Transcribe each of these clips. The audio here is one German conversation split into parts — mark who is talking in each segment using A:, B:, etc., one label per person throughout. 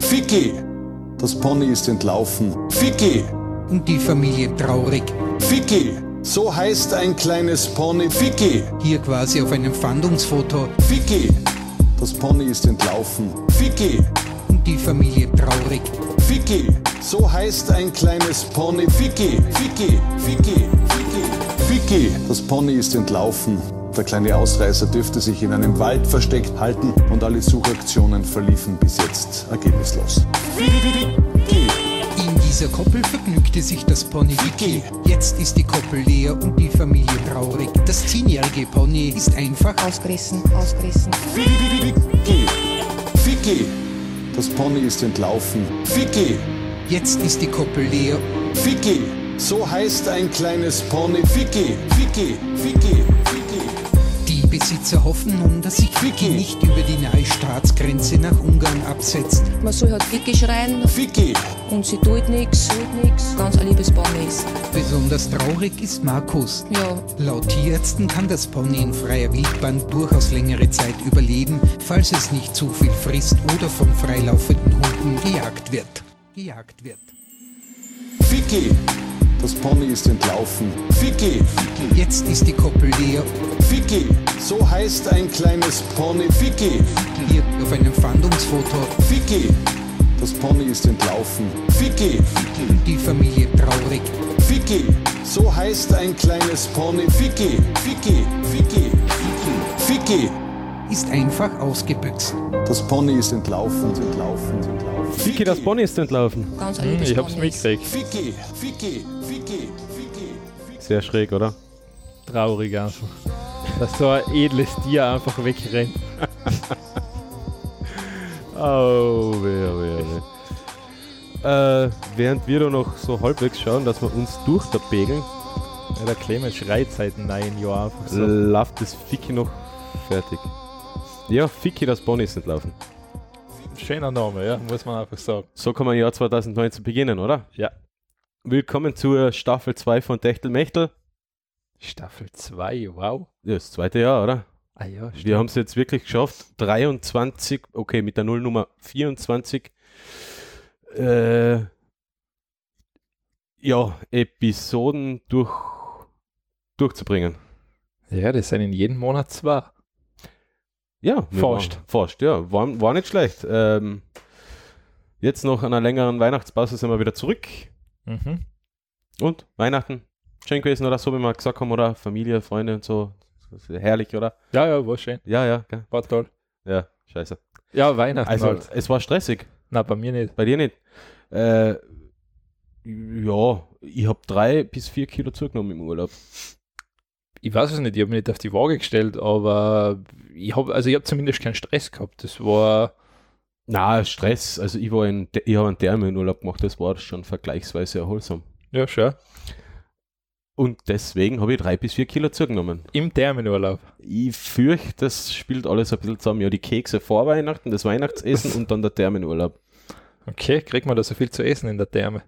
A: Ficky! Das Pony ist entlaufen. Ficky!
B: und die Familie traurig.
A: Ficky! So heißt ein kleines Pony. Ficky!
B: Hier quasi auf einem Fandungsfoto
A: Ficky! Das Pony ist entlaufen. Ficky!
B: und die Familie traurig.
A: Ficky! So heißt ein kleines Pony. Ficky! Ficky! Ficky! Ficky! Ficky! Das Pony ist entlaufen. Der kleine Ausreißer dürfte sich in einem Wald versteckt halten und alle Suchaktionen verliefen bis jetzt ergebnislos.
B: In dieser Koppel vergnügte sich das Pony Vicky. Jetzt ist die Koppel leer und die Familie traurig. Das zehnjährige Pony ist einfach
C: Ausgerissen, ausgerissen.
A: Ficky! Ficky! Das Pony ist entlaufen. Ficky!
B: Jetzt ist die Koppel leer.
A: Ficky! So heißt ein kleines Pony. Ficky! Ficky! Ficky! Ficky!
B: Die Besitzer hoffen nun, dass sich Vicky
A: Vicky.
B: nicht über die nahe Staatsgrenze nach Ungarn absetzt.
C: Man soll halt wirklich schreien
A: Ficky!
C: und sie tut nichts, tut nichts. Ganz ein liebes Bonnie ist.
B: Besonders traurig ist Markus.
C: Ja,
B: Laut Tierärzten kann das Pony in freier Wildbahn durchaus längere Zeit überleben, falls es nicht zu viel frisst oder von freilaufenden Hunden gejagt wird. Gejagt wird.
A: Ficky! Das Pony ist entlaufen. Ficky!
B: Jetzt ist die Koppel leer.
A: Ficky! So heißt ein kleines Pony. Ficky!
B: Hier auf einem Fandungsfoto
A: Ficky! Das Pony ist entlaufen. Ficky!
B: die Familie traurig.
A: Ficky! So heißt ein kleines Pony. Ficky! Ficky! Ficky! Ficky! Ficky!
B: Ist einfach ausgebüxt.
A: Das Pony ist entlaufen, entlaufen, entlaufen.
D: Vicky, das Bonnie ist entlaufen.
C: ganz ein
D: Hm,
C: liebes
D: ich hab's
C: Bonnie ist.
D: mitgekriegt.
A: Ficky, Ficky, Ficky, Ficky, Ficky.
E: Sehr schräg, oder?
D: Traurig einfach. Dass so ein edles Tier einfach wegrennt.
E: Oh, wer, wer, wer. Äh, während wir da noch so halbwegs schauen, dass wir uns durchverpegeln,
D: Ja, der Clemens schreit seit neun Jahren einfach so.
E: läuft das Ficky noch fertig. Ja, Ficky, das Bonnie ist entlaufen.
D: Schöner Name, ja, muss man einfach sagen.
E: So kann man Jahr 2019 beginnen, oder?
D: Ja.
E: Willkommen zur Staffel 2 von Techtelmechtel.
D: Staffel 2, wow.
E: Ja, das zweite Jahr, oder?
D: Ah ja, stimmt.
E: Wir haben es jetzt wirklich geschafft. 23, okay, mit der Nullnummer 24. Äh, ja, Episoden durch, durchzubringen.
D: Ja, das sind in jedem Monat zwei.
E: Ja,
D: Forscht.
E: Waren, forscht, ja. War, war nicht schlecht. Ähm, jetzt nach einer längeren Weihnachtspause sind wir wieder zurück.
D: Mhm.
E: Und Weihnachten. Schön gewesen, oder so, wie wir gesagt haben, oder? Familie, Freunde und so. Das ist herrlich, oder?
D: Ja, ja, war schön.
E: Ja, ja, gell?
D: War toll.
E: Ja, scheiße.
D: Ja, Weihnachten
E: Also,
D: halt.
E: es war stressig.
D: Nein, bei mir nicht.
E: Bei dir nicht. Äh, ja, ich habe drei bis vier Kilo zugenommen im Urlaub.
D: Ich weiß es nicht, ich habe mich nicht auf die Waage gestellt, aber ich habe also ich habe zumindest keinen Stress gehabt. Das war
E: Na, Stress. Also ich war in, ich habe einen Thermienurlaub gemacht, das war schon vergleichsweise erholsam.
D: ja schon
E: Und deswegen habe ich drei bis vier Kilo zugenommen.
D: im Terminurlaub.
E: Ich fürchte, das spielt alles ein bisschen zusammen. Ja, die Kekse vor Weihnachten, das Weihnachtsessen und dann der Thermienurlaub.
D: Okay, kriegt man da so viel zu essen in der Therme?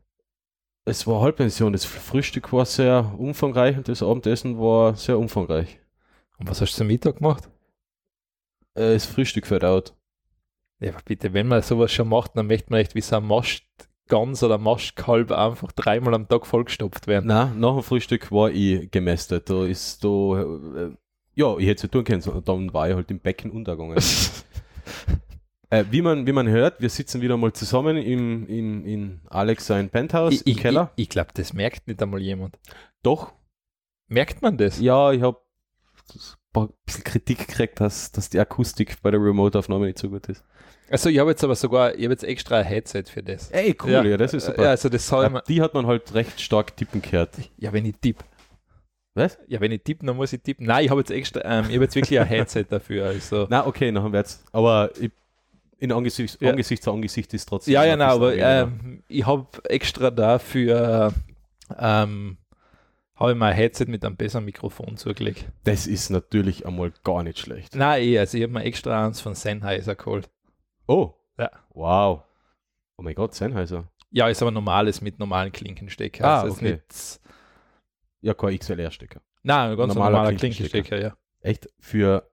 E: Es war Halbpension, das Frühstück war sehr umfangreich und das Abendessen war sehr umfangreich.
D: Und was hast du zum Mittag gemacht?
E: Äh, das Frühstück verdaut.
D: Ja, aber bitte, wenn man sowas schon macht, dann möchte man echt wie so ein Mastgans oder Mastkalb einfach dreimal am Tag vollgestopft werden.
E: Na, nach dem Frühstück war ich gemästet. Da ist da, äh, ja, ich hätte es ja tun können, sondern dann war ich halt im Becken untergegangen. äh, wie, man, wie man hört, wir sitzen wieder mal zusammen im, in, in Alex sein Penthouse
D: ich, ich,
E: im Keller.
D: Ich, ich glaube, das merkt nicht einmal jemand.
E: Doch,
D: Merkt man das?
E: ja, ich habe ein bisschen Kritik gekriegt, dass, dass die Akustik bei der Remote-Aufnahme nicht so gut ist.
D: Also ich habe jetzt aber sogar, ich habe jetzt extra ein Headset für das.
E: Ey, cool, ja, das ist
D: Ja,
E: super.
D: also das soll man.
E: Ab die hat man halt recht stark tippen gehört.
D: Ja, wenn ich tipp.
E: Was?
D: Ja, wenn ich tipp, dann muss ich tippen. Nein, ich habe jetzt extra, ähm, ich habe jetzt wirklich ein Headset dafür. Also.
E: Na, okay, nachher wird's. Aber ich, in Angesicht,
D: Ja.
E: Angesicht zu Angesicht ist trotzdem.
D: Ja, ja,
E: ein
D: nein,
E: bisschen
D: aber
E: angenehmer.
D: ähm, ich habe extra dafür ähm, habe ich mein Headset mit einem besseren Mikrofon zugelegt.
E: Das ist natürlich einmal gar nicht schlecht.
D: Nein, eh, also ich habe mir extra eins von Sennheiser geholt.
E: Oh.
D: Ja.
E: Wow. Oh mein Gott, Sennheiser.
D: Ja, ist aber normales mit normalen Klinkenstecker.
E: Ah,
D: Also ist
E: okay.
D: nicht-
E: Ja, kein XLR-Stecker.
D: nein, ein ganz
E: Normaler
D: normaler,
E: Klinkenstecker.
D: Klinkenstecker, ja.
E: Echt? Für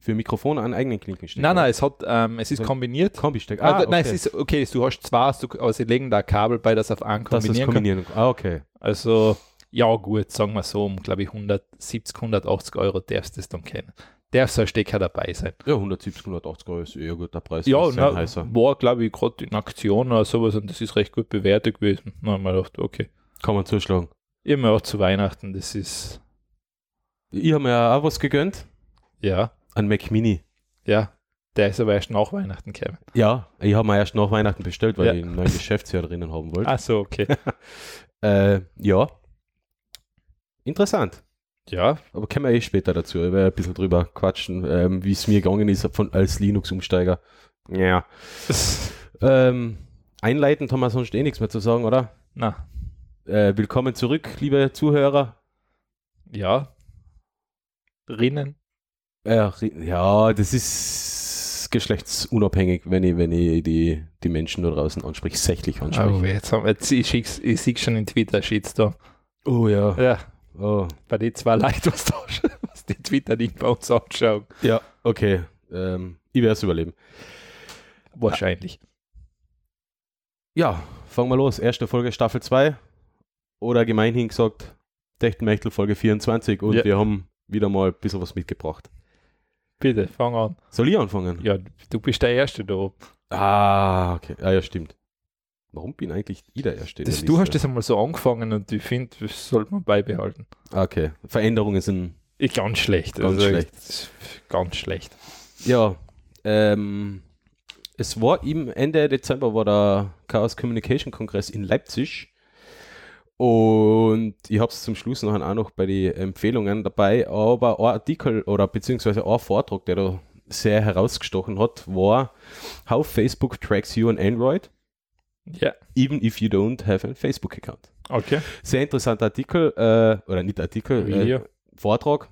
E: Für Mikrofon einen eigenen Klinkenstecker.
D: Nein, nein, es, hat, ähm, es ist kombiniert.
E: Kombisteck.
D: Ah, Nein, es ist okay, du hast zwei, du- aber sie legen da Kabel bei, das auf einen
E: das ist
D: kombinieren
E: kombinieren.
D: kann.
E: Ah, okay.
D: Also, ja, gut, sagen wir so, um glaube ich 170, 180 Euro darfst du das dann kennen. Darf so ein Stecker dabei sein.
E: Ja, 170, 180 Euro ist eher guter Preis.
D: Ja,
E: für
D: na,
E: Sennheiser.
D: war glaube ich gerade in Aktion oder sowas und das ist recht gut bewertet gewesen. Na, ich mir gedacht, okay.
E: kann man zuschlagen.
D: Immer auch zu Weihnachten, das ist,
E: Ich habe mir auch was gegönnt.
D: ja,
E: Ein Mac Mini.
D: ja, der ist aber erst nach Weihnachten gekommen.
E: Ja, ich habe mir erst nach Weihnachten bestellt, weil
D: Ja.
E: ich einen neuen Geschäftsjahr drinnen haben wollte.
D: Ach so, okay. Ah.
E: Äh, ja. Interessant.
D: ja,
E: Aber können wir eh später dazu. Ich werde ein bisschen drüber quatschen, ähm, wie es mir gegangen ist von, als Linux-Umsteiger. Ja. ähm, einleitend haben wir sonst eh nichts mehr zu sagen, oder?
D: na,
E: Äh, willkommen zurück, liebe Zuhörer.
D: ja. Rinnen.
E: Äh, ri- ja, das ist geschlechtsunabhängig, wenn ich, wenn ich die, die Menschen da draußen anspreche, sächlich
D: Oh,
E: anspreche.
D: jetzt haben, jetzt, ich, schick's- ich sehe schon in Twitter Shitstorm.
E: Oh, ja.
D: Ja,
E: Oh.
D: bei den zwei Leuten, was, da, was die Twitter nicht bei uns anschauen.
E: Ja, okay. Ähm, ich werde es überleben.
D: Wahrscheinlich.
E: Ja, fangen wir los. Erste Folge Staffel 2 oder gemeinhin gesagt Techtenmechtel Folge 24 und
D: Ja.
E: wir haben wieder mal ein bisschen was mitgebracht.
D: Bitte, fang an.
E: Soll ich anfangen?
D: Ja, du bist der Erste da.
E: Ah, okay. Ah, ja, stimmt. Warum bin eigentlich ich der Erste? in
D: Das,
E: der
D: du hast
E: Liste?
D: das einmal so angefangen und ich finde, das sollte man beibehalten.
E: Ah, Okay. Veränderungen sind.
D: Ich, Äh, ganz schlecht.
E: Ganz schlecht.
D: schlecht. Ganz schlecht.
E: Ja. Ähm, es war im Ende Dezember war der Chaos Communication Kongress in Leipzig. Und ich habe es zum Schluss nachher auch noch bei den Empfehlungen dabei, aber ein Artikel oder beziehungsweise ein Vortrag, der da sehr herausgestochen hat, war How Facebook Tracks You on Android,
D: Ja,
E: even if you don't have a Facebook account.
D: okay.
E: Sehr interessanter Artikel, äh, oder nicht Artikel, äh,
D: Video.
E: Vortrag.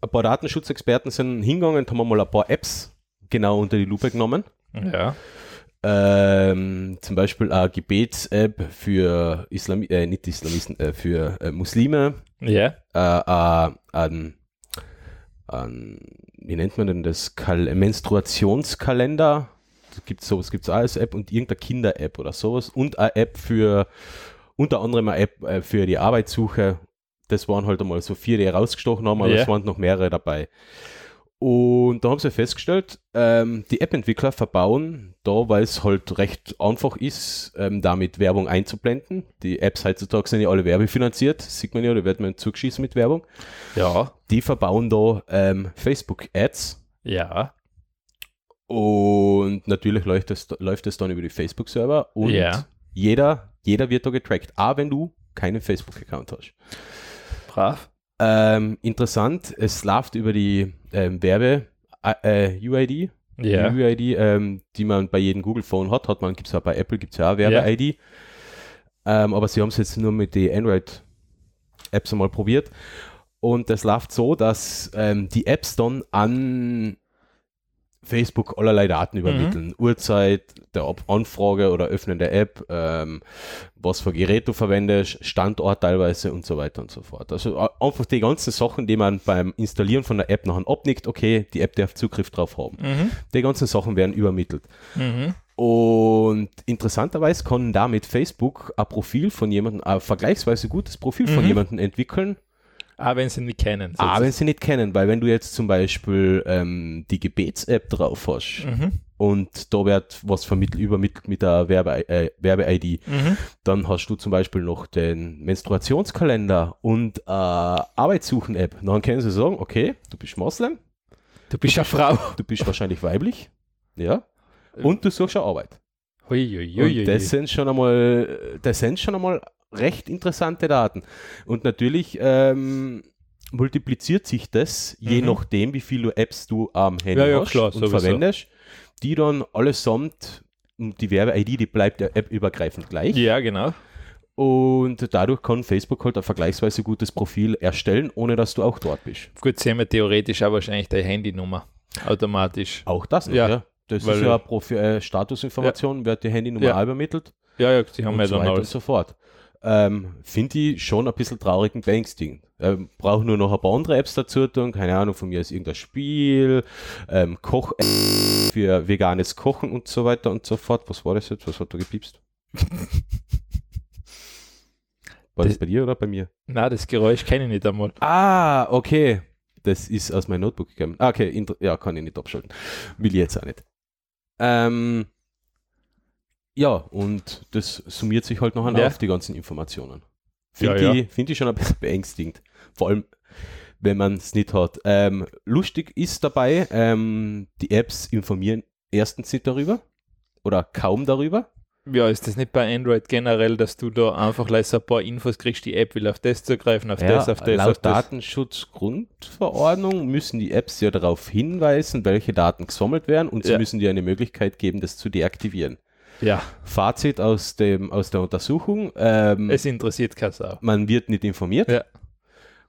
E: Ein paar Datenschutzexperten sind hingegangen und haben mal ein paar Apps genau unter die Lupe genommen.
D: Ja,
E: Ähm, zum Beispiel eine Gebets-App für Islami äh, nicht Islamisten, äh, für äh, Muslime.
D: ja,
E: Äh, äh, an, an, Ähm, wie nennt man denn das? Kal Menstruationskalender. Das Gibt's sowas gibt es auch als App und irgendeine Kinder-App oder sowas. Und eine App für, unter anderem eine App äh, für die Arbeitssuche. Das waren halt einmal so vier, die herausgestochen haben, aber
D: Ja.
E: es waren noch mehrere dabei. Und da haben sie festgestellt, ähm, die App-Entwickler verbauen da, weil es halt recht einfach ist, ähm, damit Werbung einzublenden. Die Apps heutzutage sind ja alle werbefinanziert, sieht man ja, da wird man zugeschießen mit Werbung.
D: ja,
E: Die verbauen da ähm, Facebook-Ads
D: ja, und
E: und natürlich läuft es, läuft es dann über die Facebook-Server und
D: Ja.
E: jeder, jeder wird da getrackt, auch wenn du keinen Facebook-Account hast.
D: brav.
E: Ähm, interessant, es läuft über die ähm, äh, Werbe-UID.
D: Ja,
E: Die UID, ähm, die man bei jedem Google-Phone hat, hat man, gibt es auch bei Apple, gibt es ja auch Werbe-ID. Ähm, aber sie haben es jetzt nur mit den Android-Apps einmal probiert. Und das läuft so, dass ähm, die Apps dann an Facebook allerlei Daten übermitteln. Uhrzeit, der Ab Anfrage oder Öffnen der App, ähm, was für Gerät du verwendest, Standort teilweise und so weiter und so fort. Also a- einfach die ganzen Sachen, die man beim Installieren von der App nachher abnickt, okay, die App darf Zugriff drauf haben.
D: mhm.
E: Die ganzen Sachen werden übermittelt.
D: Mhm.
E: Und interessanterweise kann damit Facebook ein Profil von jemandem, ein vergleichsweise gutes Profil von
D: Mhm.
E: jemandem entwickeln,
D: Auch wenn sie ihn nicht kennen.
E: aber Ah, wenn sie nicht kennen. Weil wenn du jetzt zum Beispiel ähm, die Gebets-App drauf hast
D: Mhm.
E: und da wird was vermittelt, übermittelt mit der Werbe-ID, äh, Werbe
D: Mhm.
E: dann hast du zum Beispiel noch den Menstruationskalender und äh, Arbeitssuchen-App. Dann können sie sagen, okay, du bist Moslem,
D: Du bist eine Frau.
E: du bist wahrscheinlich weiblich, ja,
D: Äh.
E: und du suchst eine Arbeit.
D: Uiuiui.
E: Und das sind schon einmal, das sind schon einmal recht interessante Daten. Und natürlich ähm, multipliziert sich das, je
D: Mhm.
E: nachdem, wie viele Apps du am Handy
D: Ja, ja,
E: hast
D: klar,
E: und
D: sowieso.
E: verwendest, die dann allesamt und die Werbe-ID, die bleibt der App übergreifend gleich.
D: Ja, genau.
E: Und dadurch kann Facebook halt ein vergleichsweise gutes Profil erstellen, ohne dass du auch dort bist.
D: Gut, sehen wir theoretisch auch wahrscheinlich deine Handynummer. Automatisch.
E: Auch das noch, ja.
D: Ja.
E: Das
D: Weil-
E: ist ja eine Profi- äh, Statusinformation, wird die Handynummer
D: Ja.
E: auch übermittelt.
D: Ja, ja, sie haben
E: und
D: ja
E: so
D: dann
E: weiter und
D: alles.
E: so fort. ähm, finde ich schon ein bisschen traurigen Beängstigend. Ähm, Brauche nur noch ein paar andere Apps dazu tun, keine Ahnung, von mir ist irgendein Spiel, ähm, Koch für veganes Kochen und so weiter und so fort. Was war das jetzt? Was hat da gepiepst? War das,
D: Das-
E: bei dir oder bei mir?
D: Nein, das Geräusch kenne ich nicht einmal.
E: Ah, okay. Das ist aus meinem Notebook gekommen. Ah, okay, inter- ja, kann ich nicht abschalten. Will ich jetzt auch nicht. Ähm, ja, und das summiert sich halt noch an
D: Ja.
E: auf, die ganzen Informationen.
D: Ja,
E: Finde ich, find ich schon ein bisschen beängstigend. Vor allem, wenn man es nicht hat. Ähm, lustig ist dabei, ähm, die Apps informieren erstens nicht darüber oder kaum darüber.
D: Ja, ist das nicht bei Android generell, dass du da einfach leise ein paar Infos kriegst, die App will auf das zugreifen, auf das, auf das,
E: laut
D: auf das.
E: Datenschutzgrundverordnung müssen die Apps ja darauf hinweisen, welche Daten gesammelt werden und sie
D: Ja.
E: müssen dir eine Möglichkeit geben, das zu deaktivieren.
D: Ja,
E: Fazit aus, dem, aus der Untersuchung, ähm,
D: es interessiert keine Sau.
E: man wird nicht informiert.
D: Ja.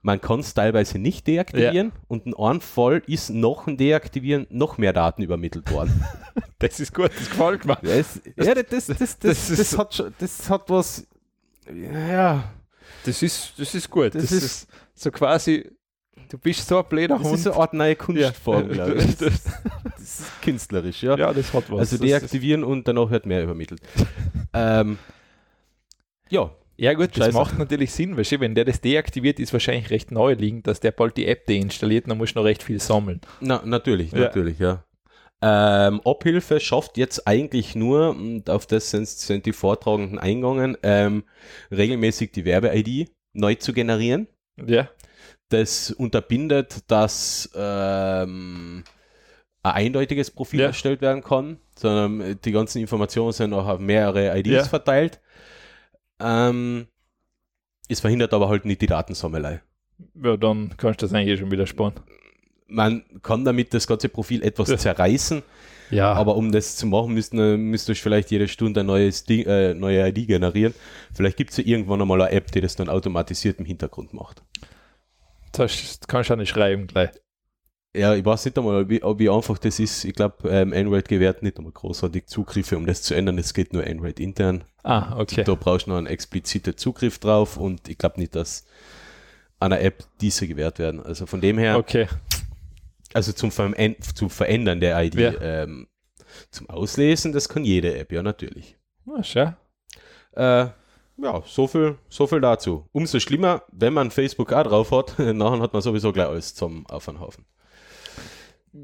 E: Man kann es teilweise nicht deaktivieren und in einem Fall ist noch ein Deaktivieren noch mehr Daten übermittelt worden.
D: Das ist gut, das gefällt mir.
E: das, ja, das, das, das, das,
D: das ist-
E: hat schon, das hat was, ja,
D: Das ist, das ist gut. Das,
E: Das
D: ist,
E: ist-
D: so quasi, du bist so ein blöder
E: das
D: Hund.
E: ist eine Art neue Kunstform,
D: ja.
E: glaube ich.
D: Das,
E: Das ist künstlerisch, ja.
D: ja, das hat was.
E: also
D: das, das,
E: deaktivieren und danach wird mehr übermittelt. ähm, ja,
D: Ja gut, das
E: Scheiße.
D: macht natürlich Sinn, weißt du, wenn der das deaktiviert, ist wahrscheinlich recht naheliegend, dass der bald die App deinstalliert, dann musst du noch recht viel sammeln.
E: na, natürlich,
D: Ja.
E: natürlich, ja. Ähm, Abhilfe schafft jetzt eigentlich nur, und auf das sind, sind die Vortragenden eingegangen, ähm, regelmäßig die Werbe-ID neu zu generieren.
D: Ja,
E: Das unterbindet, dass ähm, ein eindeutiges Profil
D: Ja.
E: erstellt werden kann, sondern äh, die ganzen Informationen sind auch auf mehrere IDs
D: Ja.
E: verteilt. Ähm, es verhindert aber halt nicht die Datensammelei.
D: ja dann kannst du das eigentlich eh schon wieder sparen.
E: Man kann damit das ganze Profil etwas
D: Ja.
E: zerreißen,
D: Ja,
E: aber um das zu machen, müsst ihr, müsst ihr vielleicht jede Stunde ein neues Ding, äh, neue ID generieren. Vielleicht gibt es ja irgendwann einmal eine App, die das dann automatisiert im Hintergrund macht.
D: das kannst du auch nicht schreiben gleich.
E: Ja, ich weiß nicht einmal, wie, wie einfach das ist. Ich glaube, ähm, Android gewährt nicht einmal großartig Zugriffe, um das zu ändern. Es geht nur Android intern.
D: Ah, okay.
E: Da brauchst du noch einen expliziten Zugriff drauf und ich glaube nicht, dass an einer App diese gewährt werden. Also von dem her,
D: Okay,
E: also zum, Veränd zum Verändern der ID,
D: Ja.
E: ähm, zum Auslesen, das kann jede App, ja, natürlich.
D: na Ah, schau.
E: Äh, ja, so viel, so viel dazu. Umso schlimmer, wenn man Facebook auch drauf hat, nachher hat man sowieso gleich alles zum Auf einen Haufen.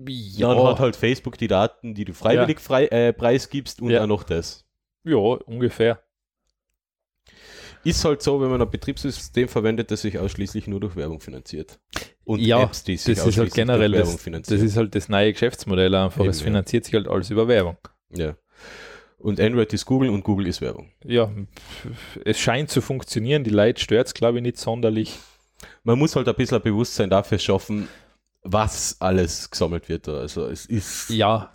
E: Ja. Dann hat halt Facebook die Daten, die du freiwillig frei, äh, preisgibst und
D: Ja.
E: auch noch das.
D: Ja, ungefähr.
E: Ist halt so, wenn man ein Betriebssystem verwendet, das sich ausschließlich nur durch Werbung finanziert. Und
D: Ja,
E: Apps, die sich
D: Das ist halt
E: ausschließlich
D: generell
E: durch Werbung
D: das, das
E: finanzieren.
D: ist halt das neue Geschäftsmodell einfach.
E: Eben,
D: es
E: ja.
D: finanziert sich halt alles über Werbung.
E: ja. Und Android ist Google und Google ist Werbung.
D: Ja, pf, es scheint zu funktionieren. Die Leute stört es, glaube ich, nicht sonderlich.
E: Man muss halt ein bisschen ein Bewusstsein dafür schaffen, was alles gesammelt wird. da. Also es ist
D: Ja,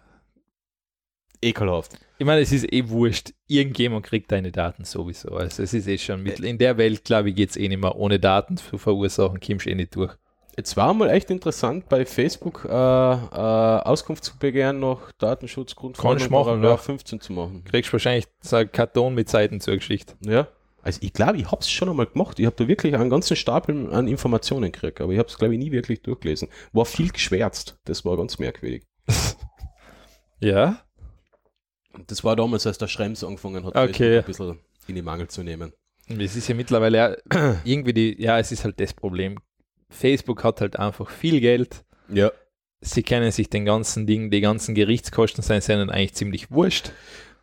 E: ekelhaft.
D: Ich meine, es ist eh wurscht. Irgendjemand kriegt deine Daten sowieso. Also es ist eh schon
E: Äh.
D: mittel. In der Welt, glaube ich, geht es eh nicht mehr. Ohne Daten zu verursachen, kommst du eh nicht durch.
E: Jetzt war mal echt interessant, bei Facebook äh, äh, Auskunft zu begehren, noch Datenschutzgrundverordnung
D: Kannst machen,
E: Paragraph
D: ja.
E: 15 zu machen.
D: Kriegst wahrscheinlich so einen Karton mit Seiten zur Geschichte.
E: Ja. Also ich glaube, ich habe es schon einmal gemacht. Ich habe da wirklich einen ganzen Stapel an Informationen gekriegt, aber ich habe es, glaube ich, nie wirklich durchgelesen. War viel geschwärzt. Das war ganz merkwürdig.
D: Ja?
E: Das war damals, als der Schrems angefangen hat,
D: Okay.
E: Facebook ein bisschen in die Mangel zu nehmen.
D: Es ist ja mittlerweile auch irgendwie die, ja, es ist halt das Problem. Facebook hat halt einfach viel Geld.
E: Ja.
D: Sie kennen sich den ganzen Ding, die ganzen Gerichtskosten sind sind ihnen eigentlich ziemlich wurscht.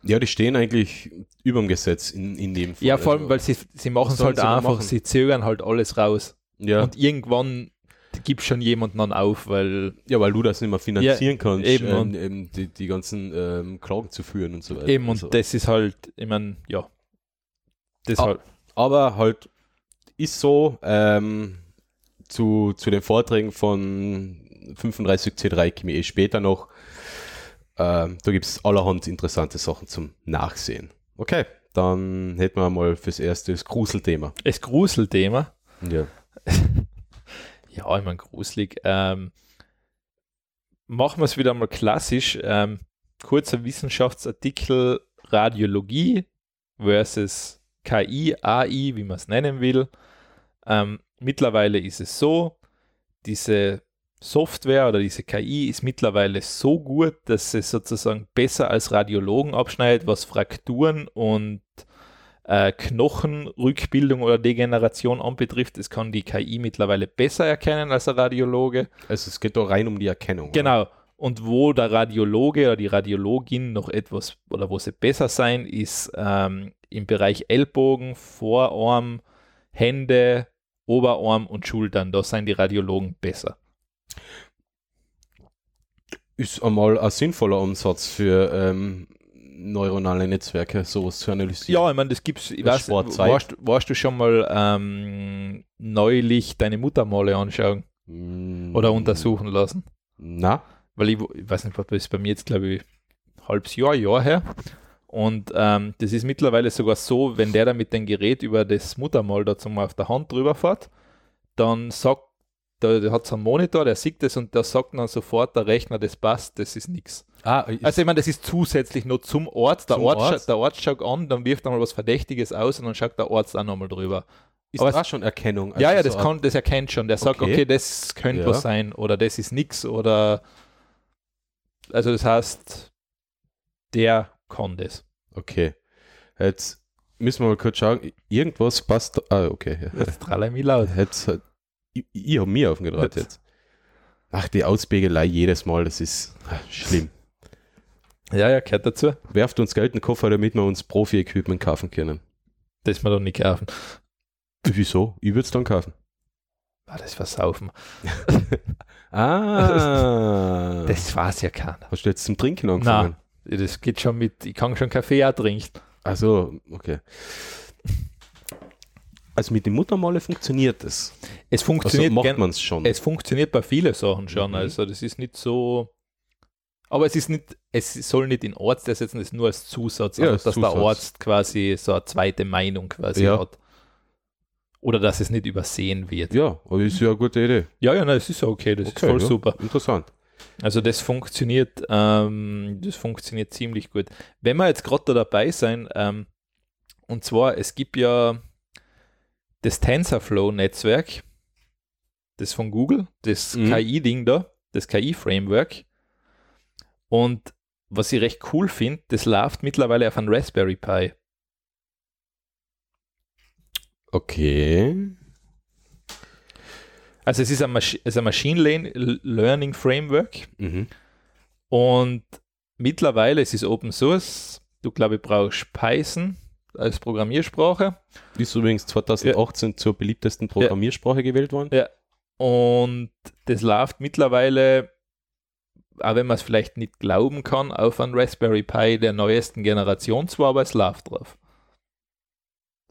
E: Ja, die stehen eigentlich über dem Gesetz in, in dem Fall.
D: Ja, vor allem,
E: Also,
D: weil sie, sie machen es
E: sollen
D: halt
E: sie denn
D: einfach,
E: machen?
D: sie zögern halt alles raus.
E: ja,
D: Und irgendwann gibt schon jemand dann auf, weil
E: ja, weil du das nicht mehr finanzieren kannst,
D: eben
E: ähm,
D: und-
E: eben die, die ganzen ähm, Klagen zu führen und so weiter.
D: Eben, und
E: also.
D: das ist halt, ich meine, ja. Das
E: Ah.
D: halt,
E: aber halt ist so ähm, zu, zu den Vorträgen von 35C3 Kimi eh später noch. Ähm, da gibt es allerhand interessante Sachen zum Nachsehen. Okay, dann hätten wir mal fürs erste das Gruselthema.
D: das Gruselthema.
E: Ja.
D: Ja, ich meine, gruselig. Ähm, machen wir es wieder mal klassisch. Ähm, kurzer Wissenschaftsartikel Radiologie versus KI, AI, wie man es nennen will. Ähm, mittlerweile ist es so, diese Software oder diese KI ist mittlerweile so gut, dass sie sozusagen besser als Radiologen abschneidet, was Frakturen und äh, Knochenrückbildung oder Degeneration anbetrifft. Das kann die KI mittlerweile besser erkennen als ein Radiologe.
E: Also es geht doch rein um die Erkennung. oder?
D: Genau. Und wo der Radiologe oder die Radiologin noch etwas oder wo sie besser sein, ist ähm, im Bereich Ellbogen, Vorarm, Hände, Oberarm und Schultern. Da sind die Radiologen besser.
E: Ist einmal ein sinnvoller Ansatz für ähm, neuronale Netzwerke, sowas zu analysieren.
D: Ja, ich meine, das gibt's. Ich
E: Das
D: weiß,
E: Sportzeit.
D: warst, warst du schon mal ähm, neulich deine Mutter mal anschauen
E: Ja.
D: oder untersuchen lassen?
E: Hm. Na,
D: weil ich, wo- ich weiß nicht, was das ist bei mir jetzt, glaube ich, ein halbes Jahr, Jahr her. Und ähm, das ist mittlerweile sogar so, wenn der da mit dem Gerät über das Muttermal da zum auf der Hand drüber fährt, dann sagt, da, da hat so einen Monitor, der sieht das und der sagt dann sofort, der Rechner, das passt, das ist nichts.
E: ah, ist,
D: Also ich meine, das ist zusätzlich nur zum Arzt. Der,
E: Zum
D: Arzt,
E: Arzt?
D: schaut- der Arzt schaut an, dann wirft er mal was Verdächtiges aus und dann schaut der Arzt auch nochmal drüber.
E: ist
D: aber
E: das schon Erkennung? Also
D: ja, ja,
E: so
D: das,
E: ein-
D: kann, das erkennt schon. Der sagt,
E: Okay.
D: okay, das könnte
E: Ja.
D: was sein oder das ist nix oder. Also, das heißt, der kann das.
E: Okay. Jetzt müssen wir mal kurz schauen. Irgendwas passt. da- Ah, okay. Ja.
D: Das tralle mich laut.
E: Jetzt, hat- ich ich habe mir aufgedacht jetzt. Ach, die Auspegelei jedes Mal, das ist ah, schlimm.
D: Ja, ja, gehört dazu.
E: Werft uns Geld in den Koffer, damit wir uns Profi-Equipment kaufen können.
D: Das wir doch nicht kaufen.
E: Wieso? Ich würde es dann kaufen.
D: Ah, das versaufen.
E: Ah.
D: Das weiß ja keiner.
E: Hast du jetzt zum Trinken
D: Na,
E: angefangen?
D: das geht schon mit. Ich kann schon Kaffee auch trinken.
E: Also, okay. Also mit den Muttermale funktioniert das.
D: Es
E: Also
D: funktioniert
E: macht
D: gen-
E: man es schon.
D: Es funktioniert bei vielen Sachen schon.
E: Mhm.
D: Also das ist nicht so. Aber es ist nicht, es soll nicht in Arzt ersetzen, es ist nur als Zusatz,
E: Ja,
D: also,
E: als
D: dass der
E: Zusatz.
D: Arzt quasi so eine zweite Meinung quasi
E: Ja.
D: hat. Oder dass es nicht übersehen wird.
E: ja, aber ist ja eine gute Idee.
D: Ja, ja, nein, es ist ja okay, das ist
E: Okay,
D: voll
E: ja.
D: super.
E: Interessant.
D: Also das funktioniert, ähm, das funktioniert ziemlich gut. Wenn wir jetzt gerade da dabei sein, ähm, und zwar, es gibt ja das TensorFlow-Netzwerk, das von Google, das
E: Mhm.
D: KI-Ding da, das KI-Framework. Und was ich recht cool finde, das läuft mittlerweile auf einem Raspberry Pi.
E: Okay.
D: Also es ist ein, Masch es ist ein Machine Learn- Learning Framework,
E: Mhm.
D: Und mittlerweile, es ist Open Source. Du, glaube ich, brauchst Python als Programmiersprache.
E: Ist übrigens 2018 zur beliebtesten Programmiersprache gewählt worden.
D: Und das läuft mittlerweile, auch wenn man es vielleicht nicht glauben kann, auf einem Raspberry Pi der neuesten Generation zwar, aber es läuft drauf.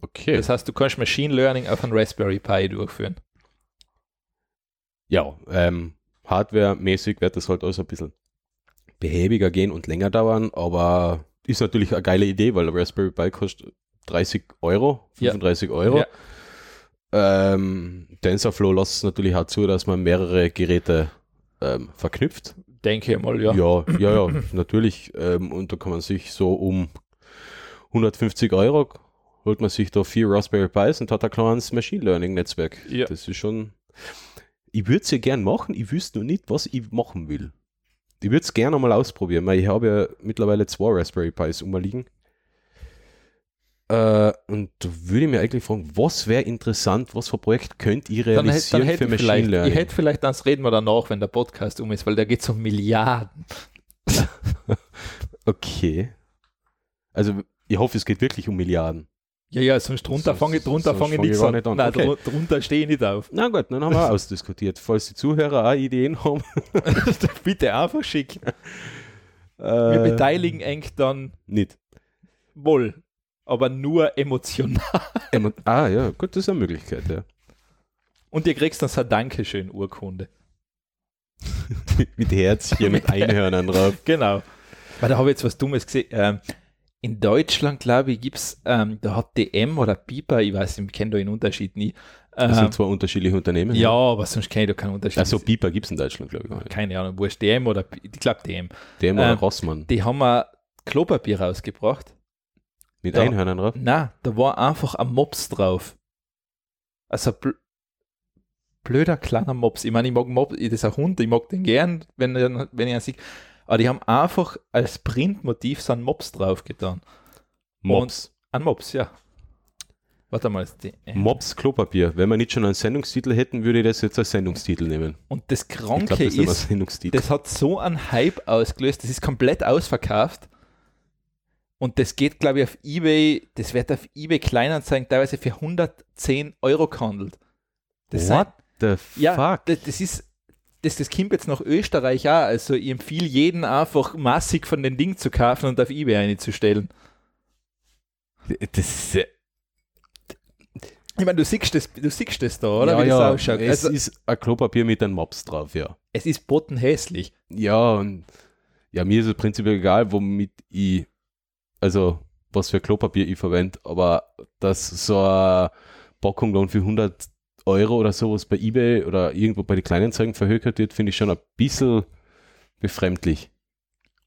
E: Okay.
D: Das heißt, du kannst Machine Learning auf einem Raspberry Pi durchführen.
E: ja, ähm, hardware-mäßig wird das halt alles ein bisschen behäbiger gehen und länger dauern, aber ist natürlich eine geile Idee, weil der Raspberry Pi kostet 30 Euro,
D: Ja.
E: 35 Euro. Ähm, TensorFlow lässt es natürlich auch zu, dass man mehrere Geräte ähm, verknüpft.
D: Denke ich mal, ja.
E: Ja, ja, ja, natürlich. Ähm, und da kann man sich so um 150 Euro holt man sich da vier Raspberry Pis und hat ein kleines Machine Learning Netzwerk.
D: Ja.
E: Das ist schon. Ich würde es ja gern machen, ich wüsste nur nicht, was ich machen will. Ich würde es gerne mal ausprobieren, weil ich habe ja mittlerweile zwei Raspberry Pis umliegen. Äh, und da würde ich mir eigentlich fragen, was wäre interessant, was für ein Projekt könnt ihr
D: Dann, hätt-
E: realisieren
D: dann hätte
E: für
D: ich
E: Machine
D: vielleicht, ich
E: Learning?
D: hätte vielleicht, das reden wir danach, wenn der Podcast um ist, weil da geht es um Milliarden.
E: Okay. Also, ich hoffe, es geht wirklich um Milliarden.
D: Ja, ja, sonst drunter
E: Sonst-
D: fange ich, drunter
E: sonst
D: fange ich
E: fang ich
D: nichts
E: gar
D: an.
E: nicht an.
D: Nein,
E: Okay.
D: dru- drunter stehe ich nicht auf.
E: Na gut, dann haben wir ausdiskutiert. Falls die Zuhörer auch Ideen haben.
D: Bitte einfach schicken. Wir
E: Äh,
D: beteiligen eng dann
E: Nicht.
D: wohl, aber nur emotional.
E: Emo- ah ja, gut, das ist eine Möglichkeit, ja.
D: Und ihr kriegst dann so eine Dankeschön-Urkunde.
E: mit Herz hier mit Einhörnern drauf.
D: Genau. Weil da habe ich jetzt was Dummes gesehen. Ähm, in Deutschland, glaube ich, gibt es, ähm, da hat DM oder Piper, ich weiß, ich kenne da den Unterschied nie.
E: Das
D: Ähm,
E: sind zwei unterschiedliche Unternehmen.
D: ja, aber sonst kenne ich da keinen Unterschied.
E: Also Piper gibt es in Deutschland, glaube ich. gar nicht.
D: keine Ahnung, wurscht, DM oder, Pi- ich glaube DM.
E: DM oder
D: Ähm,
E: Rossmann.
D: Die haben ein Klopapier rausgebracht.
E: Mit
D: Ja.
E: Einhörnern drauf.
D: Na, da war einfach ein Mops drauf. Also bl blöder kleiner Mops. Ich meine, ich mag Mops, das ist ein Hund, ich mag den gern, wenn, er- wenn ich ihn sehe. Aber die haben einfach als Printmotiv so einen Mops drauf getan.
E: Mops.
D: Ein Mops, ja. Warte mal. die-
E: Mops Klopapier. Wenn wir nicht schon einen Sendungstitel hätten, würde ich das jetzt als Sendungstitel nehmen.
D: Und das
E: Ich glaub,
D: Kranke
E: das nehmen wir als
D: ist,
E: Sendungstitel.
D: das hat so einen Hype ausgelöst, das ist komplett ausverkauft. Und das geht, glaube ich, auf Ebay, das wird auf Ebay Kleinanzeigen teilweise für 110 Euro gehandelt. Das sind-
E: What the
D: ja,
E: fuck?
D: das, das ist, das, das kommt jetzt nach Österreich auch, also ich empfehle jeden einfach massig von den Ding zu kaufen und auf Ebay einzustellen.
E: Das ist ja-
D: Ich meine, du siehst das, du siehst das da, oder?
E: Ja,
D: Wie das
E: ja.
D: ausschaut.
E: Es
D: also,
E: ist ein Klopapier mit einem Mops drauf, ja.
D: es ist bottenhässlich.
E: Ja, und ja, mir ist es prinzipiell egal, womit ich, also was für Klopapier ich verwende, aber dass so eine Packung dann für 100 Euro oder sowas bei eBay oder irgendwo bei den Kleinanzeigen verhökert wird, finde ich schon ein bisschen befremdlich.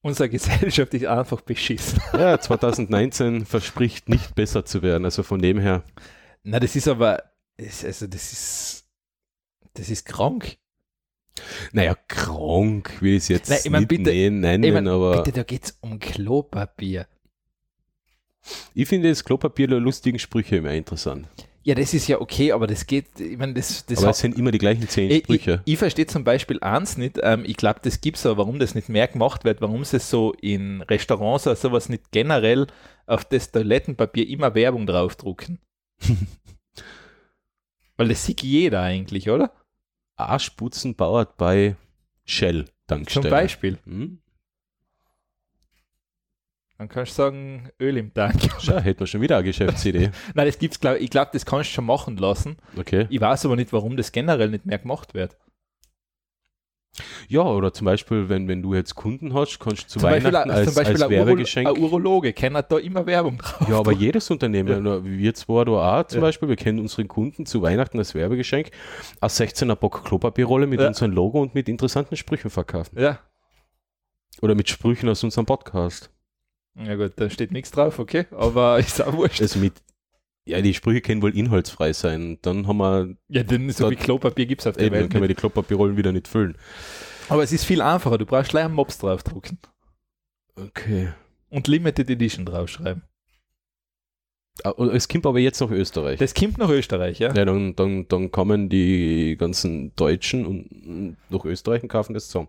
D: Unsere Gesellschaft ist einfach beschissen.
E: Ja, 2019 verspricht nicht besser zu werden, also von dem her.
D: Na, das ist aber, das, also das ist, das ist krank.
E: Naja, krank will ich es jetzt
D: Nein, ich mein,
E: nicht
D: bitte-
E: nennen, nennen
D: Ich mein,
E: aber
D: bitte, da geht's um Klopapier.
E: ich finde das Klopapier der lustigen Sprüche immer interessant.
D: Ja, das ist ja okay, aber das geht, ich meine, das, das
E: aber
D: hat-
E: es sind immer die gleichen zehn
D: Ich, ich,
E: Sprüche.
D: ich verstehe zum Beispiel eins nicht, ähm, ich glaube, das gibt es aber, warum das nicht mehr gemacht wird, warum es so in Restaurants oder sowas nicht generell auf das Toilettenpapier immer Werbung draufdrucken. Weil das sieht jeder eigentlich, oder?
E: Arschputzen bauert bei Shell
D: Zum
E: Tankstelle.
D: Beispiel.
E: Hm?
D: Dann kannst du sagen, Öl im Tank.
E: Schau, hätten wir schon wieder eine Geschäftsidee.
D: Nein, das gibt's, glaub, ich glaube, das kannst du schon machen lassen.
E: Okay.
D: Ich weiß aber nicht, warum das generell nicht mehr gemacht wird.
E: Ja, oder zum Beispiel, wenn, wenn du jetzt Kunden hast, kannst du zu
D: Zum Beispiel,
E: Weihnachten
D: ein-
E: als,
D: zum
E: als
D: Beispiel ein, Uro
E: Werbegeschenk.
D: ein Urologe kennt da immer Werbung drauf.
E: ja, aber jedes Unternehmen, wir zwei da auch zum
D: Ja.
E: Beispiel, wir kennen unseren Kunden zu Weihnachten als Werbegeschenk eine 16er Bock Klopapierrolle mit
D: Ja.
E: unserem Logo und mit interessanten Sprüchen verkaufen.
D: Ja.
E: Oder mit Sprüchen aus unserem Podcast.
D: Ja gut, da steht nichts drauf, okay, aber ist auch wurscht.
E: Also mit, ja, die Sprüche können wohl inhaltsfrei sein. Dann haben wir,
D: Ja, denn so
E: Dort-
D: wie Klopapier gibt es auf der
E: eben, dann
D: Welt
E: können wir
D: nicht.
E: die Klopapierrollen wieder nicht füllen.
D: Aber es ist viel einfacher, du brauchst gleich einen Mops draufdrucken
E: Okay.
D: und Limited Edition draufschreiben.
E: Ah, und Es kommt aber jetzt nach Österreich.
D: Das kommt nach Österreich, ja?
E: Ja, dann, dann, dann kommen die ganzen Deutschen und nach Österreich und kaufen das zusammen.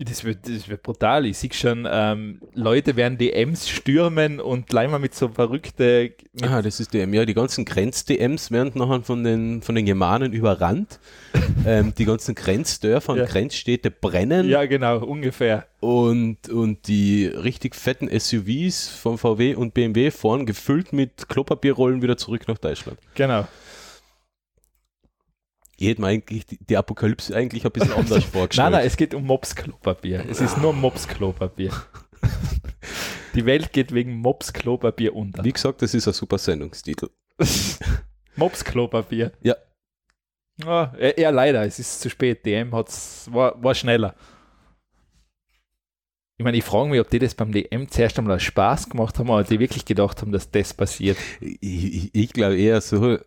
D: Das, wird, das wird brutal. Ich sehe schon, ähm, Leute werden DMs stürmen und gleich mal mit so verrückte... Mit,
E: Ah, das ist DM. Ja, die ganzen Grenz-DMs werden nachher von den, von den Germanen überrannt. ähm, die ganzen Grenzdörfer und
D: Ja.
E: Grenzstädte brennen
D: ja, genau, ungefähr.
E: und, und die richtig fetten SUVs von VW und BMW fahren gefüllt mit Klopapierrollen wieder zurück nach Deutschland.
D: Genau.
E: Ich hätte mir eigentlich die, die Apokalypse eigentlich ein bisschen anders vorgestellt.
D: Nein, nein, es geht um Mops-Klopapier. Es ist nur Mops-Klopapier. Die Welt geht wegen Mops-Klopapier unter.
E: Wie gesagt, das ist ein super Sendungstitel.
D: Mops-Klopapier.
E: Ja.
D: Ja, ja, ja, leider, es ist zu spät. DM hat's, war, war schneller. Ich meine, ich frage mich, ob die das beim DM zuerst einmal aus Spaß gemacht haben, oder die wirklich gedacht haben, dass das passiert.
E: Ich, ich, ich glaube eher so,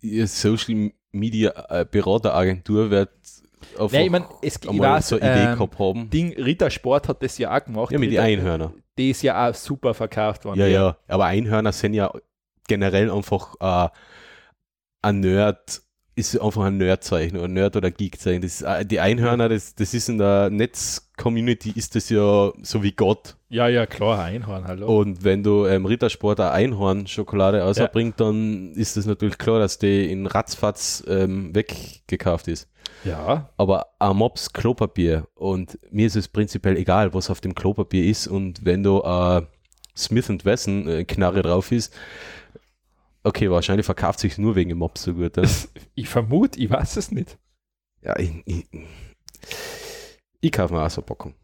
E: ihr Social Media äh, Berateragentur wird auf
D: Nein, ich meine, es ich
E: einmal
D: weiß,
E: so eine Idee
D: ähm,
E: gehabt haben.
D: Ding, Rittersport hat das ja auch gemacht.
E: ja, mit den
D: Ritter-
E: Einhörnern.
D: Die ist ja auch super verkauft worden.
E: Ja, ja. Aber Einhörner sind ja generell einfach äh, ein Nerd, ist einfach ein Nerdzeichen oder Nerd oder Geekzeichen. Das, ist, äh, die Einhörner, das, das ist in der Netz-Community, ist das ja so wie Gott.
D: ja, ja, klar, Einhorn, hallo.
E: Und wenn du ähm, Rittersport eine Einhorn-Schokolade ausbringst, dann ist es natürlich klar, dass die in Ratzfatz ähm, weggekauft ist.
D: Ja,
E: Aber ein Mops Klopapier und mir ist es prinzipiell egal, was auf dem Klopapier ist und wenn du äh, Smith Wesson äh, Knarre drauf ist, okay, wahrscheinlich verkauft sich nur wegen dem Mops so gut. ne?
D: ich vermute, ich weiß es nicht.
E: ja, ich, ich, ich kaufe mir auch so eine Packung.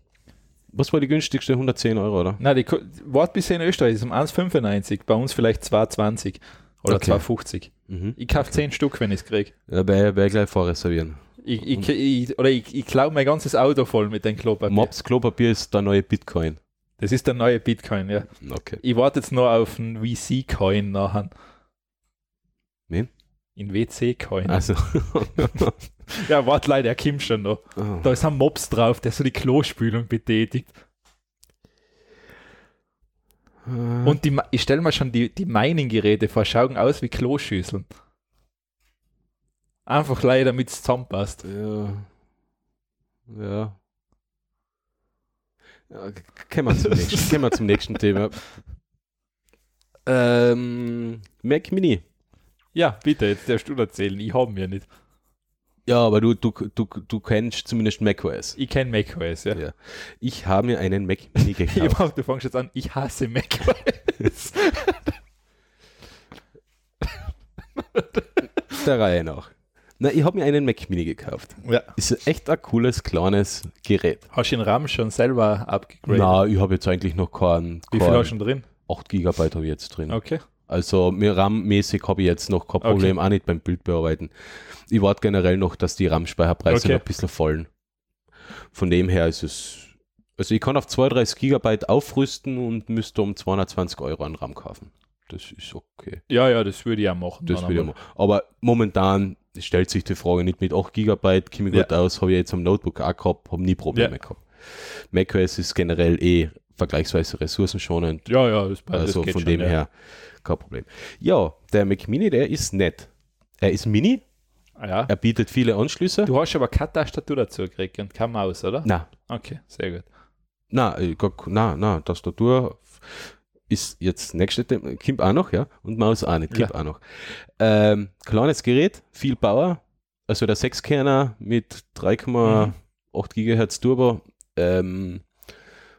E: Was war die günstigste? 110 Euro, oder?
D: Na, die Ko- Wort bisher in Österreich ist um 1,95, bei uns vielleicht 2,20 oder
E: Okay.
D: 2,50.
E: Mhm.
D: Ich kaufe 10 Stück, wenn ich es kriege.
E: Ja, werde ich gleich vorreservieren.
D: Ich, ich, ich, oder ich, ich klaue mein ganzes Auto voll mit den Klopapier.
E: Mops Klopapier ist der neue Bitcoin.
D: Das ist der neue Bitcoin, ja.
E: Okay.
D: Ich warte jetzt nur auf einen VC-Coin nachher.
E: Wen?
D: In WC-Coin.
E: Also.
D: Ja, warte leider, er kommt schon noch.
E: Ah.
D: Da ist ein Mops drauf, der so die Klospülung betätigt.
E: Hm.
D: Und die, Ma- ich stelle mir schon die, die Mining-Geräte vor, schauen aus wie Kloschüsseln. Einfach leider, damit es zusammenpasst.
E: Ja. Ja. ja k- kommen, wir zum nächsten, kommen wir zum nächsten Thema. Ähm, Mac Mini.
D: Ja, bitte, jetzt darfst du erzählen. Ich habe mir nicht.
E: Ja, aber du, du, du, du kennst zumindest macOS.
D: Ich kenne macOS, ja.
E: Ja. Ich habe mir einen Mac Mini
D: Ich
E: gekauft.
D: mach, du fängst jetzt an, ich hasse macOS.
E: der Reihe nach. Na, ich habe mir einen Mac Mini gekauft.
D: ja.
E: Ist echt ein cooles, kleines Gerät.
D: Hast du den RAM schon selber abgegradet?
E: Na, ich habe jetzt eigentlich noch keinen.
D: Wie viel hast du schon drin?
E: 8 GB habe ich jetzt drin.
D: Okay.
E: Also mir RAM-mäßig habe ich jetzt noch kein Problem, auch nicht beim Bildbearbeiten. Ich warte generell noch, dass die RAM-Speicherpreise
D: Okay.
E: noch ein bisschen fallen. Von dem her ist es. Also ich kann auf 32 Gigabyte aufrüsten und müsste um 220 Euro an RAM kaufen. Das ist okay.
D: Ja, ja, das würde ich auch machen.
E: Das
D: dann
E: will ich
D: aber.
E: mal. Aber momentan stellt sich die Frage nicht mit 8 Gigabyte, komme ich gut aus, habe ich jetzt am Notebook auch gehabt, habe nie Probleme
D: Ja.
E: gehabt. macOS ist generell eh vergleichsweise ressourcenschonend.
D: Ja, ja, das, das
E: Also
D: geht
E: von
D: schon,
E: dem
D: ja.
E: her kein Problem. Ja, der Mac Mini, der ist nett. Er ist Mini,
D: Ah, Ja.
E: er bietet viele Anschlüsse.
D: Du hast aber keine Tastatur dazu gekriegt und keine Maus, oder?
E: Na,
D: Okay, sehr gut.
E: na, äh, gar k- na, na, Tastatur ist jetzt nächste Thema. Kimp auch noch, ja. Und Maus auch nicht, Kimp auch noch. Ähm, kleines Gerät, viel Power. Also der 6-Kerner mit 3,8
D: Mhm.
E: GHz Turbo ähm,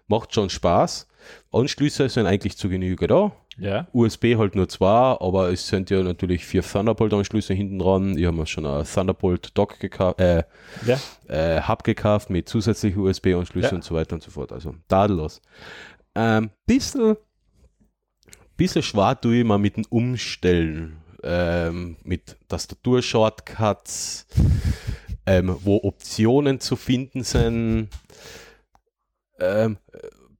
E: macht schon Spaß. Anschlüsse sind eigentlich zu Genüge da.
D: Ja.
E: USB halt nur zwei, aber es sind ja natürlich vier Thunderbolt-Anschlüsse hinten dran. Ich habe mir schon ein Thunderbolt-Dock gekauft, äh,
D: Ja.
E: äh, Hub gekauft mit zusätzlichen USB-Anschlüssen
D: Ja.
E: und so weiter und so fort. Also tadellos. Ähm, bisschen, bisschen schwer tue ich mir mit dem Umstellen. Ähm, mit Tastatur-Shortcuts, ähm, wo Optionen zu finden sind. Ähm,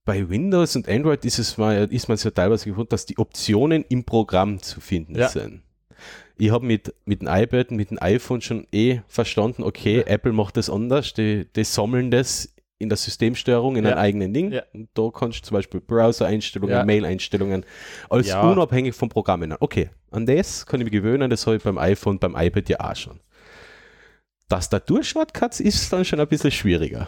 E: bei Windows und Android ist es mal, ist man es ja teilweise gewohnt, dass die Optionen im Programm zu finden
D: Ja.
E: sind. Ich habe mit, mit dem iPad, mit dem iPhone schon eh verstanden, okay, Apple macht das anders, die, die sammeln das in der Systemsteuerung in
D: Ja.
E: einem eigenen Ding.
D: Ja.
E: Und da kannst du zum Beispiel Browser-Einstellungen,
D: Ja.
E: Mail-Einstellungen, alles
D: Ja.
E: unabhängig vom Programm ändern. Okay, an das kann ich mich gewöhnen, das habe ich beim iPhone, beim iPad ja auch schon. Tastatur-Shortcuts ist dann schon ein bisschen schwieriger.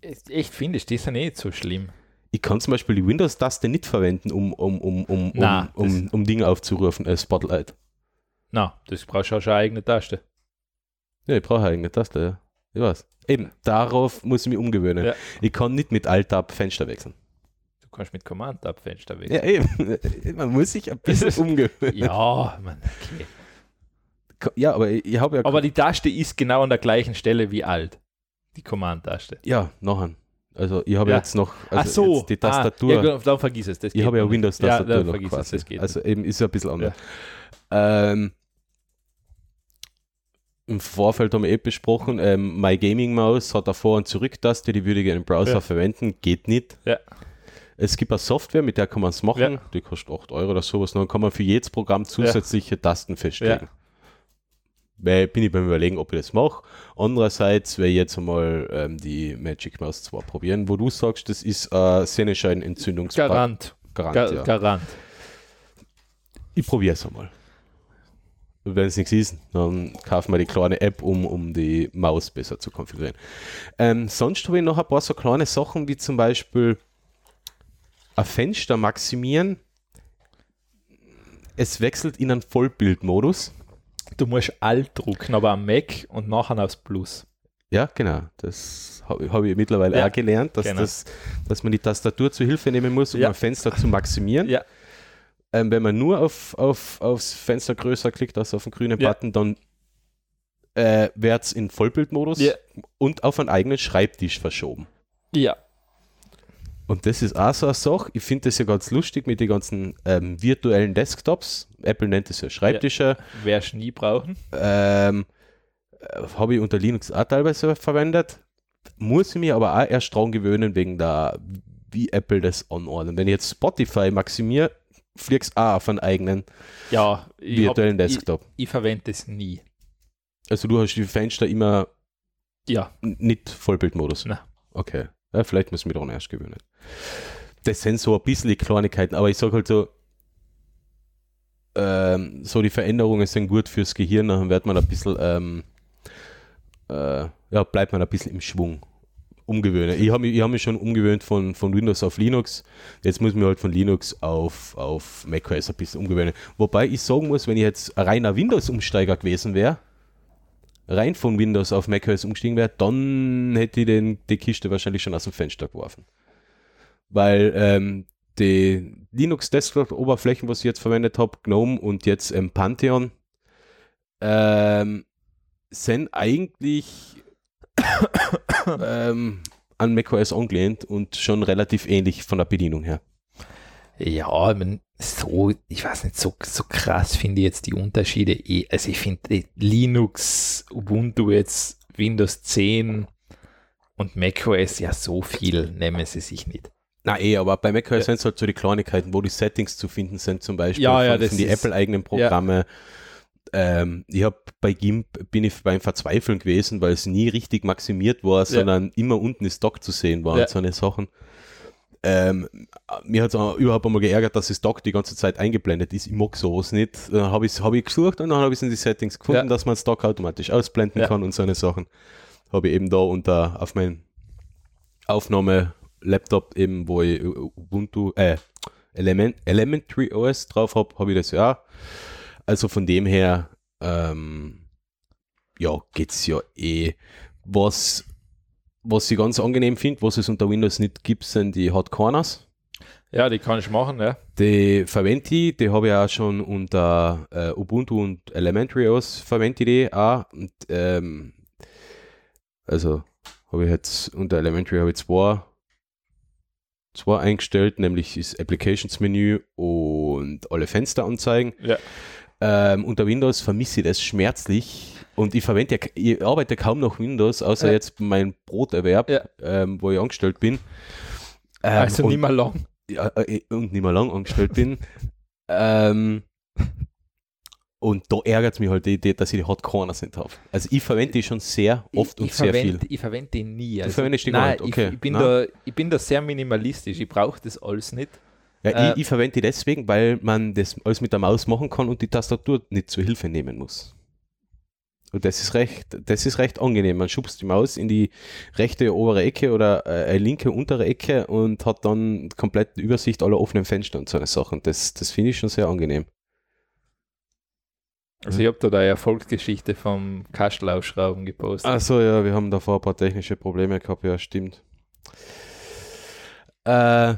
D: Ist- Echt finde ich, die sind eh nicht so schlimm.
E: Ich kann zum Beispiel die Windows-Taste nicht verwenden, um, um, um, um,
D: Na,
E: um, um, um Dinge aufzurufen, äh, Spotlight.
D: Na, das brauchst du auch schon eine eigene Taste.
E: Ja, ich brauche eine eigene Taste, ja. Ich weiß. Eben, darauf muss ich mich umgewöhnen.
D: Ja.
E: Ich kann nicht mit Alt-Tab Fenster wechseln.
D: Du kannst mit Command-Tab-Fenster weg.
E: Ja, eben. Man muss sich ein bisschen umgewöhnen.
D: Ja, Mann, okay.
E: Ja, aber ich, ich habe ja...
D: Aber die Taste ist genau an der gleichen Stelle wie alt. Die Command-Taste.
E: ja, nachher. Also ich habe
D: Ja.
E: jetzt noch also
D: Ach so.
E: jetzt die
D: ah,
E: Tastatur.
D: ja, gut, dann vergiss es. Das
E: ich
D: geht
E: habe ja
D: nicht.
E: Windows-Tastatur
D: Ja, dann
E: noch
D: vergiss es.
E: quasi.
D: Das geht
E: also eben ist ja ein bisschen anders. Ähm, Im Vorfeld haben wir eh besprochen, ähm, My Gaming Maus hat eine Vor- und Zurücktaste, die würde ich in einem Browser
D: Ja.
E: verwenden, geht nicht.
D: Ja.
E: Es gibt eine Software, mit der kann man es machen,
D: Ja.
E: die kostet 8 Euro oder sowas, und dann kann man für jedes Programm zusätzliche Tasten festlegen. Weil bin ich beim Überlegen, ob ich das mache. Andererseits wäre ich jetzt einmal ähm, die Magic Mouse 2 probieren, wo du sagst, das ist äh, eine
D: nicht.
E: Sehnenscheinentzündungsbar-
D: Garant.
E: Garant,
D: Ga
E: ja.
D: Garant.
E: Ich probiere es einmal. Und Wenn es nichts ist, dann kaufen wir die kleine App, um, um die Maus besser zu konfigurieren. Ähm, sonst habe ich noch ein paar so kleine Sachen, wie zum Beispiel ein Fenster maximieren. Es wechselt in einen Vollbildmodus.
D: Du musst alt drucken, aber am Mac und nachher aufs Plus.
E: Ja, genau. Das habe ich- habe ich mittlerweile
D: Ja,
E: auch gelernt, dass,
D: genau.
E: das, dass man die Tastatur zur Hilfe nehmen muss, um
D: Ja.
E: ein Fenster zu maximieren.
D: Ja.
E: ähm, wenn man nur auf, auf, aufs Fenster größer klickt als auf den grünen
D: Ja.
E: Button, dann äh, wird es in Vollbildmodus
D: Ja.
E: und auf einen eigenen Schreibtisch verschoben.
D: Ja.
E: Und das ist auch so eine Sache. Ich finde das ja ganz lustig mit den ganzen ähm, virtuellen Desktops. Apple nennt es ja Schreibtische.
D: Wärst nie brauchen.
E: Ähm, äh, Habe ich unter Linux auch teilweise verwendet. Muss ich mir aber auch erst dran gewöhnen wegen der wie Apple das anordnet. Wenn ich jetzt Spotify maximiere, fliegst du auch auf einen eigenen
D: Ja, ich, hab,
E: virtuellen
D: ich,
E: Desktop.
D: ich verwende das nie.
E: Also du hast die Fenster immer
D: Ja,
E: n- nicht Vollbildmodus.
D: Nein.
E: Okay. Ja, vielleicht muss ich mich daran erst gewöhnen. Das sind so ein bisschen die Kleinigkeiten, aber ich sage halt so, ähm, so die Veränderungen sind gut fürs Gehirn, dann wird man ein bisschen, ähm, äh, ja, bleibt man ein bisschen im Schwung. Umgewöhnen. Ich habe mich, ich hab mich schon umgewöhnt von, von Windows auf Linux. Jetzt muss ich mich halt von Linux auf, auf macOS ein bisschen umgewöhnen. Wobei ich sagen muss, wenn ich jetzt ein reiner Windows-Umsteiger gewesen wäre, rein von Windows auf macOS umgestiegen wäre, dann hätte ich den, die Kiste wahrscheinlich schon aus dem Fenster geworfen. Weil ähm, die Linux-Desktop-Oberflächen, was ich jetzt verwendet habe, GNOME und jetzt ähm, Pantheon, ähm, sind eigentlich ähm, an macOS angelehnt und schon relativ ähnlich von der Bedienung her.
D: ja, ich mein, so, ich weiß nicht, so, so krass finde ich jetzt die Unterschiede eh. Also ich finde eh, Linux, Ubuntu jetzt, Windows 10 und macOS ja so viel, nehmen sie sich nicht.
E: Na eh, aber bei macOS
D: Ja.
E: sind es halt so die Kleinigkeiten, wo die Settings zu finden sind, zum Beispiel
D: Ja,
E: von,
D: ja, das
E: von die
D: ist-
E: Apple-eigenen Programme. Ähm, ich habe bei GIMP bin ich beim Verzweifeln gewesen, weil es nie richtig maximiert war, sondern immer unten ist Dock zu sehen war
D: Ja.
E: und so eine Sachen. Ähm, mir hat es überhaupt einmal geärgert, dass das Dock die ganze Zeit eingeblendet ist. Ich mag sowas nicht. Dann habe ich hab ich gesucht und dann habe ich in die Settings gefunden,
D: Ja.
E: dass man das Dock automatisch ausblenden
D: Ja.
E: kann und so eine Sachen. Habe ich eben da unter auf meinen Aufnahme-Laptop eben, wo ich Ubuntu, äh, Element, Elementary OS drauf habe, habe ich das ja. Also von dem her, ähm, ja, geht's ja eh. Was, was ich ganz angenehm finde, was es unter Windows nicht gibt, sind die Hot Corners.
D: Ja, die kann ich machen, ja.
E: Die verwende ich, die habe ich auch schon unter äh, Ubuntu und Elementary OS verwende ich die auch. Und, ähm, also habe ich jetzt unter Elementary habe ich zwei, zwei eingestellt, nämlich das Applications Menü und alle Fenster anzeigen.
D: Ja.
E: Ähm, unter Windows vermisse ich das schmerzlich und ich verwende ja, k- ich arbeite kaum noch Windows, außer
D: Ja.
E: jetzt mein Broterwerb,
D: Ja.
E: ähm, wo ich angestellt bin. Ähm,
D: Also
E: und-
D: nicht mehr lang.
E: ja, äh, und nicht mehr lang angestellt bin. ähm, und da ärgert es mich halt, die- die- dass ich die Hot Corners nicht habe. Also ich verwende die schon sehr oft
D: ich,
E: und
D: ich
E: sehr
D: verwend-
E: viel.
D: Ich verwende den nie. Also,
E: verwendest die gar
D: nein,
E: nicht, okay.
D: ich, ich, bin
E: Nein.
D: da, ich bin da sehr minimalistisch. Ich brauche das alles nicht.
E: Ja,
D: äh,
E: ich, ich verwende die deswegen, weil man das alles mit der Maus machen kann und die Tastatur nicht zur Hilfe nehmen muss. Und das ist recht, das ist recht angenehm. Man schubst die Maus in die rechte obere Ecke oder äh, äh, linke untere Ecke und hat dann komplett eine Übersicht aller offenen Fenster und so eine Sachen. Das, das finde ich schon sehr angenehm.
D: Also ich habe da die Erfolgsgeschichte vom Kastel-Ausschrauben gepostet.
E: Achso, ja, wir haben davor ein paar technische Probleme gehabt, ja, stimmt. Äh,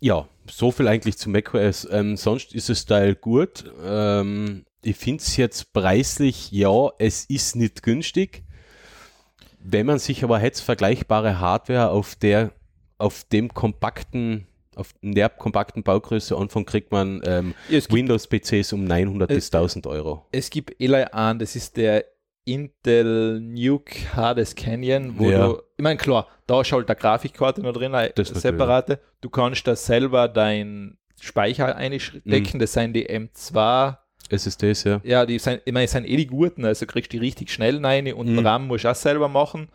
E: ja, so viel eigentlich zu macOS. Ähm, sonst ist es Teil gut. Ähm, ich finde es jetzt preislich, ja, es ist nicht günstig. Wenn man sich aber jetzt vergleichbare Hardware auf der, auf dem kompakten, auf der kompakten Baugröße anfängt, kriegt man ähm,
D: Ja, es, gibt, Äh,
E: Windows-PCs um 900 bis
D: Es-
E: 1000 Euro.
D: es gibt Eli an, das ist der Intel Nuke Hades Canyon, wo
E: Ja.
D: du, ich meine, klar, da ist halt eine Grafikkarte noch drin, eine
E: Das natürlich.
D: separate. Du kannst da selber dein Speicher
E: Mhm.
D: einstecken, das sind die M2
E: SSDs, ja.
D: Ja, die sind, ich meine, die sind eh die guten, also kriegst du die richtig schnell rein und
E: Mhm.
D: den RAM musst du auch selber machen.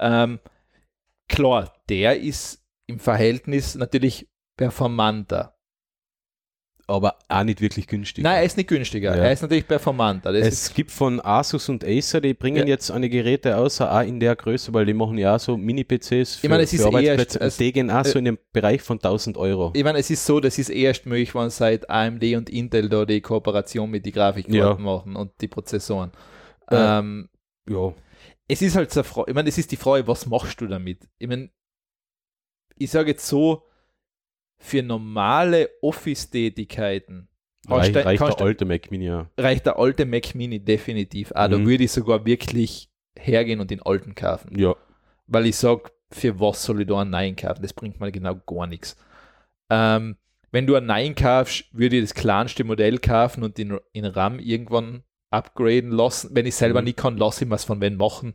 D: Ähm, klar, der ist im Verhältnis natürlich performanter.
E: aber auch nicht wirklich günstig.
D: Nein, er ist nicht günstiger,
E: Ja.
D: er ist natürlich performanter. Das
E: es
D: ist,
E: gibt von Asus und Acer, die bringen
D: Ja.
E: jetzt eine Geräte außer auch in der Größe, weil die machen ja auch so Mini-PCs für,
D: Ich meine, es
E: für
D: ist eher-
E: Arbeitsplätze.
D: es-
E: und die gehen auch so
D: äh,
E: in den Bereich von 1000 Euro.
D: ich meine, es ist so, das ist erst möglich, wenn seit AMD und Intel da die Kooperation mit den Grafikkarten machen und die Prozessoren.
E: Ja.
D: Ähm,
E: Ja.
D: es ist halt so, eine Fra- ich meine, es ist die Frage, was machst du damit? Ich meine, ich sage jetzt so, für normale Office-Tätigkeiten hast
E: Reich,
D: du-
E: reicht
D: kannst
E: der
D: du-
E: alte Mac Mini ja.
D: reicht der alte Mac Mini definitiv. Ah, da
E: Mhm.
D: würde ich sogar wirklich hergehen und den alten kaufen.
E: Ja.
D: Weil ich sage, für was soll ich da einen neuen kaufen? Das bringt mir genau gar nichts. Ähm, wenn du einen neuen kaufst, würde ich das kleinste Modell kaufen und in, in RAM irgendwann upgraden lassen. Wenn ich selber
E: Mhm.
D: nicht kann, lasse ich mir es von wem machen.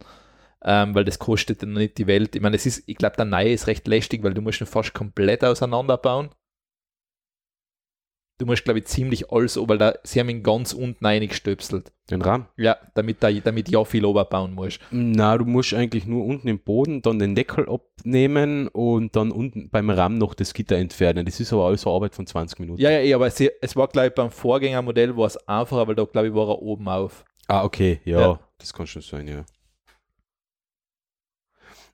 D: ähm, weil das kostet dann nicht die Welt. Ich meine, es ist, ich glaube, der neue ist recht lästig, weil du musst ihn fast komplett auseinanderbauen. Du musst, glaube ich, ziemlich alles, oben- weil da, sie haben ihn ganz unten eingestöpselt.
E: Den Rahmen?
D: Ja, damit, da, damit ja viel oberbauen musst.
E: Na, du musst eigentlich nur unten im Boden dann den Deckel abnehmen und dann unten beim Rahmen noch das Gitter entfernen. Das ist aber alles eine Arbeit von 20 Minuten.
D: Ja, ja, eh, aber sie, es war, glaube ich, beim Vorgängermodell war es einfacher, weil da, glaube ich, war er oben auf.
E: Ah, okay, ja,
D: Ja.
E: das kann schon sein, ja.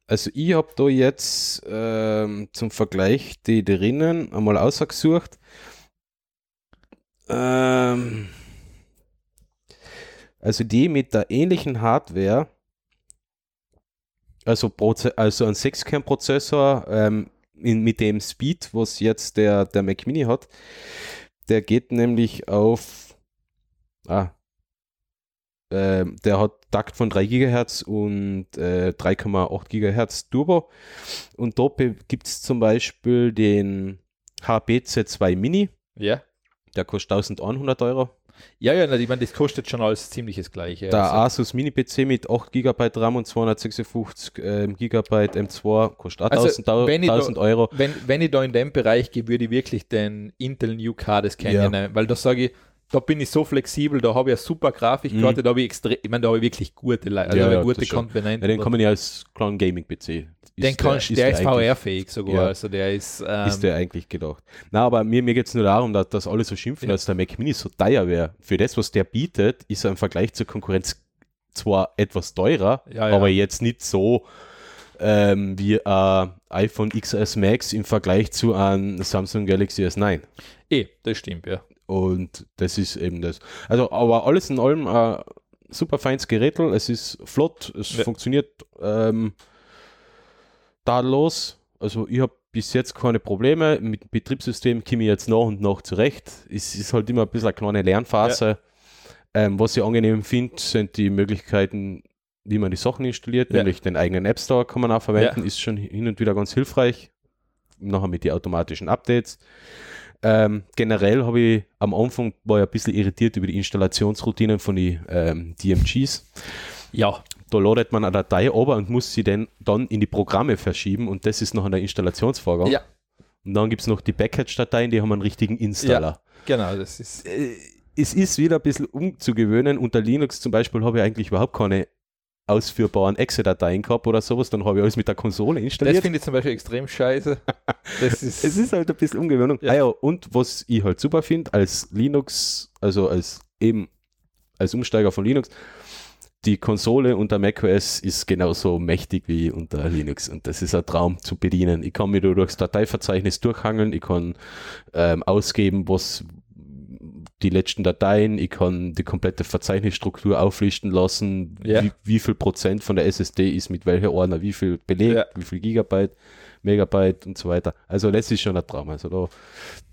E: Also ich habe da jetzt ähm, zum Vergleich die drinnen einmal ausgesucht. Ähm, also die mit der ähnlichen Hardware, also, Proze also ein 6-Kern-Prozessor ähm, in- mit dem Speed, was jetzt der, der Mac Mini hat, der geht nämlich auf... Ah, ähm, der hat Takt von 3 GHz und äh, 3,8 GHz Turbo. Und da gibt es zum Beispiel den HBZ2 Mini,
D: Ja.
E: der kostet 1100 Euro.
D: Ja, ja, na, ich meine, das kostet schon alles ziemlich das Gleiche.
E: Der
D: also,
E: Asus Mini PC mit 8 GB RAM und 256 ähm, GB M2 kostet auch
D: Also,
E: 1000, Euro-
D: wenn ich da-
E: 1000 Euro.
D: wenn, wenn ich da in dem Bereich gehe, würde ich wirklich den Intel New Card Canyon
E: Ja.
D: nehmen, weil da sage ich, da bin ich so flexibel, da habe ich eine super Grafikkarte, da habe ich extrem, ich meine, da habe ich wirklich gute, Le also
E: Mhm. Ja,
D: da habe ich
E: ja,
D: gute
E: das schon.
D: Komponenten.
E: Ja, den kann man ja als kleinen Gaming-PC.
D: den kannst, der, ist
E: eigentlich-
D: VR-fähig sogar,
E: Ja.
D: also der ist, ähm,
E: ist der eigentlich gedacht. Na, aber mir, mir geht es nur darum, dass, dass alle so schimpfen,
D: Ja.
E: dass der Mac Mini so teuer wäre. Für das, was der bietet, ist er im Vergleich zur Konkurrenz zwar etwas teurer,
D: Ja, ja.
E: aber jetzt nicht so ähm, wie ein iPhone XS Max im Vergleich zu einem Samsung Galaxy S9.
D: eh, das stimmt, ja.
E: Und das ist eben das. Also, aber alles in allem äh, super feines Gerätel. Es ist flott, es
D: Ja.
E: funktioniert ähm, tadellos. Also, ich habe bis jetzt keine Probleme. Mit dem Betriebssystem komme ich jetzt nach und nach zurecht. Es ist halt immer ein bisschen eine kleine Lernphase. Ähm, was ich angenehm finde, sind die Möglichkeiten, wie man die Sachen installiert.
D: Ja.
E: Nämlich den eigenen App Store kann man auch verwenden. Ist schon hin und wieder ganz hilfreich. Nachher mit den automatischen Updates. Ähm, generell habe ich am Anfang war ich ein bisschen irritiert über die Installationsroutinen von den ähm, DMGs.
D: Ja,
E: Da ladet man eine Datei aber und muss sie dann, dann in die Programme verschieben und das ist noch ein Installationsvorgang.
D: Ja.
E: Und dann gibt es noch die Package-Dateien, die haben einen richtigen Installer.
D: genau, das ist,
E: Äh, Es ist wieder ein bisschen umzugewöhnen. Unter Linux zum Beispiel habe ich eigentlich überhaupt keine ausführbaren Exe-Dateien gehabt oder sowas. Dann habe ich alles mit der Konsole
D: das
E: installiert.
D: finde ich zum Beispiel extrem scheiße. Das ist,
E: Es ist halt ein bisschen Ungewöhnung.
D: Ja.
E: Ah ja, und was ich halt super finde, als Linux, also als eben als Umsteiger von Linux, die Konsole unter macOS ist genauso mächtig wie unter Linux und das ist ein Traum zu bedienen. Ich kann mir durchs Dateiverzeichnis durchhangeln, ich kann ähm, ausgeben, was die letzten Dateien, ich kann die komplette Verzeichnisstruktur auflisten lassen,
D: Ja.
E: wie, wie viel Prozent von der SSD ist mit welcher Ordner, wie viel belegt,
D: Ja.
E: wie viel Gigabyte, Megabyte und so weiter. Also das ist schon ein Traum. Also da,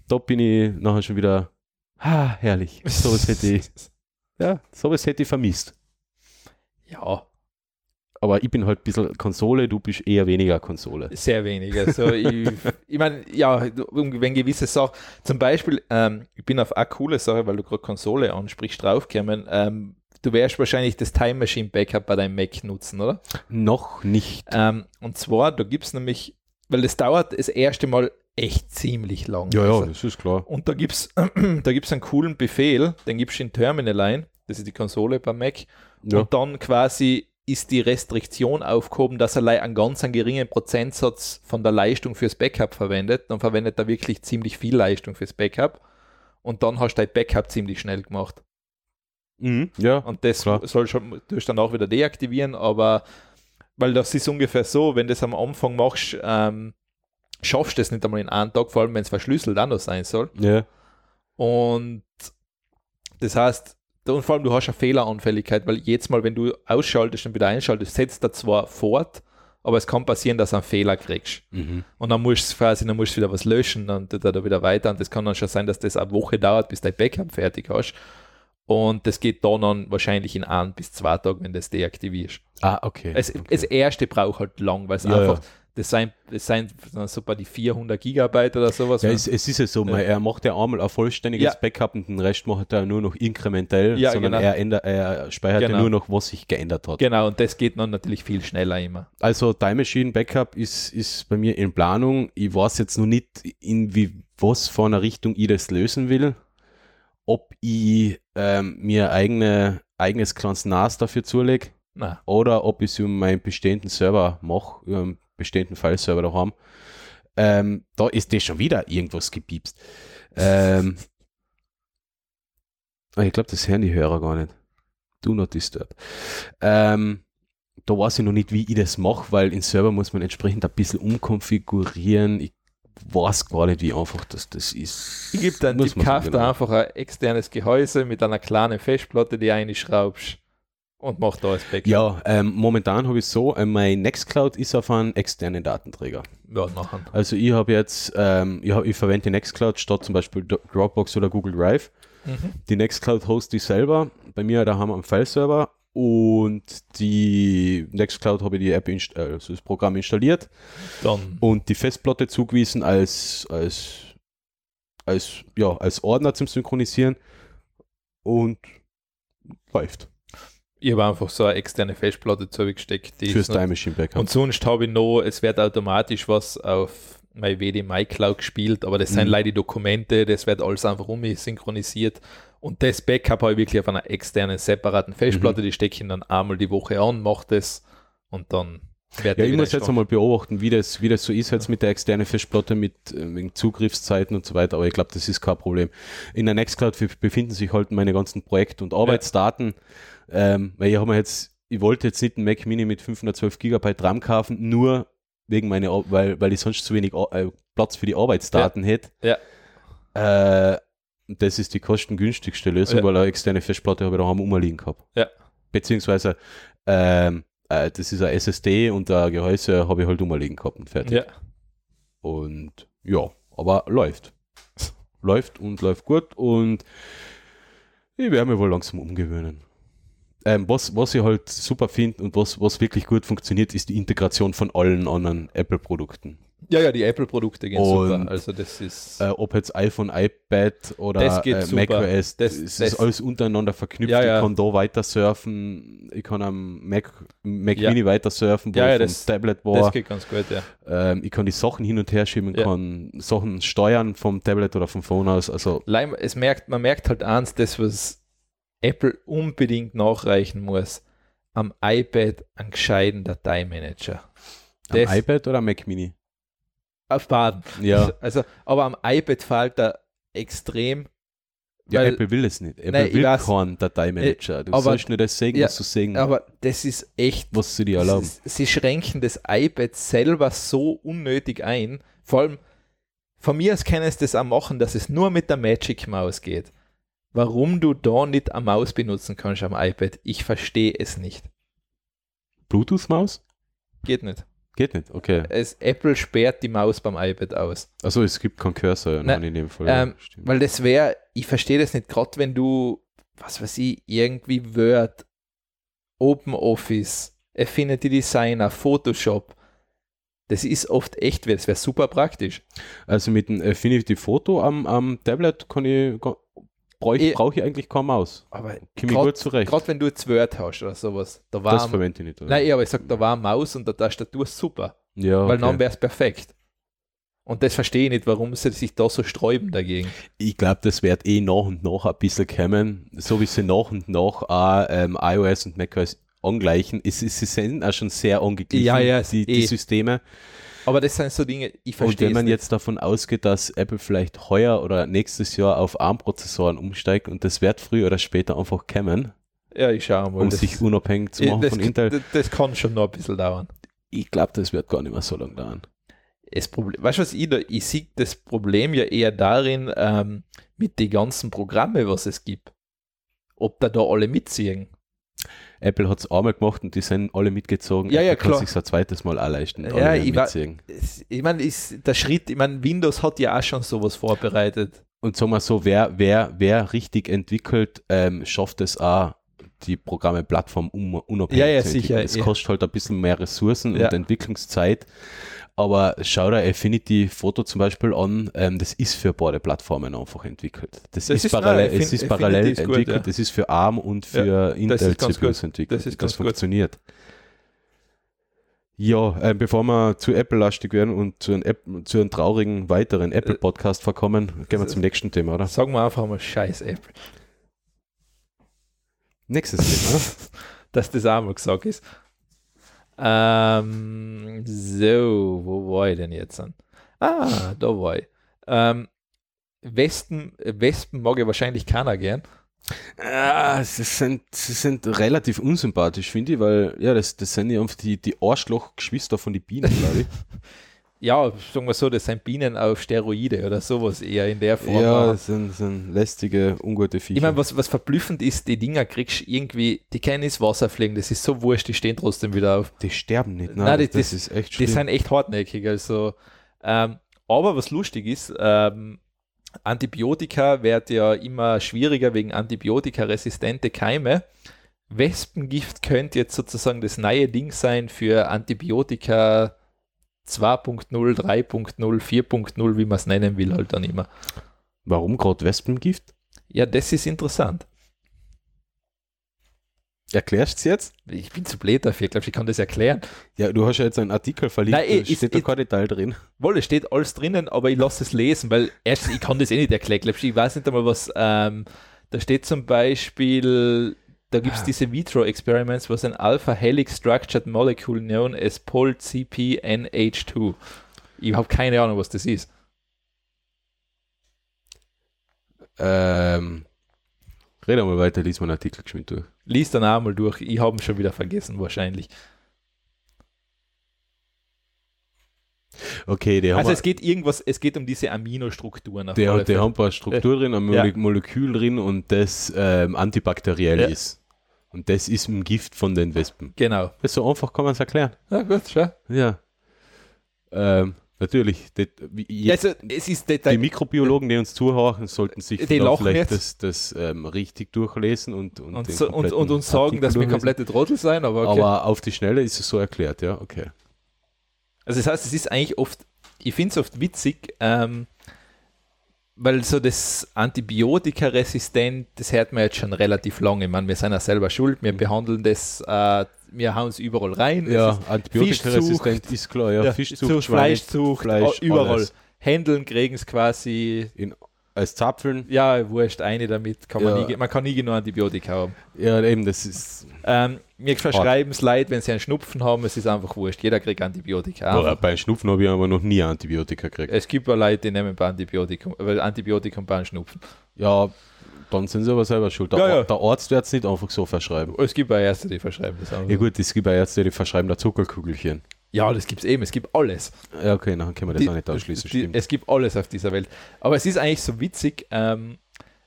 E: da bin ich nachher schon wieder, ah, herrlich. Sowas hätte ich, ja, sowas hätte ich vermisst.
D: ja,
E: Aber ich bin halt ein bisschen Konsole, du bist eher weniger Konsole.
D: Sehr wenig. Also ich, ich meine, ja, um- wenn gewisse Sachen, zum Beispiel, ähm, ich bin auf eine coole Sache, weil du gerade Konsole ansprichst, draufkommen. Ähm, du wärst wahrscheinlich das Time Machine Backup bei deinem Mac nutzen, oder?
E: Noch nicht.
D: Ähm, und zwar, da gibt es nämlich, weil das dauert das erste Mal echt ziemlich lang. Also,
E: das ist klar.
D: und da gibt es da gibt's einen coolen Befehl, den gibst du in Terminal ein, das ist die Konsole beim Mac,
E: Ja.
D: und dann quasi ist die Restriktion aufgehoben, dass er lei- einen ganz einen geringen Prozentsatz von der Leistung fürs Backup verwendet. Dann verwendet er wirklich ziemlich viel Leistung fürs Backup. Und dann hast du dein Backup ziemlich schnell gemacht.
E: Mhm. ja.
D: Und das
E: Klar.
D: soll schon, du dann auch wieder deaktivieren, aber weil das ist ungefähr so, wenn du das am Anfang machst, ähm, schaffst du es nicht einmal in einem Tag, vor allem wenn es verschlüsselt anders sein soll.
E: ja.
D: Und das heißt, da- und vor allem du hast eine Fehleranfälligkeit, weil jedes Mal, wenn du ausschaltest und wieder einschaltest, setzt er zwar fort, aber es kann passieren, dass du einen Fehler kriegst.
E: Mhm.
D: Und dann musst du quasi, dann musst du wieder was löschen und dann da wieder weiter. Und das kann dann schon sein, dass das eine Woche dauert, bis dein Backup fertig hast. Und das geht dann, dann wahrscheinlich in ein bis zwei Tagen, wenn du das deaktivierst.
E: Ah, okay.
D: Es,
E: okay.
D: Das erste braucht halt lang, weil es
E: Ja,
D: einfach, Das sind, das sind so bei die 400 Gigabyte oder sowas.
E: Ja, es, es ist ja so, man,
D: Ja.
E: er macht ja einmal ein vollständiges
D: Ja.
E: Backup und den Rest macht er nur noch inkrementell,
D: Ja,
E: sondern
D: genau.
E: er, änder, er speichert
D: Genau.
E: ja nur noch, was sich geändert hat.
D: genau, und das geht dann natürlich viel schneller immer.
E: Also Time Machine Backup ist, ist bei mir in Planung. Ich weiß jetzt noch nicht, in wie, was für einer Richtung ich das lösen will. Ob ich ähm, mir eigene, eigenes kleines NAS dafür zulege
D: Na,
E: oder ob ich es über meinen bestehenden Server mache, über einen bestehenden File-Server daheim. Ähm, da ist das schon wieder irgendwas gepiepst. Ähm, ah, ich glaube, das hören die Hörer gar nicht. Do not disturb. Ähm, da weiß ich noch nicht, wie ich das mache, weil in Server muss man entsprechend ein bisschen umkonfigurieren. Ich weiß gar nicht, wie einfach das, das ist.
D: ich gebe dann
E: Muss
D: Tipp,
E: man so
D: kauf
E: genau.
D: da einfach ein externes Gehäuse mit einer kleinen Festplatte, die einschraubst und mach da das Backup.
E: Ja, ähm, momentan habe ich so, äh, mein Nextcloud ist auf einen externen Datenträger.
D: ja machen.
E: Also ich habe jetzt, ähm, ich, hab, ich verwende Nextcloud statt zum Beispiel Do- Dropbox oder Google Drive.
D: Mhm.
E: Die Nextcloud host ich selber. Bei mir da haben wir einen File-Server und die Nextcloud habe ich die App, inst- äh, also das Programm installiert
D: Dann
E: und die Festplatte zugewiesen als, als, als, ja, als Ordner zum Synchronisieren und läuft
D: Ich habe einfach so eine externe Festplatte zugesteckt. Die
E: fürs
D: ist noch-
E: Time Machine Backup.
D: und sonst habe ich noch, es wird automatisch was auf mein WD MyCloud gespielt, aber das sind
E: Mhm.
D: leider die Dokumente, das wird alles einfach um synchronisiert. Und das Backup habe ich wirklich auf einer externen, separaten
E: Mhm.
D: Festplatte, die stecke ich dann einmal die Woche an, mache das und dann wird
E: Ja,
D: die
E: ich muss
D: wieder
E: jetzt
D: eingeschlafen.
E: einmal beobachten, wie das, wie das so ist jetzt mit der externen Festplatte, mit äh, wegen Zugriffszeiten und so weiter, aber ich glaube, das ist kein Problem. In der Nextcloud f- befinden sich halt meine ganzen Projekt- und Arbeitsdaten, ähm, weil ich habe mir jetzt, ich wollte jetzt nicht einen Mac Mini mit 512 GB RAM kaufen, nur wegen meiner, Ar- weil, weil ich sonst zu wenig Ar- äh, Platz für die Arbeitsdaten hätte.
D: Ja.
E: Äh, das ist die kostengünstigste Lösung,
D: Ja.
E: weil eine externe Festplatte habe ich daheim umliegen gehabt.
D: Ja.
E: Beziehungsweise ähm, äh, das ist ein SSD und ein Gehäuse habe ich halt umliegen gehabt und fertig.
D: Ja,
E: Und ja, aber läuft. läuft und läuft gut und ich werde mich wohl langsam umgewöhnen. Ähm, was, was ich halt super finde und was, was wirklich gut funktioniert, ist die Integration von allen anderen Apple-Produkten.
D: ja, ja, die Apple-Produkte gehen
E: Und,
D: super. Also das ist.
E: Äh, ob jetzt iPhone, iPad oder
D: Das geht
E: äh,
D: super.
E: macOS,
D: Das-
E: das, es
D: das-
E: ist alles untereinander verknüpft.
D: Ja, ja.
E: Ich kann da weiter surfen, ich kann am Mac, Mac
D: Ja.
E: Mini weiter surfen, wo
D: Ja,
E: ich
D: ja,
E: vom
D: das-
E: Tablet
D: das
E: war.
D: geht ganz gut, ja.
E: Ähm, ich kann die Sachen hin und her schieben,
D: Ja.
E: kann Sachen steuern vom Tablet oder vom Phone aus. Also
D: Leim- es merkt, man merkt halt eins, das, was Apple unbedingt nachreichen muss, am iPad einen gescheiten Dateimanager.
E: am
D: Das-
E: iPad oder am Mac Mini?
D: Auf Baden.
E: Ja,
D: Also, aber am iPad fällt da extrem.
E: ja
D: weil-
E: Apple will es nicht. Apple
D: Nein, ich
E: will
D: weiß. Äh,
E: keinen Dateimanager. Du
D: aber-
E: sollst nur das sehen,
D: Ja,
E: was du sehen,
D: Aber das ist echt.
E: was sie dir erlauben.
D: Sie, sie schränken das iPad selber so unnötig ein. Vor allem, von mir aus kann es das auch machen, dass es nur mit der Magic Maus geht. Warum du da nicht eine Maus benutzen kannst am iPad, ich verstehe es nicht.
E: Bluetooth-Maus?
D: Geht nicht.
E: Geht nicht, okay.
D: es, Apple sperrt die Maus beim iPad aus.
E: Also es gibt keinen Cursor ja,
D: Nein,
E: nein, in dem Fall.
D: ähm,
E: ja, stimmt.
D: Weil das wäre, ich verstehe das nicht, gerade wenn du, was weiß ich, irgendwie Word, Open Office, Affinity Designer, Photoshop, das ist oft echt, das wäre super praktisch.
E: Also mit dem Affinity Photo am, am Tablet kann ich, ga- brauch ich,
D: Ich-
E: brauche ich eigentlich kaum aus.
D: Aber
E: Komme ich
D: Eh. Grad-
E: gut zurecht.
D: gerade wenn du jetzt Word hast oder sowas, da
E: das
D: war,
E: verwende ich nicht. oder?
D: nein, aber ich sag, da war Maus und der Tastatur super,
E: ja,
D: weil
E: okay.
D: dann wäre es perfekt. Und das verstehe ich nicht, warum sie sich da so sträuben dagegen.
E: Ich glaube, das wird eh nach und nach ein bisschen kommen, so wie sie nach und nach auch ähm, iOS und macOS angleichen. Es, ist- sie sind auch schon sehr angeglichen,
D: Ja, ja, es-
E: die,
D: eh.
E: die Systeme.
D: Aber das sind so Dinge,
E: Und
D: ich verstehe
E: wenn
D: es
E: man
D: nicht.
E: jetzt davon ausgeht, dass Apple vielleicht heuer oder nächstes Jahr auf ARM-Prozessoren umsteigt und das wird früher oder später einfach kommen,
D: ja, ich schaue mal.
E: um
D: das-
E: sich unabhängig zu
D: Ja,
E: machen
D: das,
E: von Intel,
D: Das, das kann schon noch ein bisschen dauern.
E: ich glaube, das wird gar nicht mehr so lange dauern.
D: Das Problem, weißt du, was ich da, ich sehe das Problem ja eher darin, ähm, mit den ganzen Programmen, was es gibt. Ob da da alle mitziehen.
E: Apple hat es einmal gemacht und die sind alle mitgezogen.
D: Ja, ja,
E: Apple
D: klar.
E: kann sich ein zweites Mal auch leisten.
D: Ja,
E: alle
D: ich wa-
E: mitziehen.
D: Es- Ich meine, ist der Schritt, ich meine, Windows hat ja auch schon sowas vorbereitet.
E: und sagen wir so, wer, wer, wer richtig entwickelt, ähm, schafft es auch, die Programme Plattform um, unabhängig
D: Ja, ja,
E: zu entwickeln.
D: sicher,
E: Es
D: ja.
E: kostet halt ein bisschen mehr Ressourcen
D: Ja.
E: und Entwicklungszeit. Aber schau dir Affinity Photo zum Beispiel an, ähm, das ist für beide Plattformen einfach entwickelt. Das,
D: Das
E: ist,
D: ist-
E: parallel,
D: nein,
E: es ist
D: Affin-
E: parallel
D: Affinity ist gut,
E: entwickelt,
D: ja.
E: das ist für ARM und für
D: das
E: Intel
D: ist ganz
E: CPUs
D: gut.
E: entwickelt.
D: Das ist
E: das
D: ganz gut.
E: funktioniert. Ja, äh, bevor wir zu Apple-lastig werden und zu einem, App, zu einem traurigen weiteren Apple-Podcast verkommen, gehen wir
D: das-
E: zum nächsten Thema, oder?
D: Sagen wir einfach mal scheiß Apple.
E: Nächstes Thema.
D: ne? Dass das auch mal gesagt ist. Ähm, so, wo war ich denn jetzt an? Ah, da war ich. Ähm, Wespen, Wespen mag ja wahrscheinlich keiner gern.
E: Ah, sie sind, sie sind relativ unsympathisch, finde ich, weil ja, das, das sind ja oft die, die Arschloch-Geschwister von den Bienen, glaube ich.
D: Ja, sagen wir so, das sind Bienen auf Steroide oder sowas eher in der Form.
E: ja,
D: Aber
E: das sind, sind lästige, ungute Viecher.
D: Ich meine, was, was verblüffend ist, die Dinger kriegst du irgendwie, die können ins Wasser fliegen, das ist so wurscht, die stehen trotzdem wieder auf.
E: die sterben nicht,
D: Nein,
E: nein,
D: die-
E: das, das ist echt
D: Die
E: schlimm.
D: sind echt hartnäckig. Also, ähm, aber was lustig ist, ähm, Antibiotika wird ja immer schwieriger wegen antibiotikaresistente Keime. Wespengift könnte jetzt sozusagen das neue Ding sein für Antibiotika 2.0, 3.0, 4.0, wie man es nennen will, halt dann immer.
E: Warum gerade Wespengift?
D: Ja, das ist interessant.
E: Erklärst du jetzt?
D: Ich bin zu blöd dafür, glaube ich, kann das erklären.
E: Ja, du hast ja jetzt einen Artikel verlinkt,
D: Nein,
E: da
D: ich-
E: steht
D: ich-
E: da kein Detail drin.
D: Wolle, steht alles drinnen, aber ich lasse es lesen, weil erstens, ich kann das eh nicht erklären. Glaubst du, Ich weiß nicht einmal, was. Ähm, da steht zum Beispiel, da gibt es diese Vitro-Experiments, was ein Alpha-Helic-Structured Molecule known as POL-CPNH2. Ich habe keine Ahnung, was das ist.
E: Ähm, rede mal weiter, lies mal einen Artikel geschwind durch.
D: Lies dann auch mal durch. Ich habe ihn schon wieder vergessen, wahrscheinlich.
E: Okay, die haben
D: Also,
E: ein-
D: es geht irgendwas, es geht um diese Aminostrukturen. auf
E: Die, haben-
D: alle
E: die
D: Fälle.
E: haben ein paar Struktur drin, ein Mole
D: Ja.
E: Molekül drin und das ähm, antibakteriell
D: Ja.
E: ist. Und das ist ein Gift von den Wespen.
D: Genau.
E: Das so einfach kann man es erklären.
D: Ja, gut, schau.
E: Ja. Ähm, natürlich. Die, wie-
D: Ja,
E: jetzt,
D: also, es ist
E: die
D: Detail.
E: Mikrobiologen, die uns zuhören, sollten sich
D: Die
E: da
D: lachen
E: vielleicht
D: jetzt.
E: das, das ähm, richtig durchlesen und, und,
D: und,
E: den
D: so, und, und
E: kompletten
D: uns sagen, dass wir
E: Artikel
D: komplette Trottel sein, aber
E: durchlesen.
D: okay.
E: Aber auf die Schnelle ist es so erklärt, ja, okay.
D: Also das heißt, es ist eigentlich oft, ich finde es oft witzig, ähm, weil so das Antibiotikaresistent, das hört man jetzt schon relativ lange. Ich meine, wir sind ja selber schuld, wir behandeln das, äh, wir hauen es überall rein.
E: Mhm. Ja,
D: Es ist
E: antibiotikaresistent ist klar, ja.
D: ja,
E: Fischzucht,
D: Zucht,
E: Schweine-
D: Fleischzucht,
E: Fleisch,
D: au- überall.
E: alles.
D: Händeln kriegen es quasi,
E: In, als Zapfeln,
D: ja, wurscht, eine damit, kann man,
E: Ja.
D: nie, ge- man kann nie genug Antibiotika haben.
E: ja, eben, das ist
D: Ähm, wir verschreiben es leid, wenn sie einen Schnupfen haben, es ist einfach wurscht, jeder kriegt Antibiotika.
E: Boah,
D: Einfach
E: bei Schnupfen habe ich aber noch nie Antibiotika gekriegt.
D: Es gibt auch Leute, die nehmen bei Antibiotikum, weil Antibiotikum bei einem Schnupfen.
E: Ja, dann sind sie aber selber schuld. Der,
D: Ja, ja.
E: Ar- der Arzt wird es nicht einfach so verschreiben.
D: Es gibt auch Ärzte, die verschreiben das auch.
E: Ja gut, es gibt auch Ärzte, die verschreiben da Zuckerkügelchen.
D: Ja, das gibt es eben. Es gibt alles.
E: Ja, okay, dann können wir das auch nicht ausschließen,
D: die,
E: stimmt.
D: es gibt alles auf dieser Welt. Aber es ist eigentlich so witzig, ähm,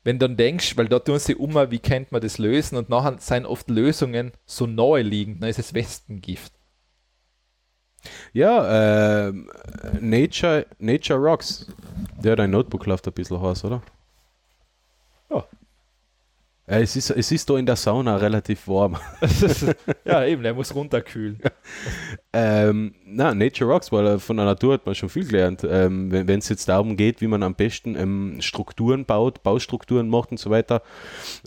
D: wenn du dann denkst, weil da tun sie immer, wie könnte man das lösen und nachher sind oft Lösungen so naheliegend. Dann ist es Westengift.
E: Ja, ähm, Nature, Nature Rocks. Der dein Notebook läuft ein bisschen heiß, oder?
D: Ja.
E: Äh, Es ist, es ist da in der Sauna relativ warm.
D: ja, eben, der muss runterkühlen.
E: Ähm, na, Nature Rocks, weil äh, von der Natur hat man schon viel gelernt. Ähm, wenn es jetzt darum geht, wie man am besten ähm, Strukturen baut, Baustrukturen macht und so weiter,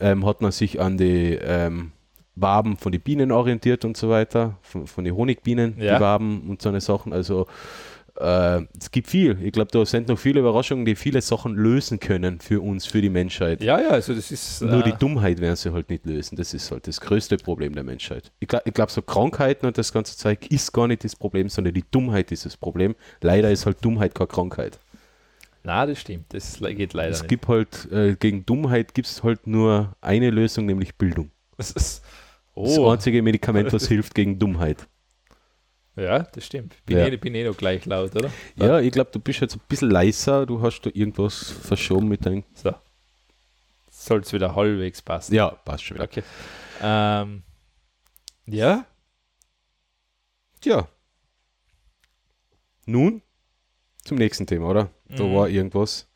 E: ähm, hat man sich an die ähm, Waben von den Bienen orientiert und so weiter, von, von den Honigbienen,
D: Ja.
E: die Waben und so eine Sachen. Also äh, es gibt viel. Ich glaube, da sind noch viele Überraschungen, die viele Sachen lösen können für uns, für die Menschheit.
D: Ja, ja, also das ist.
E: Nur
D: äh,
E: die Dummheit werden sie halt nicht lösen. Das ist halt das größte Problem der Menschheit. Ich glaube, glaub, so Krankheiten und das ganze Zeug ist gar nicht das Problem, sondern die Dummheit ist das Problem. Leider ist halt Dummheit keine Krankheit.
D: na, das stimmt. Das le- geht leider
E: Es
D: nicht.
E: gibt halt, äh, gegen Dummheit gibt es halt nur eine Lösung, nämlich Bildung.
D: Das ist,
E: Das
D: oh,
E: einzige Medikament, was hilft gegen Dummheit.
D: ja, das stimmt. Bin,
E: Ja.
D: eh, bin eh noch gleich laut, oder?
E: Ja, ich glaube, du bist jetzt ein bisschen leiser, du hast da irgendwas verschoben mit deinem.
D: So. Soll es wieder halbwegs passen.
E: Ja, passt schon wieder.
D: Okay. Ähm, ja,
E: Ja. Nun zum nächsten Thema, oder? Da
D: Mhm.
E: war irgendwas.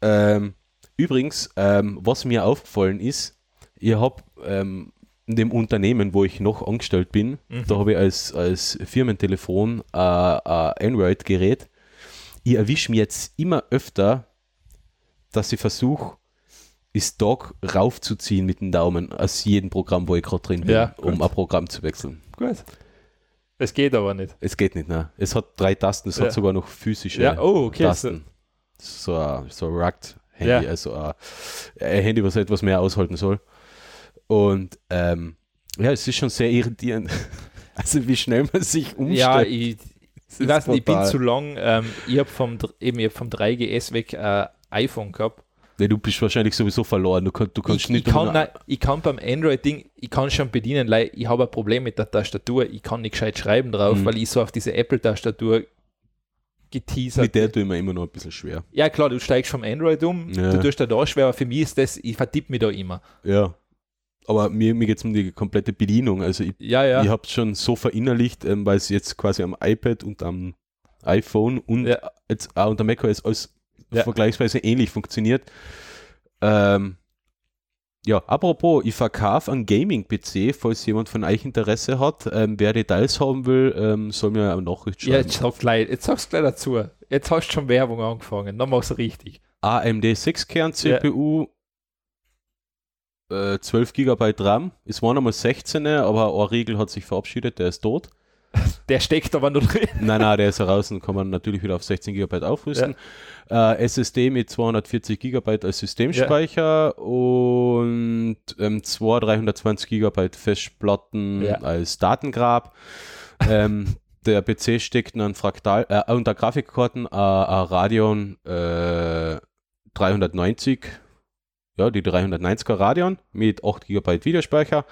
E: Ähm, übrigens, ähm, was mir aufgefallen ist, Ich habe ähm, in dem Unternehmen, wo ich noch angestellt bin,
D: Mhm.
E: da habe ich als, als Firmentelefon äh, ein Android-Gerät. Ich erwische mich jetzt immer öfter, dass ich versuche, das Dock raufzuziehen mit dem Daumen aus jedem Programm, wo ich gerade drin bin,
D: Ja,
E: um
D: gut.
E: ein Programm zu wechseln.
D: Gut. Es geht aber nicht.
E: Es geht nicht, ne? Es hat drei Tasten, es
D: Ja.
E: hat sogar noch physische
D: Ja, oh, okay,
E: Tasten. So, ein- so ein Rugged-Handy,
D: Ja.
E: also ein, ein Handy, was halt etwas mehr aushalten soll. Und ähm, ja, es ist schon sehr irritierend. Also wie schnell man sich umstellt.
D: Ja, ich,
E: Das
D: ich
E: ist
D: weiß nicht, ich bin
E: brutal.
D: zu lang. Ähm, ich habe vom, dr- eben, ich hab vom 3GS weg ein iPhone gehabt.
E: Nee, du bist wahrscheinlich sowieso verloren. Du, kann, du kannst
D: ich,
E: nicht
D: ich, kann,
E: ohne-
D: nein, ich kann beim Android-Ding, ich kann schon bedienen, weil ich habe ein Problem mit der Tastatur. Ich kann nicht gescheit schreiben drauf,
E: Mhm.
D: weil ich so auf diese Apple-Tastatur geteasert
E: mit der tue ich mir immer noch ein bisschen schwer.
D: Ja, klar, du steigst vom Android um,
E: Ja.
D: du tust da da schwer, aber für mich ist das, ich vertippe mich da immer.
E: Ja. Aber mir, mir geht es um die komplette Bedienung. Also ich,
D: Ja, ja.
E: ich habe es schon so verinnerlicht, ähm, weil es jetzt quasi am iPad und am iPhone und
D: Ja.
E: jetzt auch unter macOS alles
D: Ja.
E: vergleichsweise ähnlich funktioniert. Ähm, ja, apropos, ich verkaufe einen Gaming-PC, falls jemand von euch Interesse hat. Ähm, wer Details haben will, ähm, soll mir eine Nachricht
D: ja,
E: schreiben.
D: jetzt, sag gleich, jetzt sag's gleich dazu. Jetzt hast du schon Werbung angefangen, dann mach's richtig.
E: AMD 6-Kern-CPU, äh, 12 GB RAM. Es waren einmal 16, aber ein Riegel hat sich verabschiedet, der ist tot.
D: Der steckt aber noch drin.
E: Nein, nein, der ist heraus und kann man natürlich wieder auf 16 GB aufrüsten. Äh, SSD mit 240 GB als Systemspeicher und ähm, zwei 320 GB Festplatten
D: Ja.
E: als Datengrab. ähm, der PC steckt einen Fraktal, äh, unter Grafikkarten, äh, ein Radeon äh, 390, ja, die 390er Radeon mit 8 GB Videospeicher,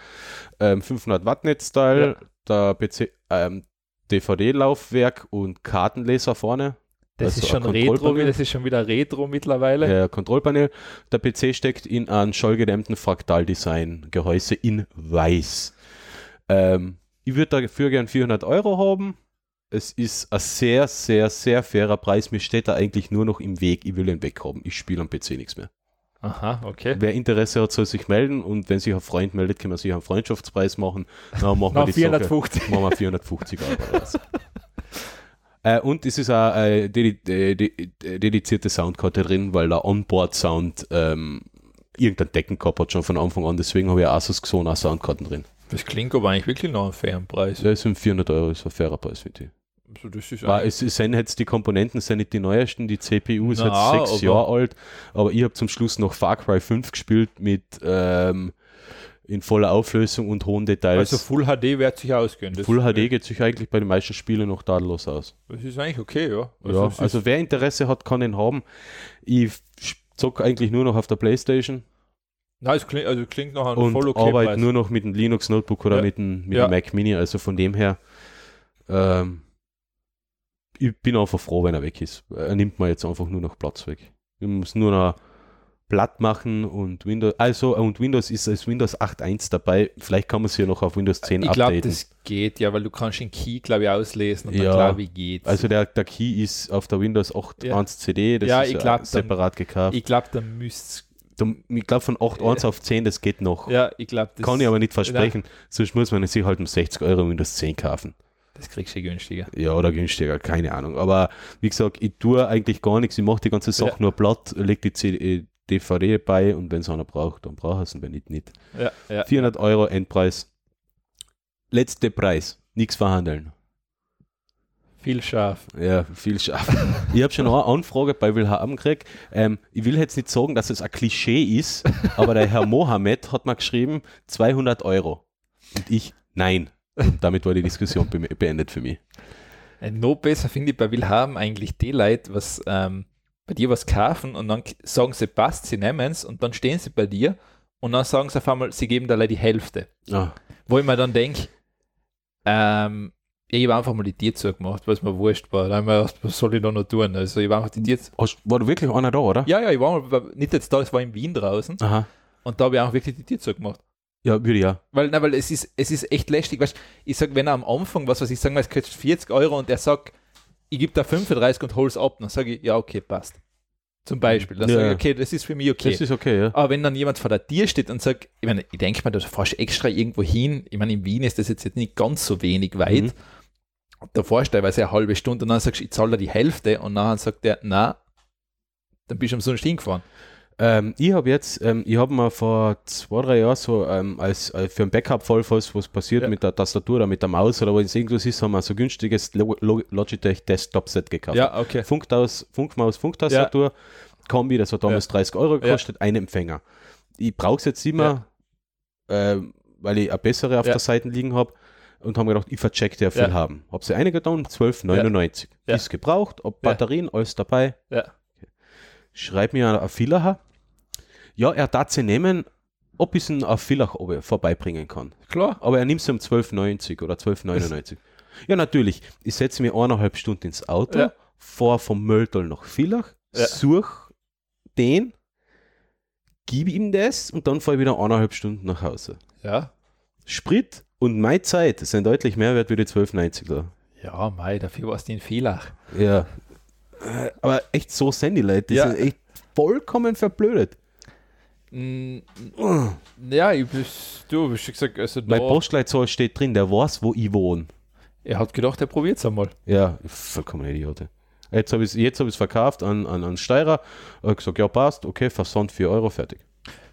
E: ähm, 500 Watt Netzteil, der PC, ähm, DVD-Laufwerk und Kartenleser vorne.
D: Das
E: Also
D: ist schon
E: ein
D: Retro,
E: Kontrollpanel.
D: das ist schon wieder Retro mittlerweile.
E: Äh, Kontrollpanel. Der PC steckt in einem schallgedämmten Fraktaldesign-Gehäuse in Weiß. Ähm, ich würde dafür gern 400 Euro haben. Es ist ein sehr, sehr, sehr fairer Preis. Mir steht da eigentlich nur noch im Weg. Ich will ihn weghaben. Ich spiele am PC nichts mehr.
D: Aha, okay.
E: Wer Interesse hat, soll sich melden. Und wenn sich ein Freund meldet, können wir sich einen Freundschaftspreis machen. Dann machen wir
D: Nach
E: die
D: 450.
E: Sache. Machen wir 450 Euro. raus. Äh, und es ist auch eine dedi äh, de- äh, dedizierte Soundkarte drin, weil der Onboard-Sound ähm, irgendein Deckenkopf hat schon von Anfang an. Deswegen habe ich Asus Xona Soundkarten drin.
D: Das klingt aber eigentlich wirklich nach einem fairen Preis.
E: Das sind 400 Euro, ist ein fairer Preis für die.
D: Also das ist
E: War, es es sind jetzt die Komponenten, sind nicht die neuesten, die CPU ist
D: Na,
E: jetzt sechs
D: aber-
E: Jahre alt, aber ich habe zum Schluss noch Far Cry 5 gespielt mit ähm, in voller Auflösung und hohen Details.
D: Also Full HD wird sich ausgehen. Das,
E: Full HD geht sich eigentlich bei den meisten Spielen noch tadellos aus.
D: Das ist eigentlich okay, ja.
E: ja,
D: es ist-
E: also wer Interesse hat, kann ihn haben. Ich zocke eigentlich nur noch auf der Playstation
D: nein, es klingt, also klingt nach einem
E: und
D: voll okay
E: arbeite
D: Preis.
E: nur noch mit einem Linux Notebook oder
D: Ja.
E: mit einem mit
D: Ja.
E: dem Mac Mini. Also von dem her, ähm, ich bin einfach froh, wenn er weg ist. Er nimmt mir jetzt einfach nur noch Platz weg. Ich muss nur noch Blatt machen und Windows, also äh, und Windows ist als Windows 8.1 dabei. Vielleicht kann man es hier noch auf Windows 10
D: ich glaube,
E: updaten.
D: das geht, ja, weil du kannst den Key, glaube ich, auslesen und
E: Ja.
D: dann glaube ich geht's.
E: also der, der Key ist auf der Windows 8.1
D: Ja.
E: CD, das
D: Ja,
E: ist äh,
D: ich glaub, dann-
E: separat gekauft.
D: ich glaube, da müsst's.
E: Da- Ich glaube von 8.1 auf 10, das geht noch.
D: Ja, ich glaube, das,
E: Kann ich aber nicht versprechen. Sonst muss man sich halt um 60 Euro Windows 10 kaufen.
D: das kriegst du günstiger.
E: Ja, oder günstiger, keine Ahnung. Aber wie gesagt, ich tue eigentlich gar nichts. Ich mache die ganze Sache
D: Ja.
E: nur platt, lege die CD, DVD bei und wenn es einer braucht, dann braucht er es und wenn nicht, nicht.
D: Ja, ja.
E: 400 Euro Endpreis. Letzte Preis. Nichts verhandeln.
D: Viel scharf.
E: Ja, viel schaffen. ich habe schon eine Anfrage bei Will Haben gekriegt. Ähm, ich will jetzt nicht sagen, dass es ein Klischee ist, aber der Herr Mohammed hat mal geschrieben, 200 Euro. Und ich, nein. Und damit war die Diskussion be beendet für mich.
D: Äh, Noch besser finde ich bei Wilhelm eigentlich die Leute, was ähm, bei dir was kaufen und dann k- sagen sie, passt, sie nehmen es und dann stehen sie bei dir und dann sagen sie auf einmal, sie geben da leider die Hälfte.
E: Ah,
D: Wo ich mir dann denke, ähm, ja, ich habe einfach mal die Tür zugemacht, weil es mir wurscht war. Dann hab ich mir gedacht, was soll ich da noch tun? Also ich war einfach die Tür zu-
E: hast, war du wirklich einer da, oder?
D: Ja, ja, ich war mal, bei- nicht jetzt da, es war in Wien draußen
E: Aha.
D: und da habe ich auch wirklich die Tür zugemacht.
E: Ja, würde ja.
D: Weil, nein, weil es ist, es ist echt lästig. Weißt, ich sag, wenn er am Anfang, was weiß ich, sagen wir, es kostet 40 Euro und er sagt, ich gebe da 35 und hol's ab, dann sage ich, ja, okay, passt. Zum Beispiel. Dann sage
E: Ja.
D: ich, okay, das ist für mich okay.
E: Das ist okay, ja.
D: Aber wenn dann jemand vor der Tür steht und sagt, ich meine, ich denke mal, du fährst extra irgendwo hin. Ich meine, in Wien ist das jetzt nicht ganz so wenig weit.
E: Mhm.
D: Da fährst du teilweise eine halbe Stunde und dann sagst du, ich zahle dir die Hälfte und nachher sagt der, na, dann bist du umsonst hingefahren.
E: Ähm, ich habe jetzt, ähm, ich habe mir vor zwei, drei Jahren so ähm, als, äh, für ein Backup voll, falls was passiert
D: Ja.
E: mit der Tastatur oder mit der Maus oder wenn es irgendwas ist, haben wir so günstiges Lo Lo Logitech Desktop Set gekauft.
D: okay.
E: Funktaus, Funkmaus, Funktastatur, Kombi, das hat damals 30 Euro gekostet, ein Empfänger. Ich brauche es jetzt immer, ähm, weil ich eine bessere auf
D: Ja.
E: der Seite liegen habe und habe gedacht, ich vercheck die auf viel
D: Ja.
E: haben. Habe sie eine getan, 12,99.
D: Ja.
E: Ist gebraucht, ob
D: Ja.
E: Batterien, alles dabei.
D: Ja.
E: Schreib mir einen Villacher. Ja, er darf sie nehmen, ob ich ihn auf Villach oben vorbeibringen kann.
D: Klar.
E: Aber er nimmt sie um 12,90 oder 12,99. ja, natürlich. Ich setze mir eineinhalb Stunden ins Auto,
D: Ja.
E: fahr vom Mölltal nach Villach,
D: Ja.
E: such den, gib ihm das und dann fahre ich wieder eineinhalb Stunden nach Hause.
D: Ja.
E: Sprit und meine Zeit sind deutlich mehr wert wie die 12,90 da.
D: Ja, mei, dafür war es den Fehler.
E: Ja. Aber echt so sind die Leute, die
D: Ja.
E: sind echt vollkommen verblödet.
D: Mm, Ja, ich bist, du bist schon gesagt, also
E: Mein
D: da,
E: Postleitzahl steht drin, der weiß, wo ich wohne.
D: er hat gedacht, er probiert es einmal.
E: Ja, vollkommen Idiote. Jetzt habe ich es jetzt hab ich's verkauft an, an, an Steirer. Hab gesagt, ja, passt, okay, Versand 4 Euro, fertig.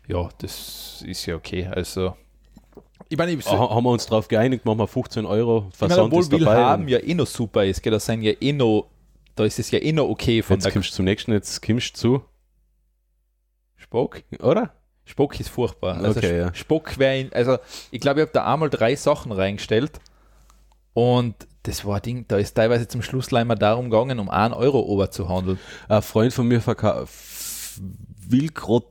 D: Ja, das ist ja okay. Also, ich meine, ich,
E: Ha, haben wir uns drauf geeinigt, machen wir 15 Euro,
D: ich meine
E: Versand
D: obwohl
E: ist dabei.
D: Wilhelm
E: und
D: ja eh noch super ist, gell, das sind ja eh noch, da ist es ja eh noch okay von
E: jetzt kommst du zum nächsten, jetzt kommst du
D: Spock.
E: zu, oder?
D: Spock ist furchtbar. Also
E: Okay,
D: Sp-
E: ja.
D: Spock wäre in, also ich glaube, ich habe da einmal drei Sachen reingestellt und das war ein Ding, da ist teilweise zum Schluss leider darum gegangen, um einen Euro ober zu handeln.
E: Ein Freund von mir verka- f- will gerade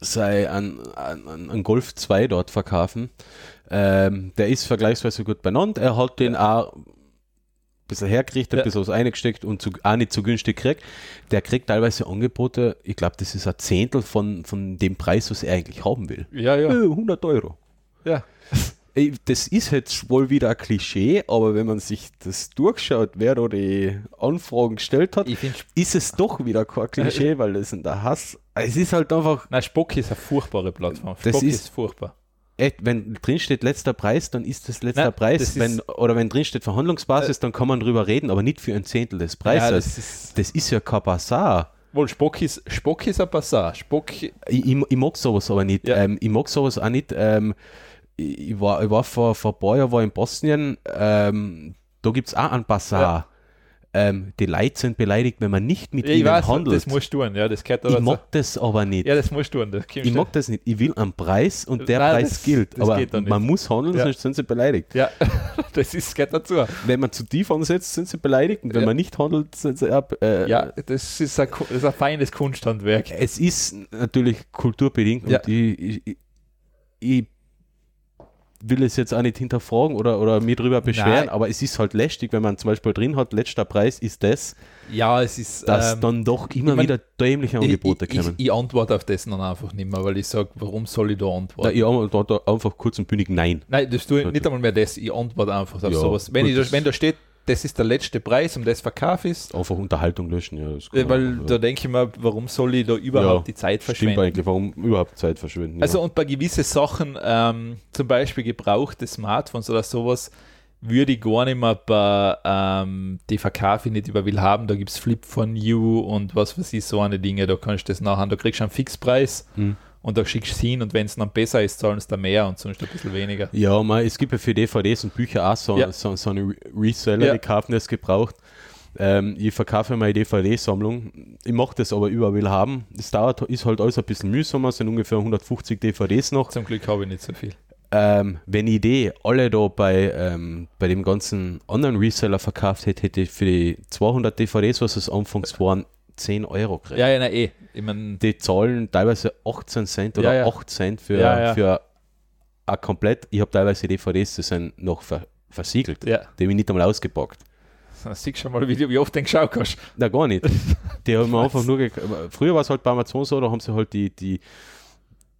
E: sei an, an, an an Golf 2 dort verkaufen. Ähm, der ist vergleichsweise gut benannt. Er hat den auch ein bisschen hergerichtet,
D: Ja.
E: ein bisschen was eingesteckt und zu, auch nicht zu günstig kriegt. Der kriegt teilweise Angebote, ich glaube, das ist ein Zehntel von, von dem Preis, was er eigentlich haben will.
D: Ja,
E: Äh, 100 Euro.
D: ja.
E: Ey, Das ist jetzt wohl wieder ein Klischee, aber wenn man sich das durchschaut, wer da die Anfragen gestellt hat,
D: Ich finde,
E: ist es doch wieder kein Klischee, weil das ist der Hass. Es ist halt einfach,
D: Nein, Spock ist eine furchtbare Plattform. Spock
E: Das
D: ist,
E: ist-
D: furchtbar.
E: echt, wenn drinsteht letzter Preis, dann ist das letzter
D: Nein,
E: Preis.
D: das ist- Äh.
E: wenn, oder wenn drinsteht Verhandlungsbasis, dann kann man drüber reden, aber nicht für ein Zehntel des Preises.
D: Ja, das
E: das, ist ja kein Bazar.
D: Wohl, Spock ist, Spock ist ein Passar. Spock,
E: Ich, ich, ich mag sowas aber nicht.
D: Ja.
E: Ähm, ich mag sowas auch nicht. Ähm, ich ich war, ich war vor, vor ein paar Jahren war in Bosnien, ähm, da gibt es auch einen Bazar. Ähm, die Leute sind beleidigt, wenn man nicht mit ihnen handelt.
D: das musst du tun. Ja, das gehört da
E: ich
D: dazu.
E: mag das aber nicht.
D: Ja, das musst du tun. Das kommt
E: Ich
D: schon.
E: mag das nicht. Ich will einen Preis und der
D: Nein,
E: Preis
D: das-
E: gilt.
D: das
E: aber
D: geht doch nicht.
E: man muss handeln,
D: Ja.
E: sonst sind sie beleidigt.
D: ja, das ist, gehört dazu.
E: Wenn man zu tief ansetzt, sind sie beleidigt. Und wenn
D: Ja.
E: man nicht handelt, sind sie ab. Äh,
D: Ja, das ist ein, Ku- das ist ein feines Kunsthandwerk.
E: Es ist natürlich kulturbedingt
D: Ja.
E: und ich, ich, ich- ich will es jetzt auch nicht hinterfragen oder, oder mir drüber beschweren,
D: Nein.
E: aber es ist halt lästig, wenn man zum Beispiel drin hat, letzter Preis ist das,
D: Ja, es ist.
E: dass
D: ähm,
E: dann doch immer
D: ich mein,
E: wieder dämliche Angebote
D: ich, ich,
E: kommen.
D: Ich, ich antworte auf das dann einfach nicht mehr, weil ich sage, warum soll ich da antworten?
E: Da- Ich, habe da, da einfach kurz und bündig Nein.
D: Nein, das tue ich
E: Gut.
D: nicht einmal mehr das. Ich antworte einfach auf
E: Ja,
D: sowas. Wenn,
E: gut,
D: ich da,
E: das-
D: wenn da steht, das ist der letzte Preis, um das verkauft ist,
E: Einfach Unterhaltung löschen, ja. Das kann
D: äh,
E: man-
D: weil
E: ja.
D: da denke ich mir, warum soll ich da überhaupt die Zeit verschwenden?
E: Stimmt eigentlich, warum überhaupt Zeit verschwenden.
D: Also und bei gewissen Sachen, ähm, zum Beispiel gebrauchte Smartphones oder sowas, würde ich gar nicht mehr bei ähm, DVK nicht über will haben. Da gibt es Flip von You und was weiß ich, so eine Dinge. Da kannst du das nachher, da kriegst du einen Fixpreis
E: Mhm.
D: und da schickst du hin und wenn es dann besser ist, zahlen es da mehr und sonst ein bisschen weniger.
E: ja, ja mei, es gibt ja für DVDs und Bücher auch so,
D: Ja.
E: so, so eine Re- Reseller,
D: Ja.
E: die kaufen das gebraucht. Ähm, ich verkaufe meine DVD-Sammlung. Ich mache das aber überall will haben. Es dauert, ist halt alles ein bisschen mühsamer, sind ungefähr 150 DVDs noch.
D: Zum Glück habe ich nicht so viel.
E: Ähm, wenn ich die alle da bei, ähm, bei dem ganzen anderen Reseller verkauft hätte, hätte ich für die 200 DVDs, was es anfangs waren, 10 Euro gekriegt.
D: Ja, ja, nein, eh. Ich meine,
E: die zahlen teilweise 18 Cent
D: Ja,
E: oder
D: ja.
E: 8 Cent für,
D: Ja, ja.
E: für a komplett. Ich habe teilweise DVDs, die sind noch ver versiegelt.
D: Ja.
E: Die habe ich nicht einmal ausgepackt.
D: da siehst du schon mal, wie, wie oft den geschaut hast.
E: Na gar nicht. Die haben wir einfach nur gek- Früher war es halt bei Amazon so, da haben sie halt die, die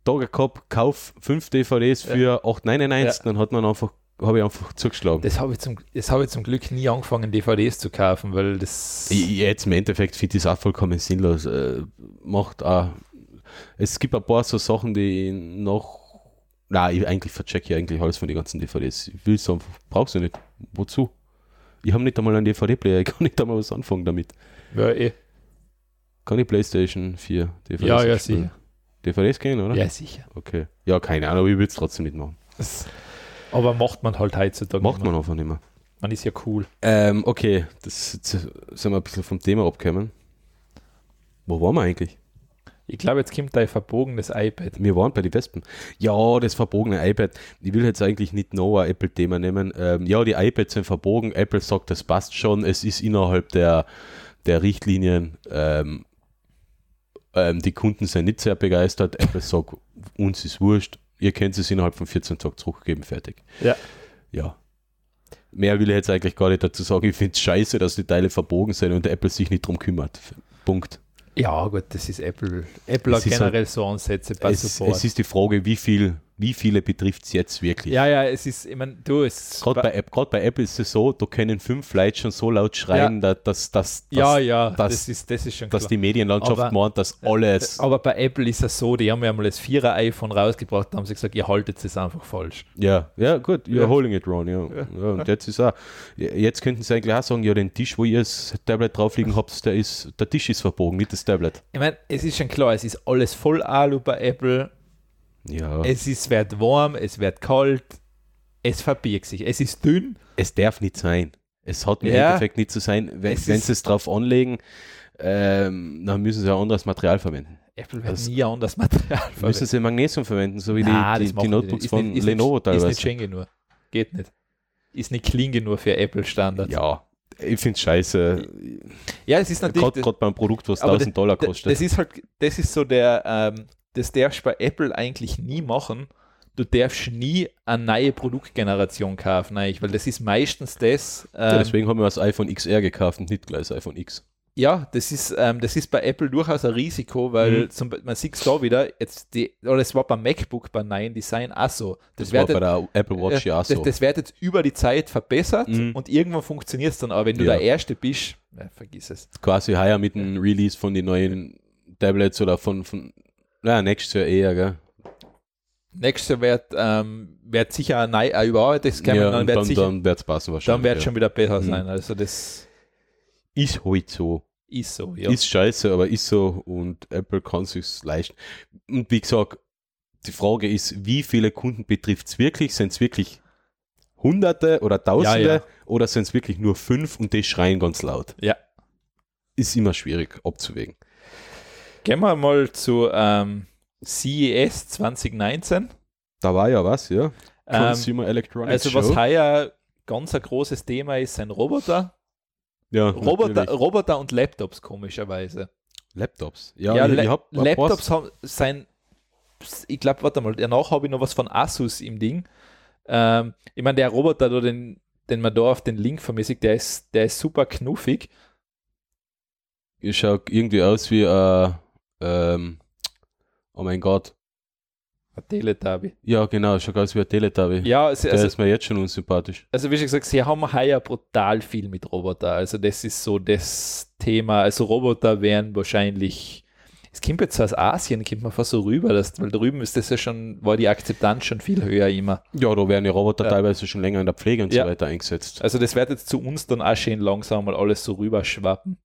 E: Tage gehabt, kauf 5 DVDs für 8,99,
D: Ja.
E: dann hat man einfach habe ich einfach zugeschlagen.
D: Das habe ich, zum- das habe ich zum Glück nie angefangen, DVDs zu kaufen, weil das.
E: Jetzt im Endeffekt finde ich es auch vollkommen sinnlos. Äh, macht auch. Es gibt ein paar so Sachen, die ich noch. Nein, ich eigentlich verchecke ich eigentlich alles von den ganzen DVDs. Ich will es einfach, brauch's ja nicht. Wozu? Ich habe nicht einmal einen DVD-Player, ich kann nicht einmal was anfangen damit.
D: ja, eh.
E: Kann ich PlayStation 4 DVDs
D: ja, ja,
E: abspielen?
D: sicher.
E: DVDs gehen, oder?
D: Ja, sicher.
E: Okay. Ja, keine Ahnung, aber ich würde es trotzdem nicht machen.
D: Aber macht man halt heutzutage.
E: Macht
D: nicht
E: man
D: mehr.
E: einfach nicht mehr.
D: Man ist ja cool.
E: Ähm, okay, das jetzt sind wir ein bisschen vom Thema abgekommen. Wo waren wir eigentlich?
D: Ich glaube, jetzt kommt dein verbogenes iPad.
E: Wir waren bei den Wespen. Ja, das verbogene iPad. Ich will jetzt eigentlich nicht noch ein Apple-Thema nehmen. Ähm, ja, die iPads sind verbogen. Apple sagt, das passt schon. Es ist innerhalb der, der Richtlinien. Ähm, ähm, die Kunden sind nicht sehr begeistert. Apple sagt, uns ist wurscht. Ihr könnt es innerhalb von 14 Tagen zurückgeben. Fertig.
D: Ja.
E: Ja. Mehr will ich jetzt eigentlich gar nicht dazu sagen. Ich finde es scheiße, dass die Teile verbogen sind und Apple sich nicht drum kümmert. Punkt.
D: Ja, gut, das ist Apple. Apple
E: Es
D: hat
E: ist halt-
D: generell so Ansätze bei
E: Es,
D: Support.
E: es ist die Frage, wie, viel, wie viele betrifft es jetzt wirklich?
D: ja, ja, es ist, ich meine, du, es
E: Gerade bei, App- gerade bei Apple ist es so, da können fünf Leute schon so laut schreien, da- dass, dass, dass,
D: ja, ja,
E: dass-
D: das, ist, das ist schon
E: dass
D: klar.
E: die Medienlandschaft
D: Aber- äh,
E: meint, dass alles.
D: Aber bei Apple ist es so, die haben ja mal das 4er iPhone rausgebracht, da haben sie gesagt, ihr haltet es einfach falsch.
E: ja, ja, gut, you're
D: Ja.
E: holding it wrong. Ja. Ja. und jetzt ist auch, ja, jetzt könnten sie eigentlich auch sagen, ja, den Tisch, wo ihr das Tablet drauf liegen habt, der, ist, der Tisch ist verbogen, nicht das Tablet.
D: Ich meine, es ist schon klar, es ist alles voll Alu bei Apple.
E: Ja, es,
D: Es ist, wird warm, es wird kalt, es verbirgt sich. Es ist dünn,
E: darf nicht sein. Es hat im
D: Ja.
E: Endeffekt nicht zu sein, wenn,
D: Es
E: wenn
D: ist-
E: sie es drauf anlegen, ähm, dann müssen sie ein anderes Material verwenden.
D: Apple wird
E: Das-
D: nie ein anderes Material
E: Müssen
D: verwenden.
E: sie Magnesium verwenden, so wie
D: Nein,
E: die,
D: das
E: die,
D: machen
E: die
D: die
E: Notebooks
D: nicht. Ist
E: von
D: nicht- ist nicht-
E: Lenovo teilweise.
D: Ist nicht schön genug. Geht nicht. Ist nicht clean genug für Apple-Standards.
E: ja, ich finde es scheiße.
D: Ja, es ist natürlich.
E: Gerade beim Produkt, was
D: aber
E: 1000 Dollar
D: D- Das
E: kostet.
D: ist halt, das ist so der, ähm, das darfst du bei Apple eigentlich nie machen. Du darfst nie eine neue Produktgeneration kaufen, eigentlich, weil das ist meistens das. Ähm,
E: ja,
D: ja,
E: Äh, deswegen haben wir das iPhone XR gekauft und nicht gleich das iPhone X.
D: das ist, ähm, das ist bei Apple durchaus ein Risiko, weil
E: Mhm.
D: zum, Be- man sieht es da wieder, jetzt die, oder es war beim MacBook bei neuen Design auch so.
E: Das,
D: Das,
E: war
D: wird
E: bei
D: jetzt-
E: der Apple Watch
D: äh,
E: ja auch so.
D: das, das wird jetzt über die Zeit verbessert
E: Mhm.
D: und irgendwann funktioniert es dann, aber wenn du
E: Ja.
D: der Erste bist, ja, vergiss es.
E: Quasi heuer mit dem Release von den neuen Tablets oder von, von ja, nächstes Jahr eher, gell?
D: Nächste wird, ähm, wird sicher ein, neu, ein überarbeitetes Camera,
E: ja,
D: dann
E: und
D: wird
E: dann,
D: sicher
E: dann wird es passen wahrscheinlich.
D: dann wird es
E: ja.
D: schon wieder besser
E: Mhm.
D: sein. Also das
E: Ist heute so.
D: ist so. Ja.
E: Ist scheiße, aber ist so und Apple kann sich's leisten. Und wie gesagt, die Frage ist, wie viele Kunden betrifft es wirklich? Sind es wirklich Hunderte oder Tausende
D: Ja, ja.
E: oder sind es wirklich nur fünf und die schreien ganz laut?
D: Ja.
E: Ist immer schwierig abzuwägen.
D: Gehen wir mal zu ähm, CES 2019.
E: Da war ja was, ja.
D: Ähm,
E: Consumer Electronics
D: also
E: Show.
D: was heuer ganz ein großes Thema ist, sind Roboter.
E: ja,
D: Roboter,
E: natürlich.
D: Roboter und Laptops komischerweise.
E: Laptops. Ja, ich,
D: La-
E: ich hab ein paar-
D: Laptops haben sein, ich glaube, warte mal, danach habe ich noch was von Asus im Ding. Ähm, ich meine, der Roboter, da, den, den man da auf den Link vermisst, der ist, der ist super knuffig.
E: Ich schau irgendwie aus wie, äh, ähm, oh mein Gott.
D: Ein Teletubby.
E: Ja, genau, schaut aus wie ein Teletubby.
D: Ja, also,
E: Der
D: also,
E: ist mir jetzt schon unsympathisch.
D: also wie schon gesagt, sie haben heuer brutal viel mit Roboter. Also das ist so das Thema. Also Roboter wären wahrscheinlich. Es kommt jetzt aus Asien, kommt man fast so rüber, dass, weil drüben ist das ja schon, war die Akzeptanz schon viel höher immer.
E: Ja, da werden die Roboter
D: Ja.
E: teilweise schon länger in der Pflege und
D: Ja.
E: so weiter eingesetzt.
D: Also das wird jetzt zu uns dann auch schön langsam mal alles so rüberschwappen.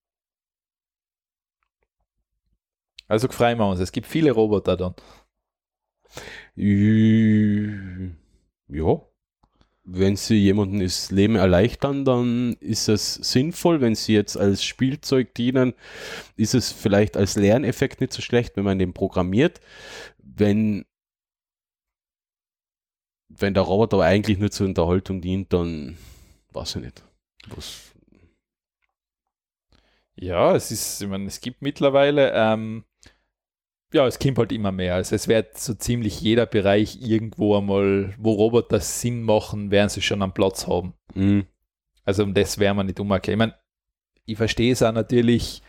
D: Also freuen wir uns. Es gibt viele Roboter dann.
E: Ja. Wenn sie jemanden das Leben erleichtern, dann ist es sinnvoll. Wenn sie jetzt als Spielzeug dienen, ist es vielleicht als Lerneffekt nicht so schlecht, wenn man den programmiert. Wenn, wenn der Roboter aber eigentlich nur zur Unterhaltung dient, dann weiß ich nicht. Was,
D: Ja, es ist, ich meine, es gibt mittlerweile, ähm, ja, es kommt halt immer mehr. Also es wird so ziemlich jeder Bereich irgendwo einmal, wo Roboter Sinn machen, werden sie schon einen Platz haben.
E: Mhm.
D: Also um das wäre man nicht umgekehrt. Ich meine, ich verstehe es auch natürlich,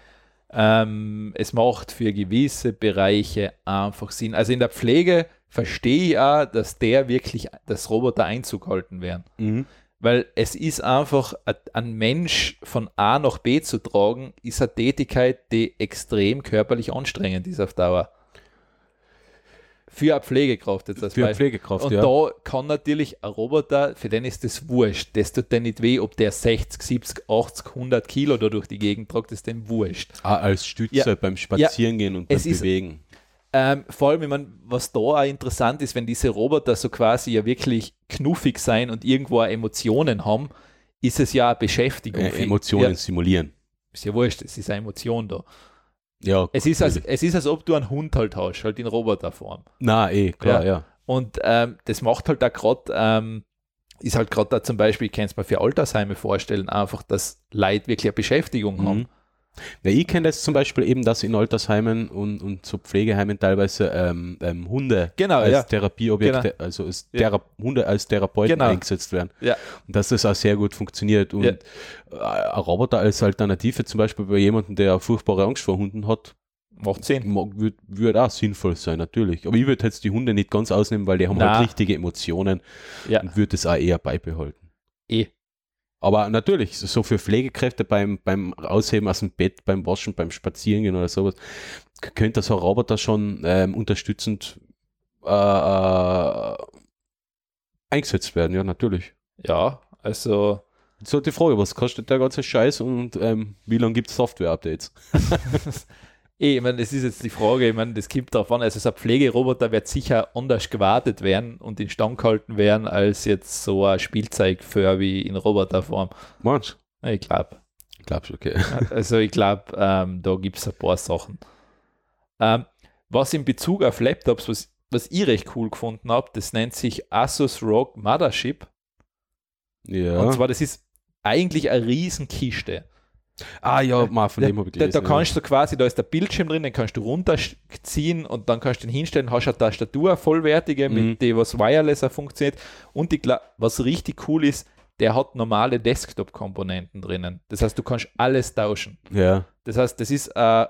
D: ähm, es macht für gewisse Bereiche einfach Sinn. Also in der Pflege verstehe ich auch, dass der wirklich, dass Roboter Einzug halten werden.
E: Mhm.
D: Weil es ist einfach, ein Mensch von A nach B zu tragen, ist eine Tätigkeit, die extrem körperlich anstrengend ist auf Dauer. Für eine Pflegekraft jetzt als
E: Für eine
D: Beispiel.
E: Pflegekraft,
D: Und
E: ja.
D: da kann natürlich ein Roboter, für den ist das wurscht. Das tut dem nicht weh, ob der 60, 70, 80, 100 Kilo da durch die Gegend tragt, das ist dem wurscht.
E: Ah, als Stütze
D: Ja.
E: beim Spazierengehen und beim
D: Es ist-
E: Bewegen.
D: Ähm, vor allem, ich mein, was da auch interessant ist, wenn diese Roboter so quasi ja wirklich knuffig sein und irgendwo auch Emotionen haben, ist es ja eine Beschäftigung. für-
E: Äh, Emotionen
D: Ja,
E: simulieren.
D: ist ja wurscht, es ist eine Emotion da.
E: Ja,
D: Es ist, als, es ist, als ob du einen Hund halt hast, halt in Roboterform.
E: na eh, klar, ja.
D: Und ähm, das macht halt da gerade, ähm, ist halt gerade da zum Beispiel, kannst man für Altersheime vorstellen, einfach, dass Leid wirklich eine Beschäftigung haben.
E: Mhm. Na, ich kenne das zum Beispiel eben, dass in Altersheimen und, und so Pflegeheimen teilweise ähm, ähm, Hunde
D: Genau,
E: als
D: ja. Genau.
E: Therapieobjekte, also als
D: Ja.
E: Thera Hunde als Therapeuten
D: Genau.
E: eingesetzt werden.
D: Ja.
E: Und dass das auch sehr gut funktioniert. Und
D: Ja.
E: äh, ein Roboter als Alternative, zum Beispiel bei jemandem, der eine furchtbare Angst vor Hunden hat,
D: Macht Sinn.
E: würde würd auch sinnvoll sein, natürlich. Aber ich würde jetzt die Hunde nicht ganz ausnehmen, weil die haben
D: Na.
E: halt richtige Emotionen
D: Ja.
E: und würde es auch eher beibehalten.
D: Eh.
E: Aber natürlich, so für Pflegekräfte beim, beim Ausheben aus dem Bett, beim Waschen, beim Spazierengehen oder sowas, k- könnte so ein Roboter schon ähm, unterstützend äh, äh, eingesetzt werden, ja, natürlich.
D: Ja, also
E: Jetzt halt die Frage, was kostet der ganze Scheiß und ähm, wie lange gibt es Software-Updates?
D: Eh, ich meine, das ist jetzt die Frage, ich meine, das kommt darauf an, also so ein Pflegeroboter wird sicher anders gewartet werden und in Stand gehalten werden, als jetzt so ein Spielzeug-Furby in Roboterform.
E: Mensch,
D: Ich glaube,
E: glaubst du, okay.
D: also ich glaube, ähm, da gibt es ein paar Sachen. Ähm, was in Bezug auf Laptops, was, was ich recht cool gefunden habe, das nennt sich Asus ROG Mothership.
E: Ja.
D: Und zwar, das ist eigentlich eine riesen Kiste.
E: ah ja, mal von
D: Da,
E: dem habe ich
D: da,
E: gelesen.
D: da
E: ja.
D: kannst du quasi, da ist der Bildschirm drin, den kannst du runterziehen und dann kannst du ihn hinstellen, hast eine Tastatur, eine vollwertige,
E: Mhm.
D: mit der was wireless auch funktioniert. Und die, Gla- was richtig cool ist, der hat normale Desktop-Komponenten drinnen. Das heißt, du kannst alles tauschen.
E: Ja.
D: Das heißt, das ist äh,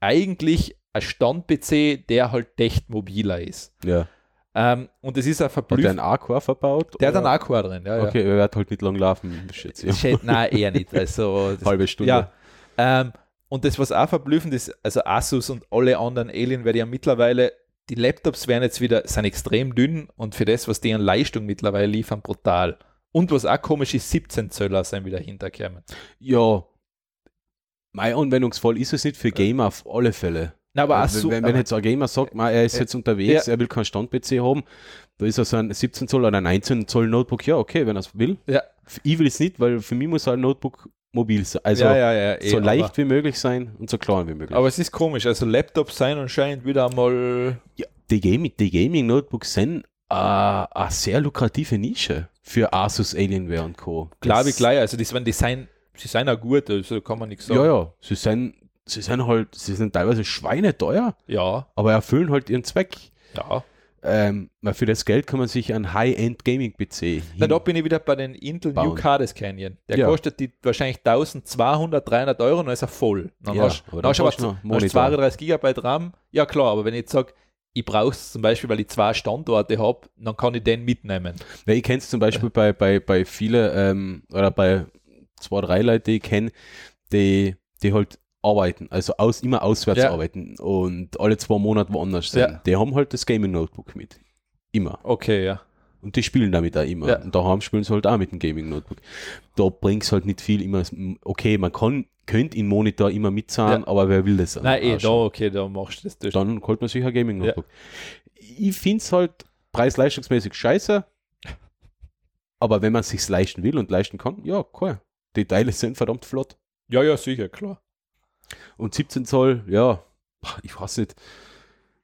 D: eigentlich ein Stand-PC, der halt echt mobiler ist.
E: Ja.
D: Ähm, und es ist ein
E: Hat der
D: verblüffend.
E: einen Akku verbaut?
D: Der hat einen Akku auch drin, ja, ja.
E: Okay, er wird halt nicht lang laufen, schätze ich.
D: Shit, Nein, eher nicht. Also, das
E: Halbe Stunde.
D: Ja. Ähm, und das, was auch verblüffend ist, also Asus und alle anderen Alienware, die haben mittlerweile, die Laptops werden jetzt wieder, sind extrem dünn und für das, was die an Leistung mittlerweile liefern, brutal. Und was auch komisch ist, 17 Zöller sind wieder hinterkämen.
E: Ja. Mein Anwendungsfall ist es nicht für Gamer auf alle Fälle.
D: Na, aber
E: Also
D: Asus,
E: wenn, wenn
D: aber-
E: jetzt ein Gamer sagt, ma, er ist jetzt unterwegs, er will keinen Stand-PC haben, da ist er so ein 17 Zoll oder ein 19 Zoll Notebook, ja, okay, wenn er es will.
D: Ja.
E: Ich will es nicht, weil für mich muss ein Notebook mobil sein. Also
D: ja, ja, ja, eh,
E: so leicht
D: Aber,
E: wie möglich sein und so klein wie möglich.
D: aber es ist komisch, also Laptops sein anscheinend wieder einmal.
E: ja, die, Gaming, die Gaming Notebooks sind äh, eine sehr lukrative Nische für Asus, Alienware und Co.
D: Klar wie
E: Das-
D: gleich, also das, wenn die sein, sie sind auch gut, also kann man nichts sagen.
E: Ja, ja, sie sind, sie sind halt, sie sind teilweise schweineteuer,
D: Ja,
E: aber erfüllen halt ihren Zweck.
D: ja.
E: Ähm, weil für das Geld kann man sich einen High-End Gaming-PC
D: Na, da bin ich wieder bei den Intel New
E: Bauen.
D: Cardes Canyon. Der
E: Ja.
D: kostet die wahrscheinlich 1200, 300 Euro und dann ist er voll. Dann
E: Ja,
D: hast
E: aber
D: dann
E: dann
D: hast du aber
E: brauchst du noch
D: z- hast
E: Monitor.
D: 32 Gigabyte RAM. Ja, klar, aber wenn ich jetzt sage, ich brauche es zum Beispiel, weil ich zwei Standorte habe, dann kann ich den mitnehmen.
E: Na, ich kenne es zum Beispiel bei, bei, bei viele ähm, oder bei zwei, drei Leute, die ich kenne, die, die halt arbeiten, also aus, immer auswärts
D: Ja.
E: arbeiten und alle zwei Monate woanders sind.
D: Ja.
E: Die haben halt das Gaming-Notebook mit. Immer.
D: Okay, ja.
E: Und die spielen damit auch immer.
D: Ja.
E: Und daheim spielen sie halt auch mit dem Gaming-Notebook. Da bringt es halt nicht viel immer. Okay, man kann, könnte in Monitor immer mitzahlen,
D: Ja.
E: aber wer will das? dann
D: Nein, eh,
E: auch
D: da,
E: schon?
D: okay, da machst du das durch.
E: Dann holt man sich ein Gaming-Notebook. Ich finde es halt preis-leistungsmäßig scheiße, aber wenn man es sich leisten will und leisten kann, ja, cool. Die Teile sind verdammt flott.
D: Ja, ja, sicher, klar.
E: Und 17 Zoll, ja, pah, ich weiß nicht.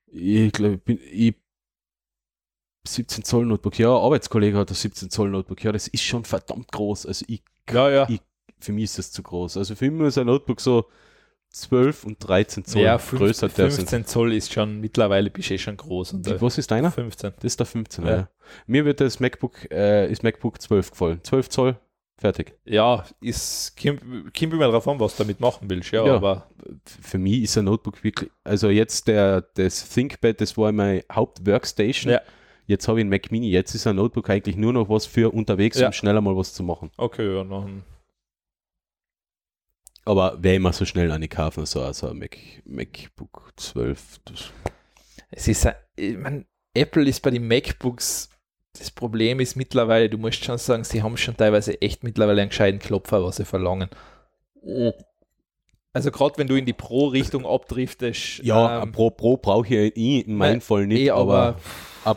E: Ich glaube, ich bin. Ich 17 Zoll Notebook, ja, ein Arbeitskollege hat das 17 Zoll Notebook, ja, das ist schon verdammt groß. Also ich,
D: Ja, ja.
E: Ich- für mich ist das zu groß. Also für mich ist ein Notebook so 12 und 13 Zoll
D: ja, fünf-
E: größer dürfen.
D: 15 Zoll ist schon mittlerweile bist du eh schon groß. Und
E: Die- Was ist deiner?
D: 15.
E: Das ist der 15er.
D: Ja.
E: Ja. Mir wird das MacBook, äh, ist MacBook 12 gefallen. 12 Zoll Fertig.
D: Ja, ist, kommt kommt immer drauf an, was du damit machen willst, ja,
E: Ja.
D: aber
E: Für mich ist ein Notebook wirklich, also jetzt der, das ThinkPad, das war meine Hauptworkstation.
D: Ja.
E: Jetzt habe ich ein Mac Mini. Jetzt ist ein Notebook eigentlich nur noch was für unterwegs,
D: Ja.
E: um schneller mal was zu machen.
D: okay, ja, dann,
E: Aber wer immer so schnell an die kaufen, so also ein Mac, MacBook 12. Das,
D: es ist, ein- ich mein, Apple ist bei den MacBooks, das Problem ist mittlerweile, du musst schon sagen, sie haben schon teilweise echt mittlerweile einen gescheiten Klopfer, was sie verlangen. Also gerade wenn du in die Pro-Richtung abdriftest,
E: ja,
D: ähm,
E: ein Pro, Pro brauche ich in meinem
D: nein,
E: Fall nicht,
D: eh,
E: aber,
D: aber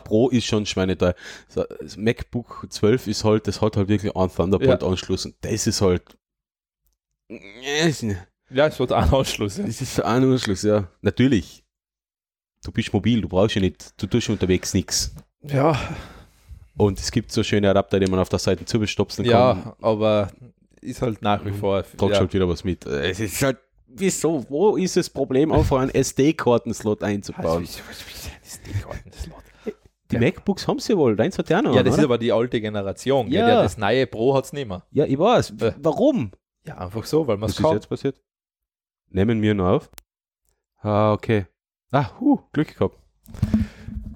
E: ein Pro ist schon schweineteuer. So, Das MacBook 12 ist halt, das hat halt wirklich einen Thunderbolt-Anschluss und das ist halt.
D: ja, es wird auch ein Ausschluss. Ja.
E: Das ist ein Anschluss, ja. Natürlich. Du bist mobil, du brauchst ja nicht, du tust unterwegs nichts.
D: ja,
E: Und es gibt so schöne Adapter, die man auf der Seite zubestopsen kann.
D: ja, aber ist halt nach wie vor.
E: tragst
D: ja.
E: halt wieder was mit. Es ist halt, wieso, wo ist das Problem, einfach einen SD-Kartenslot
D: Also,
E: einzubauen? Die MacBooks haben sie wohl, deins hat ja noch.
D: Ja, das ist
E: oder?
D: aber die alte Generation. gell?
E: Ja.
D: Ja, das neue Pro hat es nicht mehr.
E: ja, ich weiß.
D: Äh.
E: Warum?
D: Ja, einfach so, weil man
E: Was
D: es
E: ist jetzt passiert? Nehmen wir nur auf. Ah, okay. Ah, hu, Glück gehabt.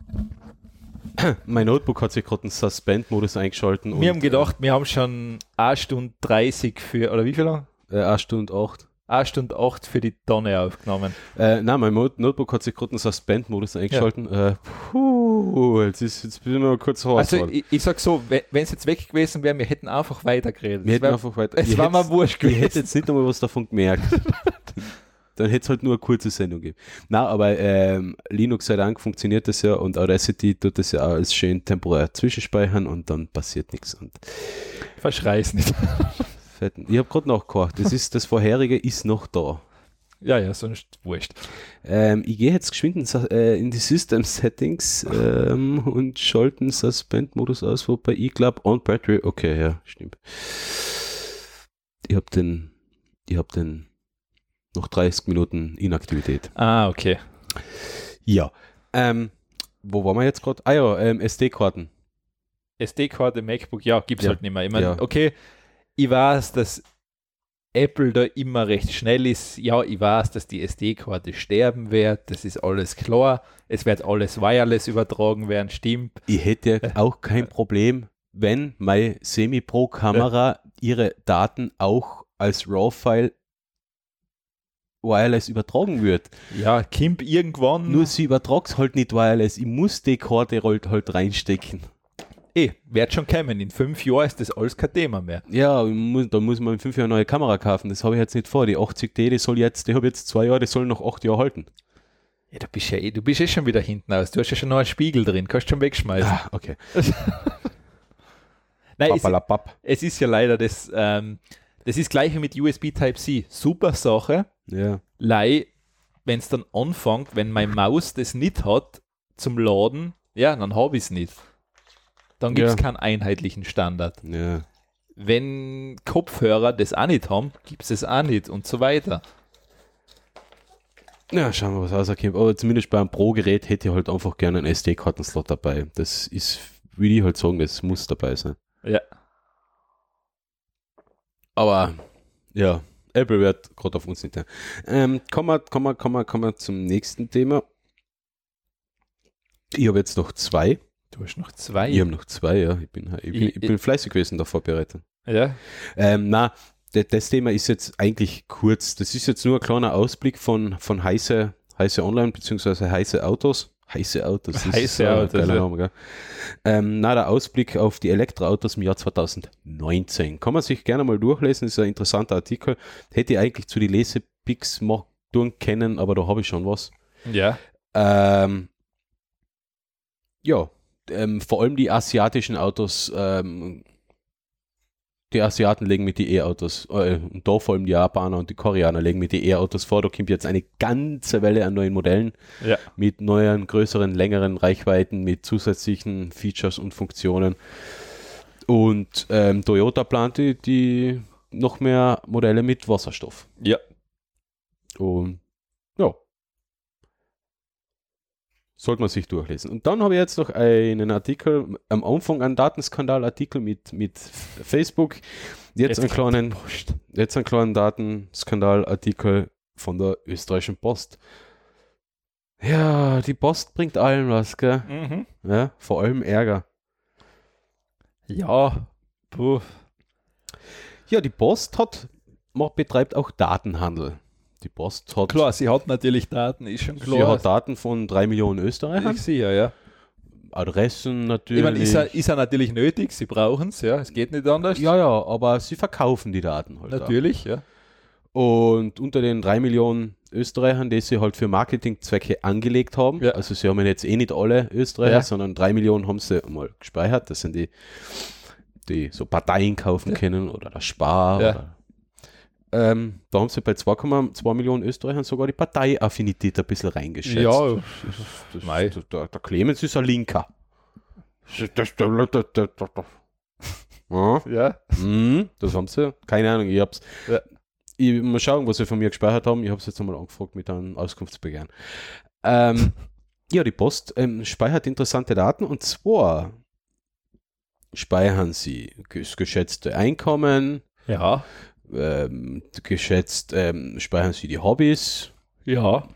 E: Mein Notebook hat sich gerade einen Suspend-Modus eingeschalten. und,
D: Wir haben gedacht, wir haben schon 1 Stunde 30 für, oder wie viel lang?
E: Äh, 1 Stunde 8.
D: 1 Stunde 8 für die Tonne aufgenommen.
E: Äh, nein, mein Mo- Notebook hat sich gerade einen Suspend-Modus eingeschalten. Äh, puh, jetzt, ist, jetzt bin ich mal kurz raus.
D: Also
E: worden.
D: ich, ich sag so, wenn es jetzt weg gewesen wäre, wir hätten einfach weitergeredet.
E: wir
D: Es
E: hätten
D: wär-
E: einfach weiter.
D: es
E: ihr
D: war mir
E: hättet's-
D: wurscht
E: Ich hätte
D: gewesen.
E: jetzt nicht einmal was davon gemerkt. Dann hätte es halt nur eine kurze Sendung gegeben. Na, aber ähm, Linux sei Dank funktioniert das ja und Audacity tut das ja auch als schön temporär zwischenspeichern und dann passiert nichts. Und
D: Verschrei's nicht.
E: fetten. Ich habe gerade nachgehakt. Das ist das vorherige ist noch da.
D: Ja, ja, sonst wurscht.
E: Ähm, ich gehe jetzt geschwind in, Sa- äh, in die System Settings ähm, und schalte den Suspend-Modus aus, wobei ich glaube, on battery. Okay, ja, stimmt. Ich habe den, ich habe den noch 30 Minuten Inaktivität.
D: Ah, okay.
E: Ja. Ähm, wo waren wir jetzt gerade? Ah ja, ähm, SD-Karten.
D: SD-Karte, MacBook, ja, gibt es
E: Ja.
D: halt nicht mehr. Ich meine,
E: Ja.
D: okay, ich weiß, dass Apple da immer recht schnell ist. Ja, ich weiß, dass die SD-Karte sterben wird. Das ist alles klar. Es wird alles wireless übertragen werden, stimmt.
E: Ich hätte auch kein Problem, wenn meine Semi-Pro-Kamera ihre Daten auch als RAW-File wireless übertragen wird.
D: Ja, Kimp irgendwann.
E: Nur sie übertrag's halt nicht wireless. Ich muss die Karte halt, halt reinstecken.
D: eh, wird schon kommen. In fünf Jahren ist das alles kein Thema mehr.
E: Ja, ich muss, da muss man in fünf Jahren eine neue Kamera kaufen. Das habe ich jetzt nicht vor. Die 80D, die soll jetzt, die habe ich jetzt zwei Jahre, die soll noch acht Jahre halten.
D: Ja, du bist ja eh, du bist eh schon wieder hinten aus. Du hast ja schon noch einen Spiegel drin. Kannst schon wegschmeißen.
E: Ah, okay.
D: Nein, es,
E: Papalapap.
D: es ist ja leider das. Ähm, das ist gleiche mit USB Type-C. Super Sache.
E: Ja.
D: Lei, wenn es dann anfängt, wenn meine Maus das nicht hat zum Laden, ja, dann habe ich es nicht. Dann gibt es
E: Ja.
D: keinen einheitlichen Standard.
E: ja.
D: Wenn Kopfhörer das auch nicht haben, gibt es es auch nicht und so weiter.
E: Ja, schauen wir, was rauskommt. Aber zumindest bei einem Pro-Gerät hätte ich halt einfach gerne einen SD-Kartenslot dabei. Das ist, würde ich halt sagen, das muss dabei sein.
D: Ja.
E: Aber, ja, Apple wird gerade auf uns nicht. hören. Ähm, kommen, wir, kommen, wir, kommen, wir, kommen wir zum nächsten Thema. Ich habe jetzt noch zwei.
D: Du hast noch zwei.
E: Ich habe noch zwei, ja. Ich bin, ich bin,
D: Ich-
E: ich bin fleißig gewesen da vorbereitet.
D: Ja.
E: Ähm, na, d- das Thema ist jetzt eigentlich kurz. Das ist jetzt nur ein kleiner Ausblick von, von heiße, heiße Online bzw. heiße Autos. Heiße Autos. das
D: Heiße
E: ein
D: Autos,
E: geiler
D: ja.
E: Name, gell? Ähm, na, der Ausblick auf die Elektroautos im Jahr 2019. Kann man sich gerne mal durchlesen, ist ein interessanter Artikel. Hätte ich eigentlich zu die Lesepicks machen können, aber da habe ich schon was.
D: Ja.
E: Ähm, ja, ähm, vor allem die asiatischen Autos, ähm, die Asiaten legen mit die E-Autos, äh, und da vor allem die Japaner und die Koreaner legen mit die E-Autos vor. Da kommt jetzt eine ganze Welle an neuen Modellen
D: Ja.
E: mit neueren, größeren, längeren Reichweiten, mit zusätzlichen Features und Funktionen. Und ähm, Toyota plant die, die noch mehr Modelle mit Wasserstoff.
D: Ja.
E: Und ja. Sollte man sich durchlesen. Und dann habe ich jetzt noch einen Artikel, am Anfang einen Datenskandal-Artikel mit, mit Facebook. Jetzt,
D: Jetzt
E: einen kleinen, jetzt einen kleinen Datenskandal-Artikel von der österreichischen Post. Ja, die Post bringt allen was, gell?
D: Mhm.
E: Ja, vor allem Ärger.
D: Ja, puh.
E: Ja, die Post hat, man betreibt auch Datenhandel. Die Post hat,
D: Klar, sie hat natürlich Daten, ist schon
E: sie
D: klar.
E: hat Daten von drei Millionen Österreichern.
D: ich sehe, ja.
E: Adressen natürlich.
D: Ich meine, ist er, ist er natürlich nötig, sie brauchen es, ja, es geht nicht anders.
E: ja, ja, aber sie verkaufen die Daten halt. auch.
D: natürlich, ja.
E: Und unter den drei Millionen Österreichern, die sie halt für Marketingzwecke angelegt haben,
D: Ja.
E: also sie haben ja jetzt eh nicht alle Österreicher,
D: Ja.
E: sondern drei Millionen haben sie mal gespeichert. Das sind die, die so Parteien kaufen können oder das Spar.
D: Ja.
E: Oder, ähm, da haben sie bei 2,2 Millionen Österreichern sogar die Parteiaffinität ein bisschen reingeschätzt.
D: Ja,
E: das,
D: mei.
E: das, der, der Clemens ist ein Linker. Das, das, das, das, das, das. Ja.
D: ja.
E: Mhm, das haben sie. Keine Ahnung, ich hab's.
D: Ja.
E: Ich, mal schauen, was sie von mir gespeichert haben. Ich habe es jetzt einmal angefragt mit einem Auskunftsbegehren. Ähm, ja, die Post ähm, speichert interessante Daten und zwar speichern sie das geschätzte Einkommen,
D: Ja,
E: ähm, geschätzt ähm, speichern sie die Hobbys,
D: ja.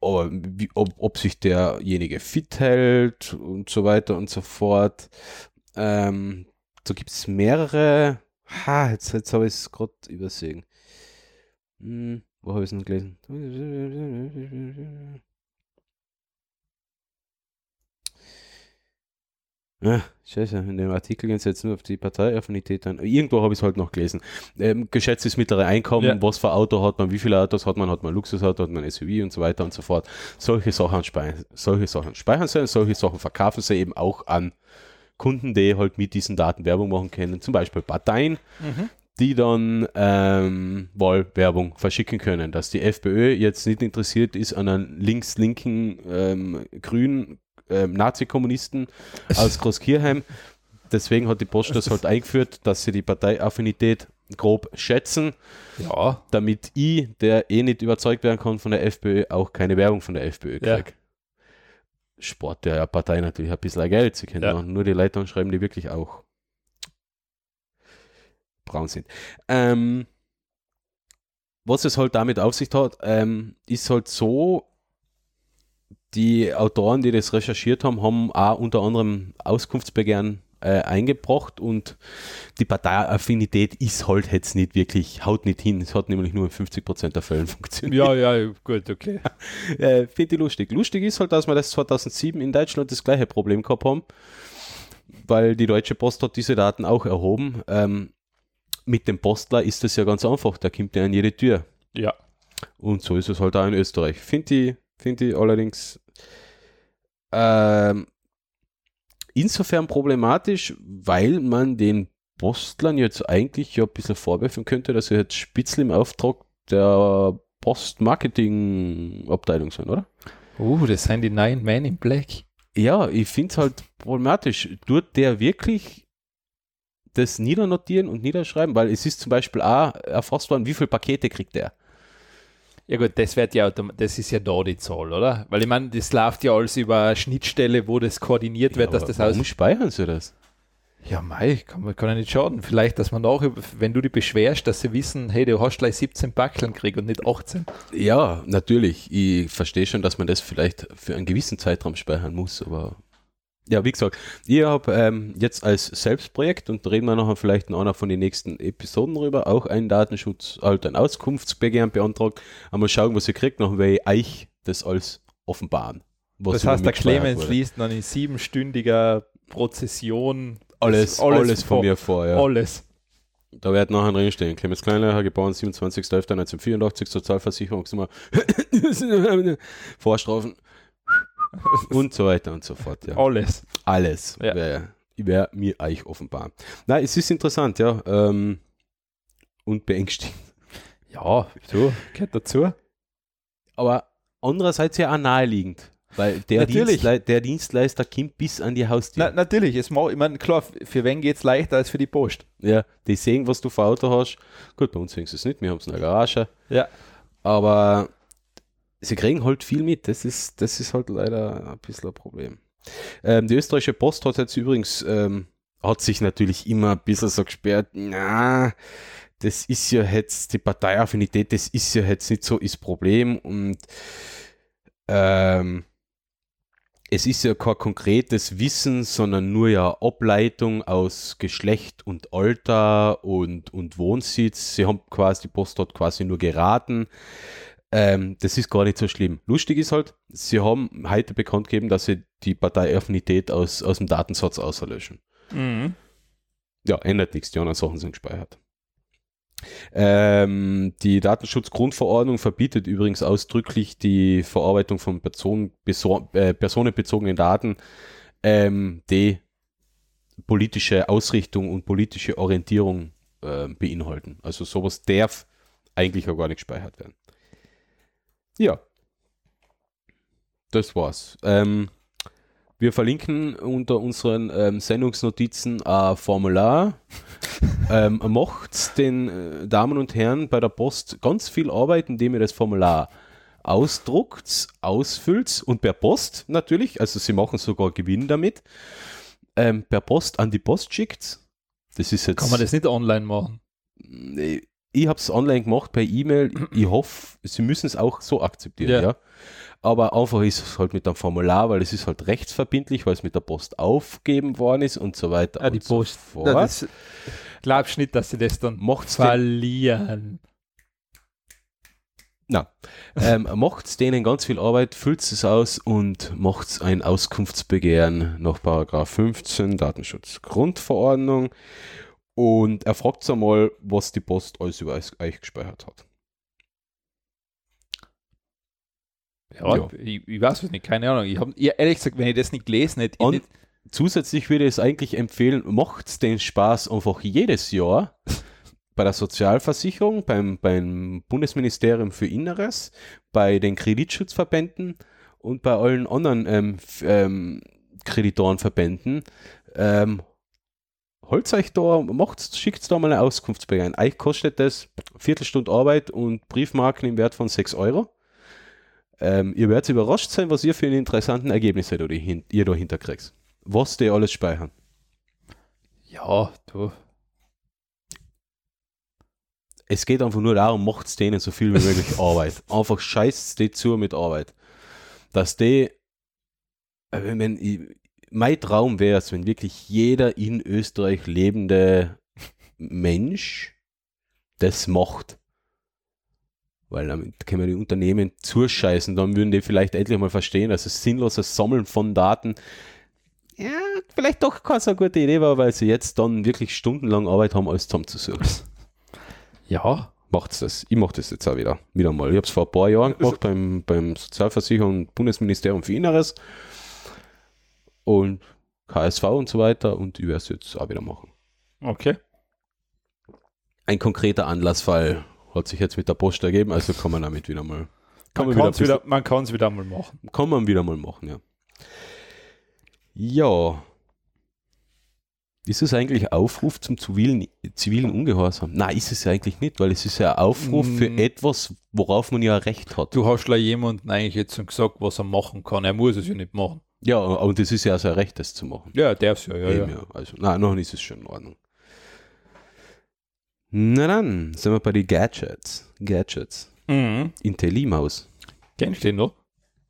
E: aber wie, ob, ob sich derjenige fit hält und so weiter und so fort. Ähm, da gibt es mehrere. Ha, jetzt, jetzt habe ich es gerade übersehen. Hm, wo habe ich es denn gelesen? Ah, scheiße, in dem Artikel gehen sie jetzt nur auf die Parteiaffinität an. Irgendwo habe ich es halt noch gelesen. Ähm, geschätztes mittlere Einkommen,
D: Ja.
E: was für Auto hat man, wie viele Autos hat man, hat man Luxusauto, hat man SUV und so weiter und so fort. Solche Sachen speichern, solche Sachen speichern sie und solche Sachen verkaufen sie eben auch an Kunden, die halt mit diesen Daten Werbung machen können, zum Beispiel Parteien, die dann ähm, Wahlwerbung verschicken können. Dass die FPÖ jetzt nicht interessiert ist an einem links-linken ähm, grünen ähm, Nazi-Kommunisten aus Großkirchheim. Deswegen hat die Post das halt eingeführt, dass sie die Parteiaffinität grob schätzen,
D: Ja,
E: damit ich, der eh nicht überzeugt werden kann von der FPÖ, auch keine Werbung von der FPÖ kriege.
D: Ja.
E: Sport der Partei natürlich ein bisschen Geld. Sie können
D: Ja.
E: auch nur die Leute anschreiben, die wirklich auch braun sind. Ähm, was es halt damit auf sich hat, ähm, ist halt so, die Autoren, die das recherchiert haben, haben auch unter anderem Auskunftsbegehren äh, eingebracht und die Parteiaffinität ist halt jetzt nicht wirklich, haut nicht hin. Es hat nämlich nur in 50% der Fällen funktioniert.
D: ja, ja, gut, okay.
E: Äh, Finde ich lustig. Lustig ist halt, dass wir das 2007 in Deutschland das gleiche Problem gehabt haben, weil die Deutsche Post hat diese Daten auch erhoben. Ähm, mit dem Postler ist das ja ganz einfach, da kommt ja an jede Tür.
D: Ja.
E: Und so ist es halt auch in Österreich. Finde ich, finde ich allerdings ähm, insofern problematisch, weil man den Postlern jetzt eigentlich ja ein bisschen vorwerfen könnte, dass sie jetzt Spitzel im Auftrag der Post-Marketing-Abteilung sind, oder?
D: Uh, das sind die Nine Men in Black.
E: Ja, ich finde es halt problematisch. Tut der wirklich das niedernotieren und niederschreiben? Weil es ist zum Beispiel auch erfasst worden, wie viele Pakete kriegt der?
D: Ja gut, das wird ja autom- das ist ja da die Zahl, oder? Weil ich meine, das läuft ja alles über eine Schnittstelle, wo das koordiniert wird, dass
E: Aber
D: das
E: warum
D: aus.
E: speichern sie das?
D: Ja, mei, kann, man- kann ja nicht schaden. Vielleicht, dass man auch, wenn du dich beschwerst, dass sie wissen, hey, du hast gleich 17 Backeln gekriegt und nicht 18.
E: Ja, natürlich. Ich verstehe schon, dass man das vielleicht für einen gewissen Zeitraum speichern muss, aber ja, wie gesagt, ich habe ähm, jetzt als Selbstprojekt und da reden wir nachher vielleicht in einer von den nächsten Episoden rüber, auch einen Datenschutz, halt ein Auskunftsbegehren beantragt. Einmal schauen, was ihr kriegt, noch werde ich euch das alles offenbaren. was
D: Das
E: über
D: heißt, der
E: mich gespeichert
D: Clemens
E: wurde.
D: liest dann in siebenstündiger Prozession
E: alles, alles,
D: alles
E: von
D: vor-
E: mir vor, ja.
D: alles.
E: Da wird nachher drin stehen. Clemens Kleinleher, geboren 27.11.1984, Sozialversicherungsnummer, Vorstrafen und so weiter und so fort. Ja.
D: Alles.
E: Alles
D: Ja.
E: wäre wär mir eigentlich offenbar. Nein, es ist interessant, ja. Ähm, und beängstigend.
D: Ja, du, gehört dazu.
E: Aber andererseits ja auch naheliegend, weil der,
D: Natürlich.
E: Dienstle der Dienstleister kommt bis an die Haustür.
D: Na, natürlich, es mag, ich meine, klar, für wen geht es leichter als für die Post?
E: Ja, die sehen, was du für Auto hast. Gut, bei uns sehen sie es nicht, wir haben es in der Garage.
D: Ja.
E: Aber sie kriegen halt viel mit. Das ist, das ist halt leider ein bisschen ein Problem. Ähm, die österreichische Post hat jetzt übrigens, ähm, hat sich natürlich immer ein bisschen so gesperrt, na, das ist ja jetzt die Parteiaffinität, das ist ja jetzt nicht so das Problem und ähm, es ist ja kein konkretes Wissen, sondern nur ja Ableitung aus Geschlecht und Alter und, und Wohnsitz. Sie haben quasi, die Post hat quasi nur geraten. Ähm, das ist gar nicht so schlimm. Lustig ist halt, sie haben heute bekannt gegeben, dass sie die Parteiaffinität aus, aus dem Datensatz auslöschen.
D: Mhm.
E: Ja, ändert nichts, die anderen Sachen sind gespeichert. Ähm, die Datenschutzgrundverordnung verbietet übrigens ausdrücklich die Verarbeitung von Person, beso- äh, personenbezogenen Daten, ähm, die politische Ausrichtung und politische Orientierung äh, beinhalten. Also sowas darf eigentlich auch gar nicht gespeichert werden. Ja, das war's. Ähm, wir verlinken unter unseren ähm, Sendungsnotizen ein Formular. ähm, macht den äh, Damen und Herren bei der Post ganz viel Arbeit, indem ihr das Formular ausdruckt, ausfüllt und per Post natürlich, also sie machen sogar Gewinn damit, ähm, per Post an die Post schickt. Das ist jetzt.
D: Kann man das nicht online machen?
E: Nee, ich habe es online gemacht per E-Mail. Ich hoffe, sie müssen es auch so akzeptieren,
D: Ja.
E: ja. Aber einfach ist es halt mit einem Formular, weil es ist halt rechtsverbindlich, weil es mit der Post aufgeben worden ist und so weiter.
D: Ah, die
E: und so
D: Post.
E: fort.
D: Na, das- Glaubst nicht, dass sie das dann
E: Macht's den,
D: verlieren?
E: na, ähm, macht's denen ganz viel Arbeit, füllt es aus und macht's ein Auskunftsbegehren nach Paragraph 15 Datenschutzgrundverordnung und erfragt einmal, was die Post alles über euch gespeichert hat.
D: Ja,
E: Ja.
D: Ich, ich weiß es nicht, keine Ahnung. Ich hab, ja, ehrlich gesagt, wenn ich das nicht gelesen hätte, ich
E: Und
D: nicht,
E: zusätzlich würde ich es eigentlich empfehlen, macht den Spaß einfach jedes Jahr bei der Sozialversicherung, beim, beim Bundesministerium für Inneres, bei den Kreditschutzverbänden und bei allen anderen ähm, f- ähm, Kreditorenverbänden. Ähm, holt euch da, macht's, schickt da mal eine Auskunftsbegehren. Euch kostet das Viertelstunde Arbeit und Briefmarken im Wert von 6 Euro. Ähm, ihr werdet überrascht sein, was ihr für einen interessanten Ergebnisse da dahin, ihr dahinter kriegt. Was die alles speichern.
D: ja, du.
E: Es geht einfach nur darum, macht denen so viel wie möglich Arbeit. Einfach scheißt die zu mit Arbeit. Dass die, äh, wenn, wenn, ich, mein Traum wäre es, wenn wirklich jeder in Österreich lebende Mensch das macht. Weil damit können wir die Unternehmen zuscheißen, dann würden die vielleicht endlich mal verstehen, dass das sinnlose Sammeln von Daten ja, vielleicht doch keine so gute Idee war, weil sie jetzt dann wirklich stundenlang Arbeit haben, alles zusammenzusuchen
D: Ja,
E: macht's das. Ich mache das jetzt auch wieder. Wieder mal. Ich habe es vor ein paar Jahren gemacht beim, beim Sozialversicherung und Bundesministerium für Inneres und KSV und so weiter und ich werde es jetzt auch wieder machen.
D: okay.
E: Ein konkreter Anlassfall hat sich jetzt mit der Post ergeben, also kann man damit wieder mal kann man wieder,
D: Man kann
E: ein
D: es wieder, man kann's wieder mal machen.
E: bisschen- kann man wieder mal machen, ja. Ja. Ist es eigentlich Aufruf zum zivilen, zivilen Ungehorsam? Nein, ist es ja eigentlich nicht, weil es ist ja ein Aufruf für
D: Mm.
E: etwas, worauf man ja ein Recht hat.
D: Du hast ja jemanden eigentlich jetzt schon gesagt, was er machen kann. Er muss es ja nicht machen.
E: Ja, und es ist ja sein Recht, das zu machen.
D: Ja, er darf ja, ja,
E: Eben,
D: ja.
E: ja. Also, nein, noch ist es schon in Ordnung. Na dann, sind wir bei den Gadgets. Gadgets.
D: Mhm.
E: IntelliMaus.
D: Kennst du den noch?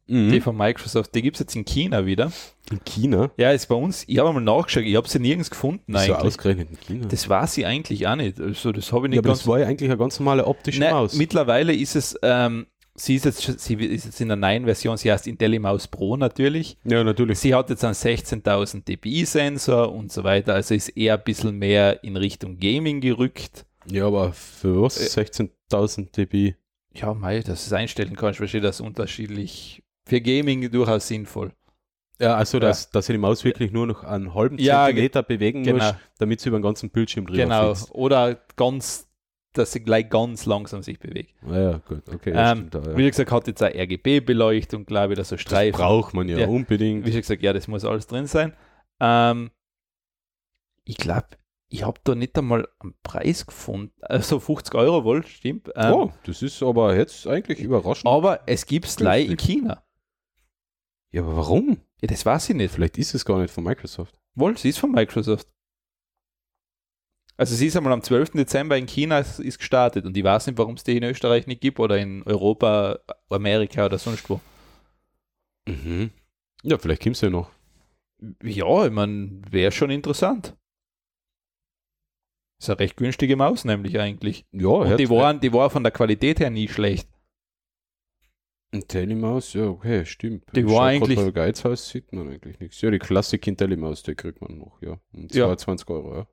E: Mhm.
D: Die von Microsoft, die gibt es jetzt in China wieder.
E: In China?
D: Ja, ist bei uns, ich habe mal nachgeschaut, ich habe sie nirgends gefunden
E: So
D: eigentlich.
E: ausgerechnet in China.
D: Das war sie eigentlich auch nicht. Also das habe
E: ja,
D: ich nicht
E: aber
D: ganz.
E: das war ja eigentlich eine ganz Ne, normale optische
D: Nein,
E: Maus.
D: Ne, Mittlerweile ist es, ähm, sie ist jetzt schon- sie ist jetzt in der neuen Version, sie heißt IntelliMouse Pro natürlich.
E: ja, natürlich.
D: Sie hat jetzt einen 16.000 dpi-Sensor und so weiter, also ist eher ein bisschen mehr in Richtung Gaming gerückt.
E: Ja, aber für was? 16.000 dB.
D: Ja, mei, dass du es einstellen kannst, verstehe das unterschiedlich. Für Gaming durchaus sinnvoll.
E: Ja, also, dass, dass ich die Maus wirklich nur noch einen halben
D: Ja, ge-
E: Zentimeter bewegen
D: genau.
E: muss, damit sie über den ganzen Bildschirm drüber
D: Genau.
E: flitzt.
D: Oder ganz, dass sie gleich ganz langsam sich bewegt.
E: Ah, ja, gut. Okay, das
D: ähm,
E: stimmt auch, ja.
D: Wie gesagt, hat jetzt eine RGB-Beleuchtung, glaube ich, oder so
E: Das
D: Streifen.
E: braucht man ja,
D: Ja.
E: unbedingt.
D: wie schon gesagt, ja, das muss alles drin sein. Ähm, ich glaube, ich habe da nicht einmal einen Preis gefunden. Also 50 Euro wohl, stimmt. Ähm,
E: oh, das ist aber jetzt eigentlich überraschend.
D: Aber es gibt es leider in China.
E: Ja, aber warum?
D: Ja, das weiß ich nicht.
E: Vielleicht ist es gar nicht von Microsoft.
D: Wohl, sie ist von Microsoft. Also sie ist einmal am 12. Dezember in China ist ist gestartet und ich weiß nicht, warum es die in Österreich nicht gibt oder in Europa, Amerika oder sonst wo. Mhm.
E: Ja, vielleicht kommt es ja noch.
D: Ja, ich meine, wäre schon interessant. Ist eine recht günstige Maus nämlich eigentlich.
E: Ja,
D: Und
E: Oh, hört-
D: die waren, die war von der Qualität her nie schlecht.
E: IntelliMaus, ja, okay, stimmt.
D: Die
E: Ich
D: war
E: schau grad
D: eigentlich-
E: Mal Geizhaus sieht man eigentlich nichts. Ja, die Klassik IntelliMaus, die kriegt man noch, ja. Um
D: Ja.
E: 22 Euro, ja.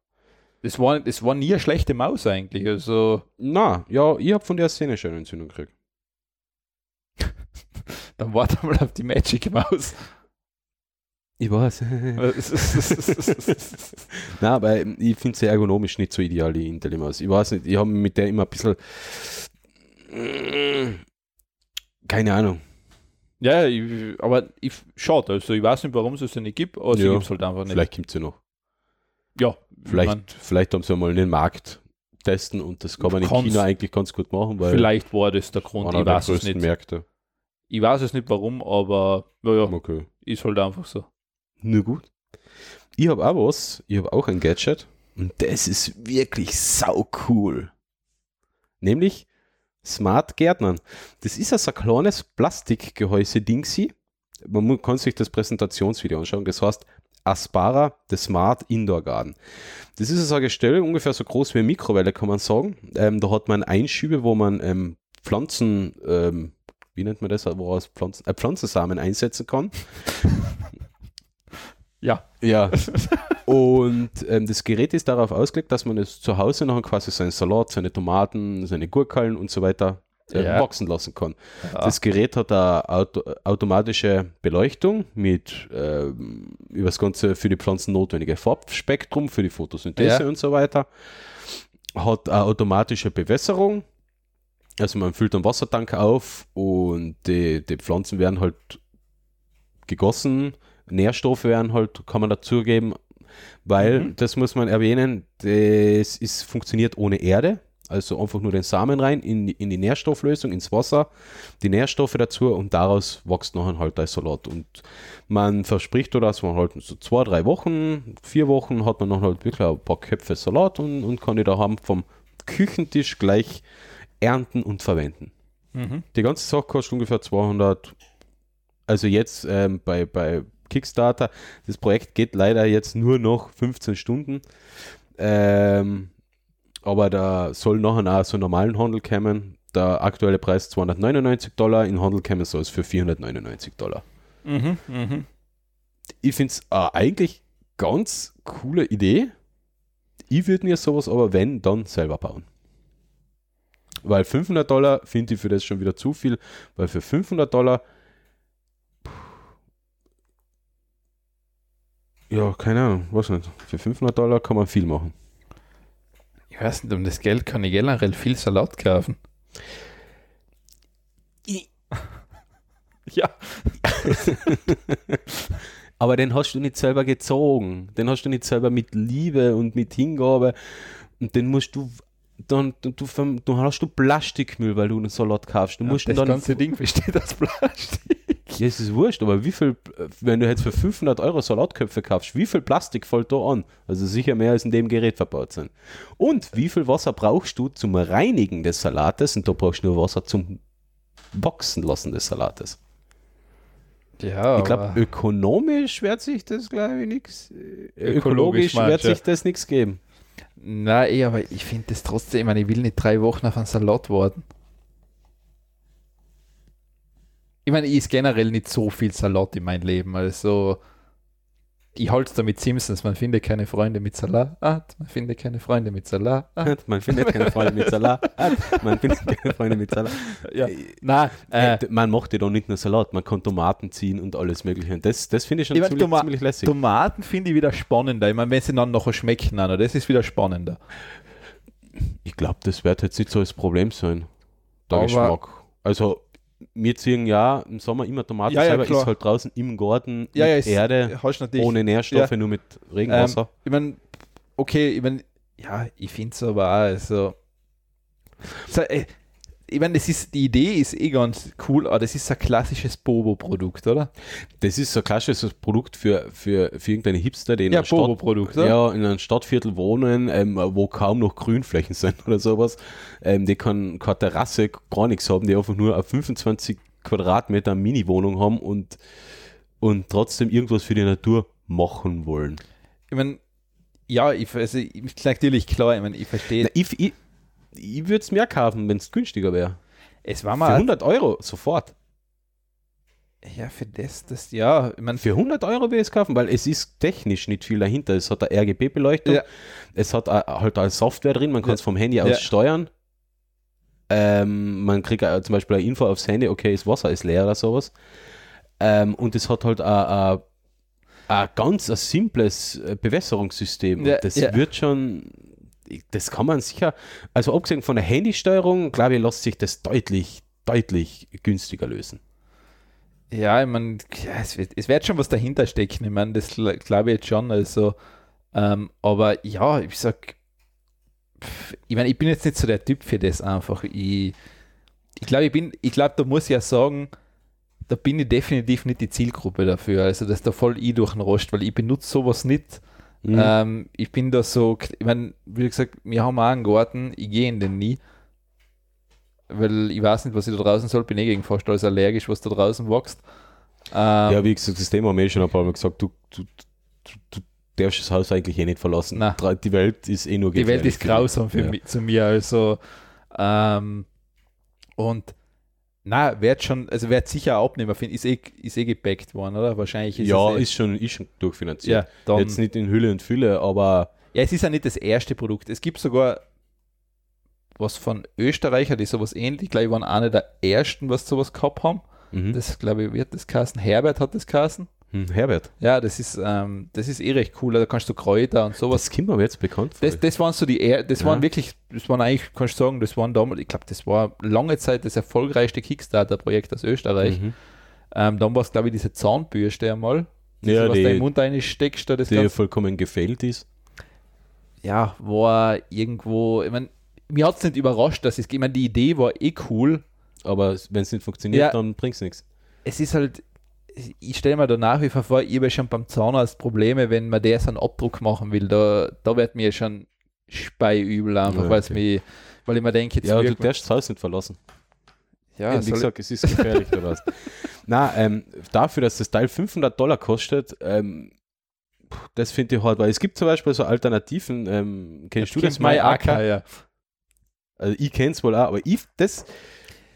D: Das war, das war nie eine schlechte Maus eigentlich. Also
E: Na, ja, ich habe von der Szene schon eine Entzündung gekriegt.
D: dann warte mal auf die Magic Maus. Also,
E: Ich weiß. Na, aber ähm, ich finde sie ergonomisch nicht so ideal, die IntelliMaus. Ich weiß nicht, ich habe mit der immer ein bisschen. äh, Keine Ahnung.
D: ja, ich, aber ich schade, also ich weiß nicht, warum es es nicht gibt, aber sie
E: Ja.
D: gibt es halt einfach nicht.
E: Vielleicht kommt sie noch.
D: ja, ich
E: Vielleicht,
D: mein,
E: vielleicht haben sie mal den Markt testen und das kann man in
D: Kann's-
E: China eigentlich ganz gut machen, weil
D: vielleicht war das der Grund,
E: einer
D: ich
E: der
D: weiß es
E: größten
D: nicht.
E: Märkte.
D: Ich weiß es nicht warum, aber naja,
E: Okay.
D: ist halt einfach so.
E: Nur gut. Ich habe auch was, ich habe auch ein Gadget und das ist wirklich sau cool. Nämlich Smart Gärtnern. Das ist also ein kleines Plastikgehäuse-Dingsi. Man mu- kann sich das Präsentationsvideo anschauen. Das heißt Aspara, the Smart Indoor Garden. Das ist also ein Gestell, ungefähr so groß wie eine Mikrowelle, kann man sagen. Ähm, da hat man Einschübe, wo man ähm, Pflanzen, ähm, wie nennt man das, woraus Pflanzen, äh, Pflanzensamen einsetzen kann.
D: Ja.
E: Ja. Und ähm, das Gerät ist darauf ausgelegt, dass man es zu Hause noch quasi seinen Salat, seine Tomaten, seine Gurkallen und so weiter äh,
D: Ja.
E: wachsen lassen kann.
D: Ja.
E: Das Gerät hat eine auto automatische Beleuchtung mit ähm, über das ganze für die Pflanzen notwendige Farbspektrum für die Photosynthese
D: Ja.
E: und so weiter. Hat eine automatische Bewässerung. Also man füllt einen Wassertank auf und die, die Pflanzen werden halt gegossen. Nährstoffe werden halt, kann man dazugeben, weil, das muss man erwähnen, das ist, funktioniert ohne Erde. Also einfach nur den Samen rein in, die- in die Nährstofflösung, ins Wasser, die Nährstoffe dazu und daraus wächst nachher halt ein Salat. Und man verspricht, oder dass man halt so zwei, drei Wochen, vier Wochen hat man noch halt wirklich ein paar Köpfe Salat und, und kann die da haben vom Küchentisch gleich ernten und verwenden.
D: Mhm.
E: Die ganze Sache kostet ungefähr 200. Also jetzt ähm, bei, bei Kickstarter, das Projekt geht leider jetzt nur noch 15 Stunden. Ähm, aber da soll nachher auch so einen normalen Handel kommen. Der aktuelle Preis 299 Dollar, in Handel kommen soll es für 499 Dollar.
D: Mhm, mhm.
E: Ich finde es äh, eigentlich ganz coole Idee. Ich würde mir sowas aber, wenn, dann selber bauen. Weil 500 Dollar finde ich für das schon wieder zu viel, weil für 500 Dollar. puh, Ja, keine Ahnung, weiß nicht. Für 500 Dollar kann man viel machen.
D: Ich weiß nicht, um das Geld kann ich generell viel Salat kaufen. ja.
E: Aber den hast du nicht selber gezogen. Den hast du nicht selber mit Liebe und mit Hingabe. Und den musst du. Dann, du, du, du hast du Plastikmüll, weil du einen Salat kaufst. Du musst ihn
D: das
E: dann
D: ganze Ding besteht aus Plastik.
E: Ja, es ist wurscht, aber wie viel, wenn du jetzt für 500 Euro Salatköpfe kaufst, wie viel Plastik fällt da an? Also sicher mehr als in dem Gerät verbaut sind. Und wie viel Wasser brauchst du zum Reinigen des Salates? Und da brauchst du nur Wasser zum Wachsen lassen des Salates.
D: Ja,
E: Ich glaube, ökonomisch wird sich das, glaube ich, nichts.
D: Ökologisch
E: Ökologisch wird
D: meinst du?
E: sich das nichts geben.
D: nein, aber ich finde das trotzdem, ich meine, ich will nicht drei Wochen auf einen Salat warten. Ich meine, ich ist generell nicht so viel Salat in meinem Leben, also ich halte es damit Simpsons, man findet keine Freunde mit Salat, Ah, man findet keine Freunde mit Salat.
E: Man findet keine Freunde mit Salat. Man findet keine Freunde mit Salat.
D: Ja, nein, äh,
E: Man macht ja doch nicht nur Salat, man kann Tomaten ziehen und alles Mögliche. Und das, das finde ich schon
D: Ich mein,
E: ziemlich,
D: Toma-
E: ziemlich lässig.
D: Tomaten finde ich wieder spannender. Ich meine, wenn sie dann noch schmecken, Anna, das ist wieder spannender.
E: Ich glaube, das wird jetzt nicht so das Problem sein. Der
D: Aber-
E: Geschmack. Also, wir ziehen ja im Sommer immer Tomaten
D: Ja, ja,
E: selber,
D: klar.
E: ist halt draußen im Garten,
D: Ja, ja,
E: mit
D: ist-
E: Erde,
D: Hast natürlich,
E: ohne Nährstoffe,
D: ja.
E: nur mit
D: ähm,
E: Regenwasser.
D: ich meine, okay, ich meine, ja, ich finde es aber auch, also, so, äh, ich meine, das ist, die Idee ist eh ganz cool, aber das ist ein klassisches Bobo-Produkt, oder?
E: Das ist so ein klassisches Produkt für, für, für irgendeine Hipster, die in,
D: Ja,
E: einer Stadt,
D: Bobo-Produkt, oder?
E: ja, in einem Stadtviertel wohnen, ähm, wo kaum noch Grünflächen sind oder sowas. Ähm, die kann keine Terrasse, gar nichts haben, die einfach nur eine 25 Quadratmeter Mini-Wohnung haben und, und trotzdem irgendwas für die Natur machen wollen.
D: Ich meine, ja, ich, also, ich, natürlich klar, ich meine, ich
E: Na,
D: verstehe.
E: ich ich, ich würde es mehr kaufen, wenn es günstiger wäre.
D: Es war
E: Für
D: mal,
E: 100 Euro, sofort.
D: ja, für das, das, ja, ich meine,
E: Für 100 Euro will ich es kaufen, weil es ist technisch nicht viel dahinter. Es hat eine RGB-Beleuchtung,
D: Ja.
E: es hat a- halt eine Software drin, man kann es
D: Ja.
E: vom Handy aus
D: Ja.
E: steuern. Ähm, man kriegt auch zum Beispiel eine Info aufs Handy, okay, das Wasser ist leer oder sowas. Ähm, und es hat halt ein ein ganz ein simples äh, Bewässerungssystem. Und
D: Ja,
E: das
D: ja.
E: wird schon, das kann man sicher, also abgesehen von der Handysteuerung, glaube ich, lässt sich das deutlich, deutlich günstiger lösen.
D: Ja, ich meine, ja, es, wird, es wird schon was dahinter stecken. Ich meine, das gl- glaube ich jetzt schon. Also, ähm, aber ja, ich sag, pff, ich meine, ich bin jetzt nicht so der Typ für das einfach. Ich, ich glaube, ich bin, ich glaube, da muss ich ja sagen, da bin ich definitiv nicht die Zielgruppe dafür. Also, dass da voll ich durch den Rost, weil ich benutze sowas nicht.
E: Mhm.
D: Ähm, ich bin da so, k- ich meine, wie gesagt, wir haben auch einen Garten, ich gehe in den nie. Weil ich weiß nicht, was ich da draußen soll, bin eh gegen fast alles allergisch, was da draußen wächst. Ähm,
E: Ja, wie gesagt, das Thema haben wir eh schon ein paar Mal gesagt, du, du, du, du darfst das Haus eigentlich eh nicht verlassen.
D: Nein.
E: Dra- Die Welt ist eh nur
D: die Welt
E: gefährlich
D: ist grausam für
E: Ja.
D: mich, zu mir, also ähm, und na, wird schon, also wird sicher ein Abnehmer finden, ist eh, ist eh gepackt worden, oder? Wahrscheinlich ist
E: Ja,
D: es eh,
E: ist schon, ist schon durchfinanziert.
D: ja, dann,
E: Jetzt nicht in Hülle und Fülle, aber
D: Ja, es ist ja nicht das erste Produkt. Es gibt sogar was von Österreicher, die sowas ähnlich, glaube ich, waren eine der ersten, was sowas gehabt haben.
E: mhm.
D: Das, glaube ich, wird das Kassen. Herbert hat das Kassen.
E: Hm, Herbert,
D: Ja, das ist, ähm, das ist eh recht cool. Da kannst du Kräuter und sowas.
E: was kommt mir jetzt bekannt vor?
D: Das, das waren so die, er das
E: Ja.
D: waren wirklich, das waren eigentlich, kannst du sagen, das waren damals, ich glaube, das war lange Zeit das erfolgreichste Kickstarter-Projekt aus Österreich.
E: Mhm.
D: Ähm, dann war es, glaube ich, diese Zahnbürste einmal.
E: Ja,
D: Diese, was
E: die-
D: da im Mund reinsteckst, da das
E: Der
D: ganze
E: vollkommen gefällt ist.
D: ja, war irgendwo, ich meine, mir hat es nicht überrascht, dass es, ich meine, die Idee war eh cool.
E: Aber wenn es nicht funktioniert,
D: Ja.
E: dann bringt es nichts.
D: Es ist halt, ich stelle mir da nach wie vor vor, ich habe ja schon beim Zahnarzt Probleme, wenn man der so einen Abdruck machen will, da, da wird mir schon speiübel einfach,
E: Ja,
D: weil's
E: okay.
D: mich, weil ich mir denke, jetzt
E: Ja, du
D: wirkt man-
E: darfst das Haus nicht verlassen.
D: ja,
E: Eben, wie
D: soll-
E: gesagt, es ist gefährlich oder was. Na, ähm, dafür, dass das Teil 500 Dollar kostet, ähm, puh, das finde ich hart, weil es gibt zum Beispiel so Alternativen. Ähm, kennst du das?
D: My
E: MyAka?
D: Acker, ja.
E: Also ich kenne es wohl auch, aber ich, das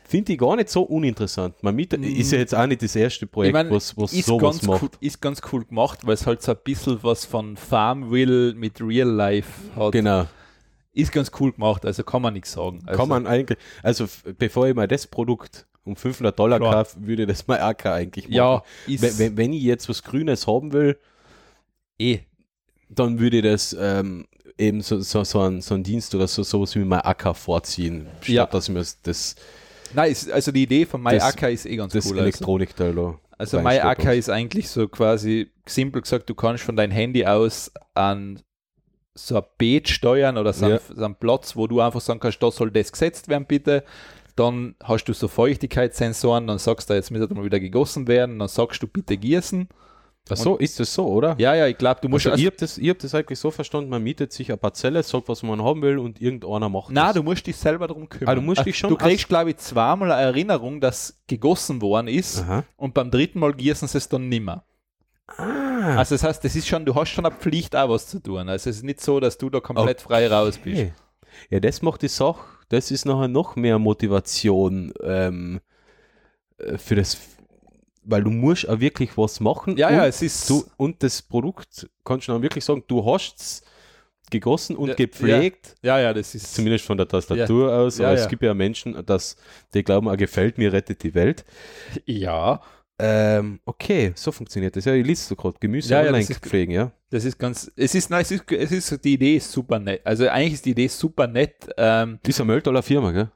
E: finde ich gar nicht so uninteressant. Man mit, ist ja jetzt auch nicht das erste Projekt,
D: Mm. Ich mein,
E: was, was
D: ist,
E: sowas
D: ganz
E: macht.
D: cool, ist ganz cool gemacht, weil es halt so ein bisschen was von Farmville mit Real Life hat.
E: Genau.
D: Ist ganz cool gemacht, also kann man nichts sagen. Also,
E: Kann man eigentlich, also f- bevor ich mal das Produkt um 500 Dollar
D: Klar.
E: kaufe, würde ich das mal auch kein eigentlich machen.
D: Ja, ist
E: Wenn, wenn- wenn ich jetzt was Grünes haben will,
D: eh
E: dann würde ich das ähm, eben so, so, so, ein, so ein Dienst oder so, sowas wie mein Acker vorziehen, statt
D: Ja.
E: dass ich mir das, das,
D: Nein, ist, also die Idee von
E: Das-
D: MyAka ist eh ganz
E: das
D: cool. Also,
E: Elektronikteil da.
D: also
E: reinstecke.
D: MyAka ist eigentlich so quasi, simpel gesagt, du kannst von deinem Handy aus an so ein Beet steuern oder so,
E: Ja.
D: einen, so einen Platz, wo du einfach sagen kannst, da soll das gesetzt werden, bitte. Dann hast du so Feuchtigkeitssensoren, dann sagst du, jetzt müsste mal wieder gegossen werden, dann sagst du, bitte gießen.
E: Ach so, ist das so, oder?
D: Ja, ja, ich glaube, du musst.
E: also, ich
D: Also,
E: habe das, ich hab das eigentlich so verstanden, man mietet sich eine Parzelle, sagt, was man haben will und irgendeiner macht
D: na,
E: das.
D: du musst dich selber drum kümmern.
E: Ah, du musst dich schon
D: Du
E: aus-
D: kriegst, glaube ich, zweimal eine Erinnerung, dass gegossen worden ist
E: Aha.
D: und beim dritten Mal gießen sie es dann nimmer.
E: Ah.
D: Also das heißt, das ist schon, du hast schon eine Pflicht, auch was zu tun. Also es ist nicht so, dass du da komplett frei raus bist.
E: Hey. Ja, das macht die Sache, das ist nachher noch mehr Motivation ähm, äh, für das, weil du musst auch wirklich was machen.
D: Ja,
E: und
D: ja, es ist
E: du, und das Produkt, kannst du dann wirklich sagen, du hast es gegossen und
D: Ja,
E: gepflegt,
D: Ja, ja, das ist
E: zumindest von der Tastatur aus,
D: Ja,
E: aber es
D: ja.
E: gibt ja Menschen, dass, die glauben, ah, gefällt mir, rettet die Welt.
D: ja,
E: Ähm, okay, so funktioniert das. Ja, ich liest so gerade, Gemüse
D: Ja, ja,
E: online
D: das ist-
E: pflegen, ja.
D: das ist ganz, es ist, nein, es ist, es ist, die Idee ist super nett. Also eigentlich ist die Idee super nett. Ähm,
E: Dieser Mölltaler Firma, gell?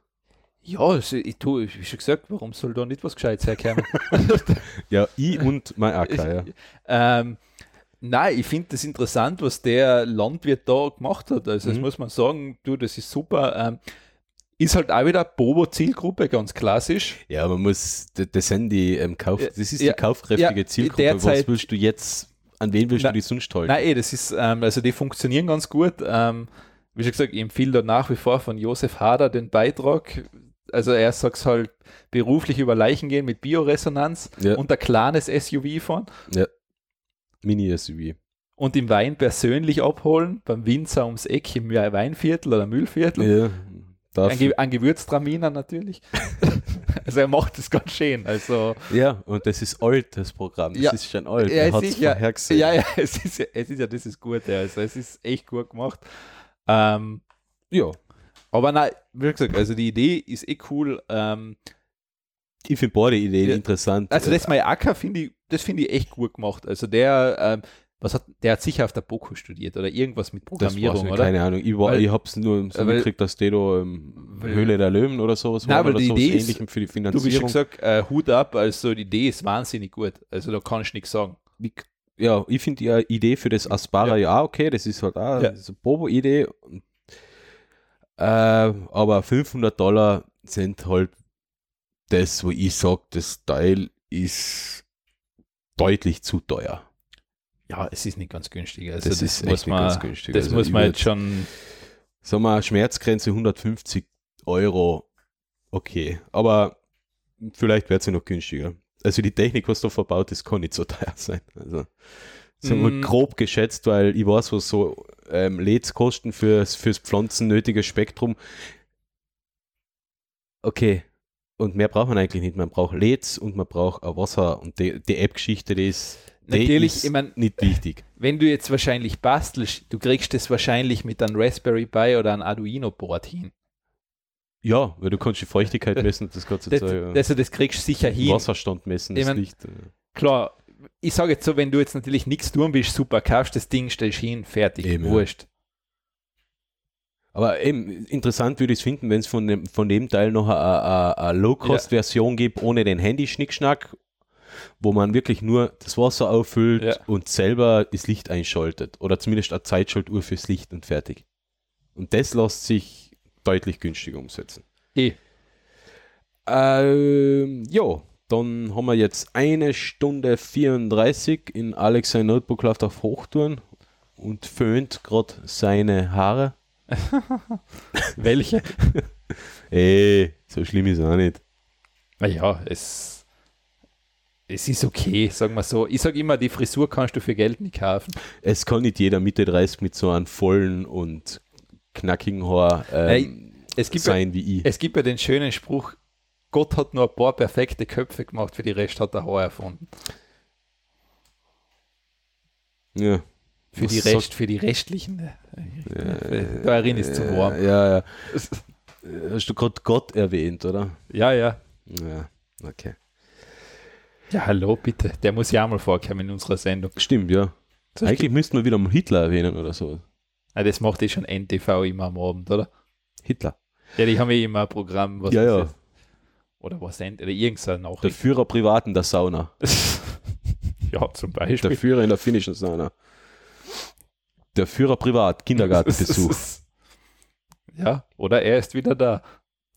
D: ja, also ich tue, ich habe schon gesagt, warum soll da nicht was Gescheites herkommen?
E: Ja, ich und mein Acker, ja.
D: Ähm, Nein, ich finde das interessant, was der Landwirt da gemacht hat. Also, das
E: Mhm.
D: muss man sagen, du, das ist super. Ähm, ist halt auch wieder Bobo-Zielgruppe, ganz klassisch.
E: Ja, man muss, d- das sind die ähm, Kauf,
D: Ja,
E: das ist
D: ja,
E: die kaufkräftige
D: ja,
E: Zielgruppe.
D: derzeit-
E: Was willst du jetzt, an wen willst
D: Nein,
E: du die sonst halten?
D: Nein, eh, das ist, ähm, also die funktionieren ganz gut. Ähm, wie schon gesagt, ich empfehle da nach wie vor von Josef Hader den Beitrag. Also er sagt halt beruflich über Leichen gehen mit Bioresonanz
E: Ja.
D: und ein kleines SUV fahren
E: Mini-SUV.
D: und im Wein persönlich abholen, beim Winzer ums Eck im Weinviertel oder Müllviertel.
E: Ja,
D: An, Ge
E: dafür,
D: an Gewürztraminer natürlich. also er macht das ganz schön. Also
E: ja, und das ist alt, das Programm. Das
D: Ja.
E: ist schon alt.
D: Ja,
E: Man hat's
D: sicher.
E: vorher gesehen.
D: ja, ja, es ist ja, es ist ja, das ist gut. Ja. Also es ist echt gut gemacht. Ähm,
E: Ja,
D: aber nein, wie gesagt, also die Idee ist eh cool. Ähm,
E: ich finde beide Ideen
D: Ja.
E: interessant.
D: also das mein Acker finde ich, das finde ich echt gut gemacht. Also der, ähm, was hat, der hat sicher auf der BOKU studiert oder irgendwas mit
E: Das war's
D: Programmierung,
E: nicht,
D: oder?
E: Keine Ahnung. Ich, war,
D: Weil-
E: ich hab's nur so
D: weil-
E: mitgekriegt, dass die da ähm,
D: Weil-
E: Höhle der Löwen oder sowas
D: Nein,
E: waren
D: weil
E: oder
D: die
E: sowas
D: Idee ist-
E: Ähnlichem für die
D: Du bist schon
E: Finanzierung.
D: gesagt, äh, Hut ab, also die Idee ist wahnsinnig gut. Also da kann ich nichts sagen.
E: Wie- ja, ich finde die äh, Idee für das Aspara ja, auch okay, das ist halt auch
D: Ja.
E: so Bobo-Idee. Äh, aber 500 Dollar sind halt das, wo ich sage, das Teil ist deutlich zu teuer.
D: Ja, es ist nicht ganz günstig. Also
E: Das
D: das,
E: ist
D: muss
E: echt nicht
D: man,
E: ganz günstig.
D: Das
E: Also
D: muss
E: ich
D: man
E: würd-
D: jetzt schon.
E: Sagen wir, Schmerzgrenze 150 Euro, okay. Aber vielleicht wird sie noch günstiger. Also die Technik, was da verbaut ist, kann nicht so teuer sein. Also sagen wir
D: Mm.
E: grob geschätzt, weil ich weiß, was so ähm, LEDs kosten fürs, fürs Pflanzen nötiges Spektrum. Okay. Und mehr braucht man eigentlich nicht. Man braucht LEDs und man braucht ein Wasser. Und die, die App-Geschichte, die ist, die
D: Natürlich,
E: ist
D: ich mein-
E: nicht wichtig.
D: Wenn du jetzt wahrscheinlich bastelst, du kriegst das wahrscheinlich mit einem Raspberry Pi oder einem Arduino-Board hin.
E: Ja, weil du kannst die Feuchtigkeit messen und das ganze
D: Das,
E: Zeug, ja.
D: also das kriegst du sicher hin.
E: Wasserstand messen,
D: Ich
E: das
D: mein-
E: Licht. äh,
D: Klar, ich sage jetzt so, wenn du jetzt natürlich nichts tun willst, super, kaufst das Ding, stellst hin, fertig,
E: Eben, ja.
D: wurscht.
E: Aber eben, interessant würde ich es finden, wenn es von dem, von dem Teil noch eine- eine, eine Low-Cost-Version gibt, ohne den Handy-Schnickschnack, wo man wirklich nur das Wasser auffüllt
D: Ja.
E: und selber das Licht einschaltet. Oder zumindest eine Zeitschaltuhr fürs Licht und fertig. Und das lässt sich deutlich günstiger umsetzen.
D: Eh.
E: Ähm, jo, dann haben wir jetzt eine Stunde 34 in Alex sein Notebook läuft auf Hochtouren und föhnt gerade seine Haare.
D: Welche?
E: Ey, so schlimm ist auch nicht.
D: Naja, es, es ist okay, sagen wir so. Ich sage immer, die Frisur kannst du für Geld nicht kaufen.
E: Es kann nicht jeder Mitte 30 mit so einem vollen und knackigen Haar ähm,
D: Es gibt, ja,
E: sein wie ich.
D: es gibt ja den schönen Spruch, Gott hat nur ein paar perfekte Köpfe gemacht, für die Rest hat er Haar erfunden.
E: Ja.
D: Für
E: Was Äh,
D: die,
E: sagt-
D: Rest, für die restlichen. äh, Da erinnert es zu warm.
E: Ja, ja. Äh, Hast du gerade Gott erwähnt, oder?
D: Ja, ja.
E: Ja, okay.
D: Ja, hallo, bitte. Der muss ja auch mal vorkommen in unserer Sendung.
E: Stimmt, ja. Eigentlich müssten wir wieder mal Hitler erwähnen oder so.
D: Ah, das macht eh schon NTV immer am Abend, oder?
E: Hitler.
D: Ja, die haben ja immer ein Programm, was
E: Ja,
D: das
E: ja.
D: ist. Oder was N oder irgendeine
E: Der
D: Nachricht.
E: Führer privaten der Sauna.
D: ja, zum
E: Der
D: Beispiel.
E: Führer in der finnischen Sauna. Der Führer privat, Kindergartenbesuch.
D: Ja, oder er ist wieder da.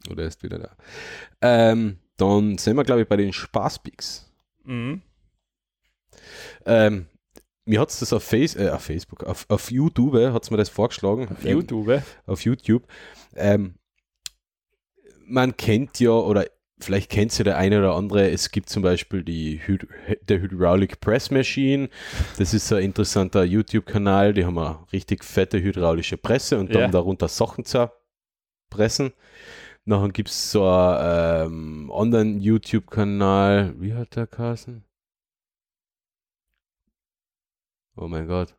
E: Oder er Oh, ist wieder da. Ähm, dann sind wir, glaube ich, bei den Spaßpicks.
D: Mhm.
E: Ähm, mir hat es das auf, Face, äh, auf Facebook, auf, auf YouTube hat es mir das vorgeschlagen.
D: Auf YouTube. äh?
E: Ähm, auf YouTube. Ähm, man kennt ja, oder vielleicht kennt sie der eine oder andere, es gibt zum Beispiel die Hyd der Hydraulic Press Machine. Das ist so ein interessanter YouTube-Kanal. Die haben eine richtig fette hydraulische Presse und
D: Ja.
E: dann darunter Sachen zerpressen. Nachher gibt es so einen ähm, anderen YouTube-Kanal. Wie hat der Carsten? Oh mein Gott.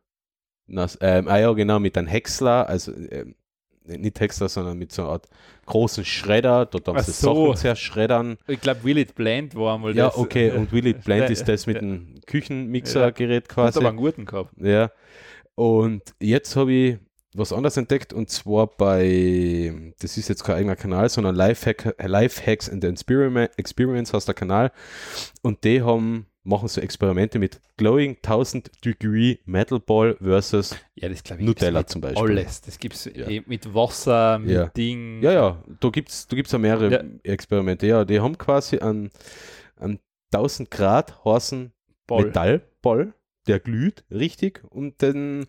E: Nas, ähm, ah ja, genau, mit einem Häcksler, also ähm, nicht Häcksler, sondern mit so einer Art großen Schredder. Dort haben
D: Ach
E: sie
D: so.
E: Sachen zerschreddern.
D: Ich glaube, Will It Blend war einmal
E: Ja,
D: das. äh,
E: okay. Und Will It Blend
D: Ja,
E: ist das mit
D: ja.
E: dem Küchenmixergerät
D: Hat aber
E: quasi.
D: einen guten gehabt.
E: Ja. Und jetzt habe ich was anderes entdeckt und zwar bei, das ist jetzt kein eigener Kanal, sondern Lifehack, Lifehacks and Experiment, Experience heißt der Kanal. Und die haben machen so Experimente mit Glowing 1000 Degree Metal Ball versus
D: Ja, das glaube ich. gibt's
E: Nutella
D: mit
E: zum Beispiel.
D: Alles. Das gibt es
E: Ja.
D: mit Wasser, mit
E: Ja.
D: Ding.
E: Ja, also ja, da gibt es da gibt's ja mehrere
D: Ja.
E: Experimente. Ja, die haben quasi einen, einen 1000 Grad heißen
D: Ball.
E: Metallball, der glüht richtig und dann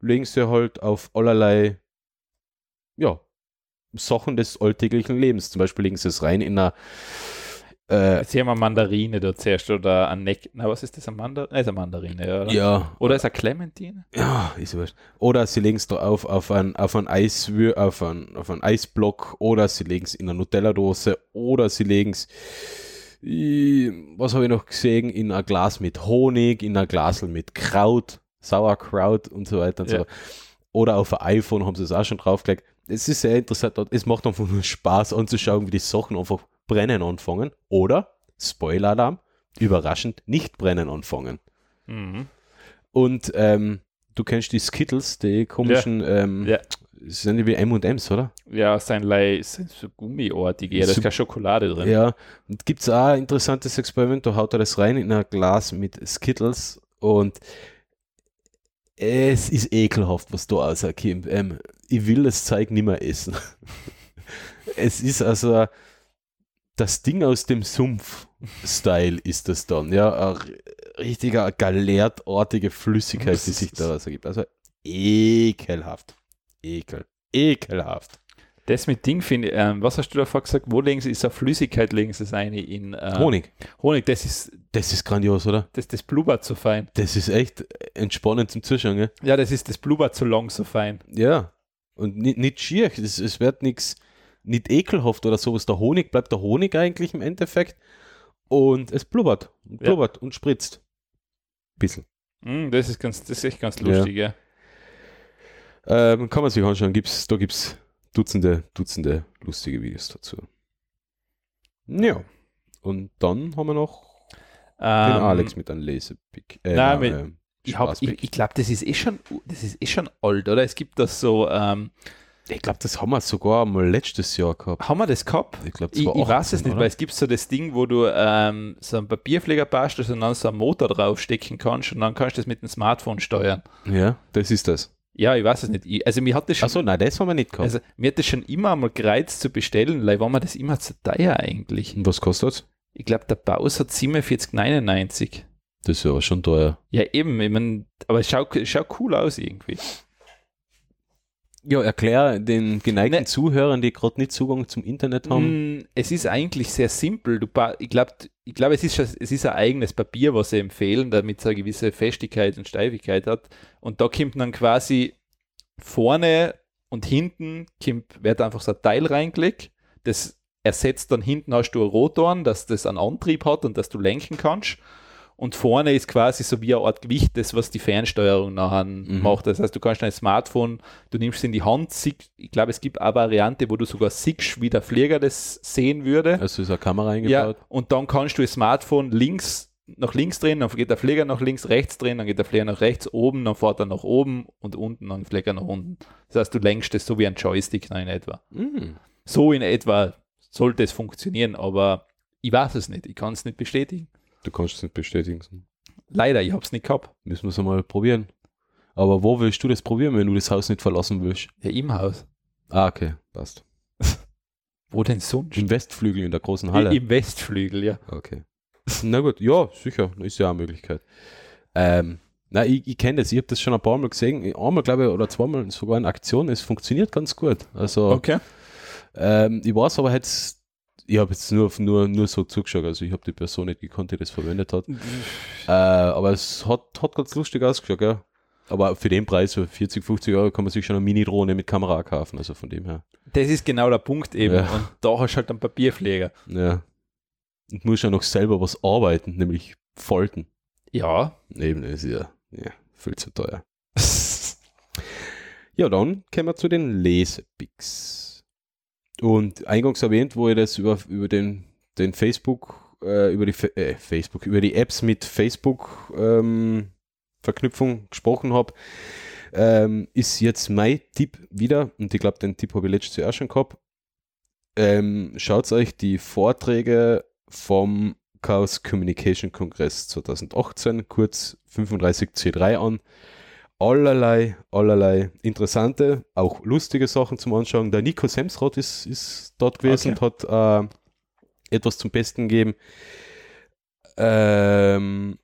E: legen sie halt auf allerlei, ja, Sachen des alltäglichen Lebens. Zum Beispiel legen sie es rein in eine, äh,
D: Jetzt haben wir Mandarine da zuerst oder ein Neck. Na, was ist das? Ein Mandarine? Nein, ist eine Mandarine, ja. Oder,
E: ja,
D: oder ist eine Clementine?
E: Ja, ist wurscht. Oder sie legen es da auf, auf einen auf ein Eis, auf einen, auf einen Eisblock oder sie legen es in eine Nutella-Dose oder sie legen es, was habe ich noch gesehen, in ein Glas mit Honig, in ein Glasel mit Kraut, Sauerkraut und so weiter und so
D: Ja.
E: fort. Oder auf ein iPhone haben sie es auch schon draufgelegt. Es ist sehr interessant. und Es macht einfach nur Spaß anzuschauen, wie die Sachen einfach brennen anfangen. Oder, Spoiler-Alarm, überraschend nicht brennen anfangen.
D: Mhm.
E: Und ähm, du kennst die Skittles, die komischen, ähm,
D: Ja.
E: sind die wie M&M's, oder?
D: Ja, sein Lei sind so gummiartig. Ja, da
E: So-
D: ist keine Schokolade drin.
E: Ja. Und gibt es auch ein interessantes Experiment, da haut er das rein in ein Glas mit Skittles und es ist ekelhaft, was da rauskommt. Ähm, ich will das Zeug nicht mehr essen. es ist also das Ding aus dem Sumpf-Style ist das dann, ja. Ein richtiger galertartige Flüssigkeit, die sich daraus ergibt. Also ekelhaft. Ekel. Ekelhaft.
D: Das mit Ding finde ich, ähm, was hast du davor gesagt? Wo legen sie, ist eine Flüssigkeit, legen sie es ein in äh,
E: Honig.
D: Honig, das ist,
E: Ah. Das ist grandios, oder?
D: das, das blubbert so fein.
E: Das ist echt entspannend zum Zuschauen, gell?
D: Ja, das ist, das blubbert so lang so fein.
E: Ja. Und nicht, nicht schier, es, es wird nichts, nicht ekelhaft oder sowas. Der Honig bleibt der Honig eigentlich im Endeffekt und es blubbert und
D: Ja.
E: blubbert und spritzt. Bisschen.
D: Mm, das ist ganz, das ist echt ganz lustig, ja.
E: Ähm, kann man sich anschauen, gibt's, da gibt es Dutzende, Dutzende lustige Videos dazu. Ja. Und dann haben wir noch den
D: Ähm,
E: Alex mit einem Laserpick. Äh,
D: nein, mit-
E: ähm,
D: Ich, hab- ich,
E: Spaßpick.
D: ich glaube, das ist eh schon, das ist eh schon alt, oder? Es gibt das so, ähm,
E: ich glaube, das haben wir sogar mal letztes Jahr gehabt.
D: haben wir das gehabt?
E: Ich glaube,
D: Ich, ich weiß es nicht, weil es gibt so das Ding, wo du ähm, so einen Papierflieger bastelst und dann so einen Motor draufstecken kannst und dann kannst du das mit dem Smartphone steuern.
E: Ja, das ist das.
D: Ja, ich weiß es nicht. Ich, also mir hat das schon,
E: Achso, nein, das haben wir nicht gehabt.
D: also, mir hat das schon immer einmal gereizt zu bestellen, weil war mir das immer zu teuer eigentlich.
E: Und was kostet das?
D: Ich glaube, der Baus hat 47,99.
E: Das ist aber schon teuer.
D: Ja, eben, ich mein, aber es schaut, es schaut cool aus irgendwie.
E: Ja, erklär den geneigten
D: Ne.
E: Zuhörern, die gerade nicht Zugang zum Internet haben.
D: Mm, Es ist eigentlich sehr simpel. Du, ba- ich glaube, ich glaub, es, ist schon- es ist ein eigenes Papier, was sie empfehlen, damit es eine gewisse Festigkeit und Steifigkeit hat. Und da kommt dann quasi vorne und hinten kommt, wird einfach so ein Teil reingelegt. Das ersetzt dann hinten hast du einen Rotor, dass das einen Antrieb hat und dass du lenken kannst. Und vorne ist quasi so wie eine Art Gewicht, das, was die Fernsteuerung nachher macht. Das heißt, du kannst dein Smartphone, du nimmst es in die Hand, siehst- ich glaube, es gibt eine Variante, wo du sogar siehst, wie der Flieger das sehen würde.
E: Also ist eine Kamera
D: Ja,
E: eingebaut.
D: und dann kannst du das Smartphone links nach links drehen, dann geht der Flieger nach links, rechts drehen, dann geht der Flieger nach rechts, oben, dann fährt er nach oben und unten, dann Flieger nach unten. Das heißt, du lenkst es so wie ein Joystick in etwa.
E: Mm.
D: So in etwa sollte es funktionieren, aber ich weiß es nicht, ich kann es nicht bestätigen.
E: Du kannst es nicht bestätigen.
D: Leider, ich habe es nicht gehabt.
E: Müssen wir es einmal probieren. Aber wo willst du das probieren, wenn du das Haus nicht verlassen willst?
D: Ja, im Haus.
E: Ah, okay, passt.
D: Wo denn sonst?
E: Im Westflügel in der großen Halle.
D: Im Westflügel, ja.
E: Okay. Na gut, ja, sicher, ist ja auch eine Möglichkeit. Ähm, na, ich, ich kenne das, ich habe das schon ein paar Mal gesehen, einmal glaube ich oder zweimal sogar in Aktion, es funktioniert ganz gut. Also Ähm, ich weiß aber jetzt, ich habe jetzt nur, nur, nur so zugeschaut, also ich habe die Person nicht gekannt, die das verwendet hat. äh, aber es hat, hat ganz lustig ausgeschaut, ja. Aber für den Preis, für 40, 50 Euro, kann man sich schon eine Mini-Drohne mit Kamera kaufen, also von dem her.
D: Das ist genau der Punkt eben.
E: Ja.
D: Und da hast du halt einen Papierflieger.
E: Ja. Und muss ja noch selber was arbeiten, nämlich Folten.
D: Ja.
E: Eben ist ja, ja viel zu teuer. ja, dann kommen wir zu den Lesepicks. Und eingangs erwähnt, wo ich das über, über den, den Facebook, äh, über die Fa- äh, Facebook, über die Apps mit Facebook ähm, Verknüpfung gesprochen habe, ähm, ist jetzt mein Tipp wieder, und ich glaube, den Tipp habe ich letztes Jahr schon gehabt. Ähm, Schaut euch die Vorträge vom Chaos Communication Kongress 2018, kurz 35C3 an. Allerlei, allerlei interessante, auch lustige Sachen zum Anschauen. Der Nico Semsrott ist, ist dort gewesen und hat äh, etwas zum Besten gegeben. Ähm,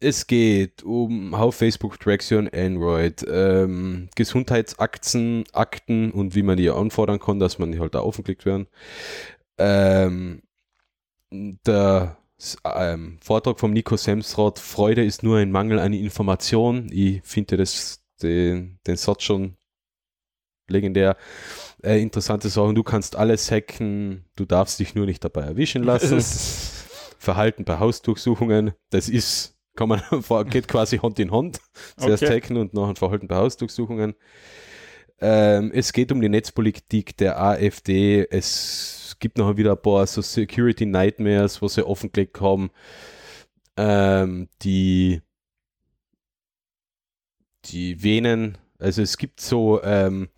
E: es geht um how Facebook tracks you on Android, ähm, Gesundheitsakten Akten und wie man die anfordern kann, dass man die halt da offenklickt werden. Ähm, der s- ähm, Vortrag vom Nico Semsrott, Freude ist nur ein Mangel an Information. Ich finde das, den, den Satz schon legendär. Äh, interessante Sachen, du kannst alles hacken, du darfst dich nur nicht dabei erwischen lassen. Verhalten bei Hausdurchsuchungen, das ist, kann man, geht quasi Hand in Hand. Zuerst
D: Okay.
E: hacken und nachher Verhalten bei Hausdurchsuchungen. Ähm, es geht um die Netzpolitik der AfD. Es gibt nachher wieder ein paar so Security Nightmares, was sie offengelegt haben, ähm, die, die Venen, also es gibt so ähm,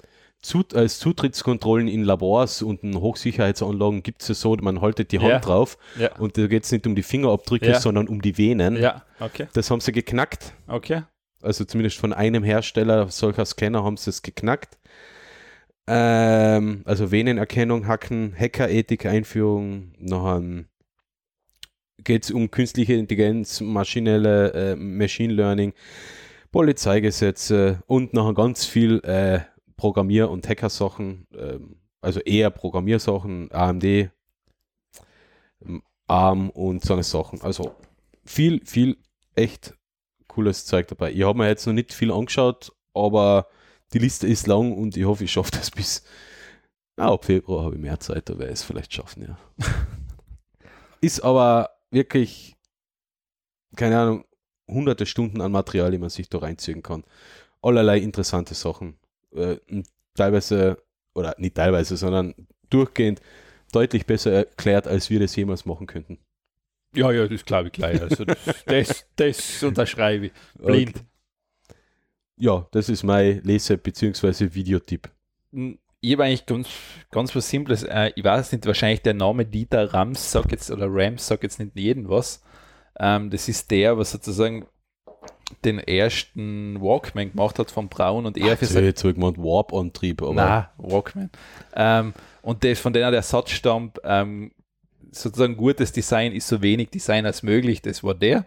E: Zut als Zutrittskontrollen in Labors und in Hochsicherheitsanlagen gibt es ja so, man haltet die Hand
D: Ja.
E: drauf
D: Ja.
E: und da geht es nicht um die Fingerabdrücke,
D: Ja.
E: sondern um die Venen.
D: ja, okay,
E: Das haben sie geknackt
D: okay.
E: also zumindest von einem Hersteller solcher Scanner haben sie es geknackt. Ähm, also Venenerkennung, Hacken, Hackerethik-Einführung, noch ein geht es um künstliche Intelligenz, maschinelle äh, Machine Learning, Polizeigesetze und noch ganz viel äh, Programmier- und Hacker-Sachen, ähm, also eher Programmiersachen, AMD, ähm, ARM und so eine Sachen. Also viel, viel echt cooles Zeug dabei. Ich habe mir jetzt noch nicht viel angeschaut, aber die Liste ist lang und ich hoffe, ich schaffe das bis. Ah, ab Februar habe ich mehr Zeit, da werde ich es vielleicht schaffen, ja. ist aber wirklich, keine Ahnung, hunderte Stunden an Material, die man sich da reinziehen kann. Allerlei interessante Sachen. Äh, und teilweise, oder nicht teilweise, sondern durchgehend deutlich besser erklärt, als wir das jemals machen könnten.
D: Ja, ja, das glaube ich gleich. Also das, das, das unterschreibe ich. Blind.
E: Ja, das ist mein Lese- bzw. Videotipp.
D: N- Hm, Ich habe eigentlich ganz, ganz was Simples. Äh, ich weiß nicht, wahrscheinlich der Name Dieter Rams sagt jetzt, oder Rams sagt jetzt nicht jeden was. Ähm, das ist der, was sozusagen den ersten Walkman gemacht hat von Braun und er für
E: Ich hätte
D: sein.
E: jetzt so gemeint Warp-Antrieb, aber
D: Na, Walkman. Ähm, und der ist von denen der Satz stammt, ähm, sozusagen gutes Design ist so wenig Design als möglich. Das war der.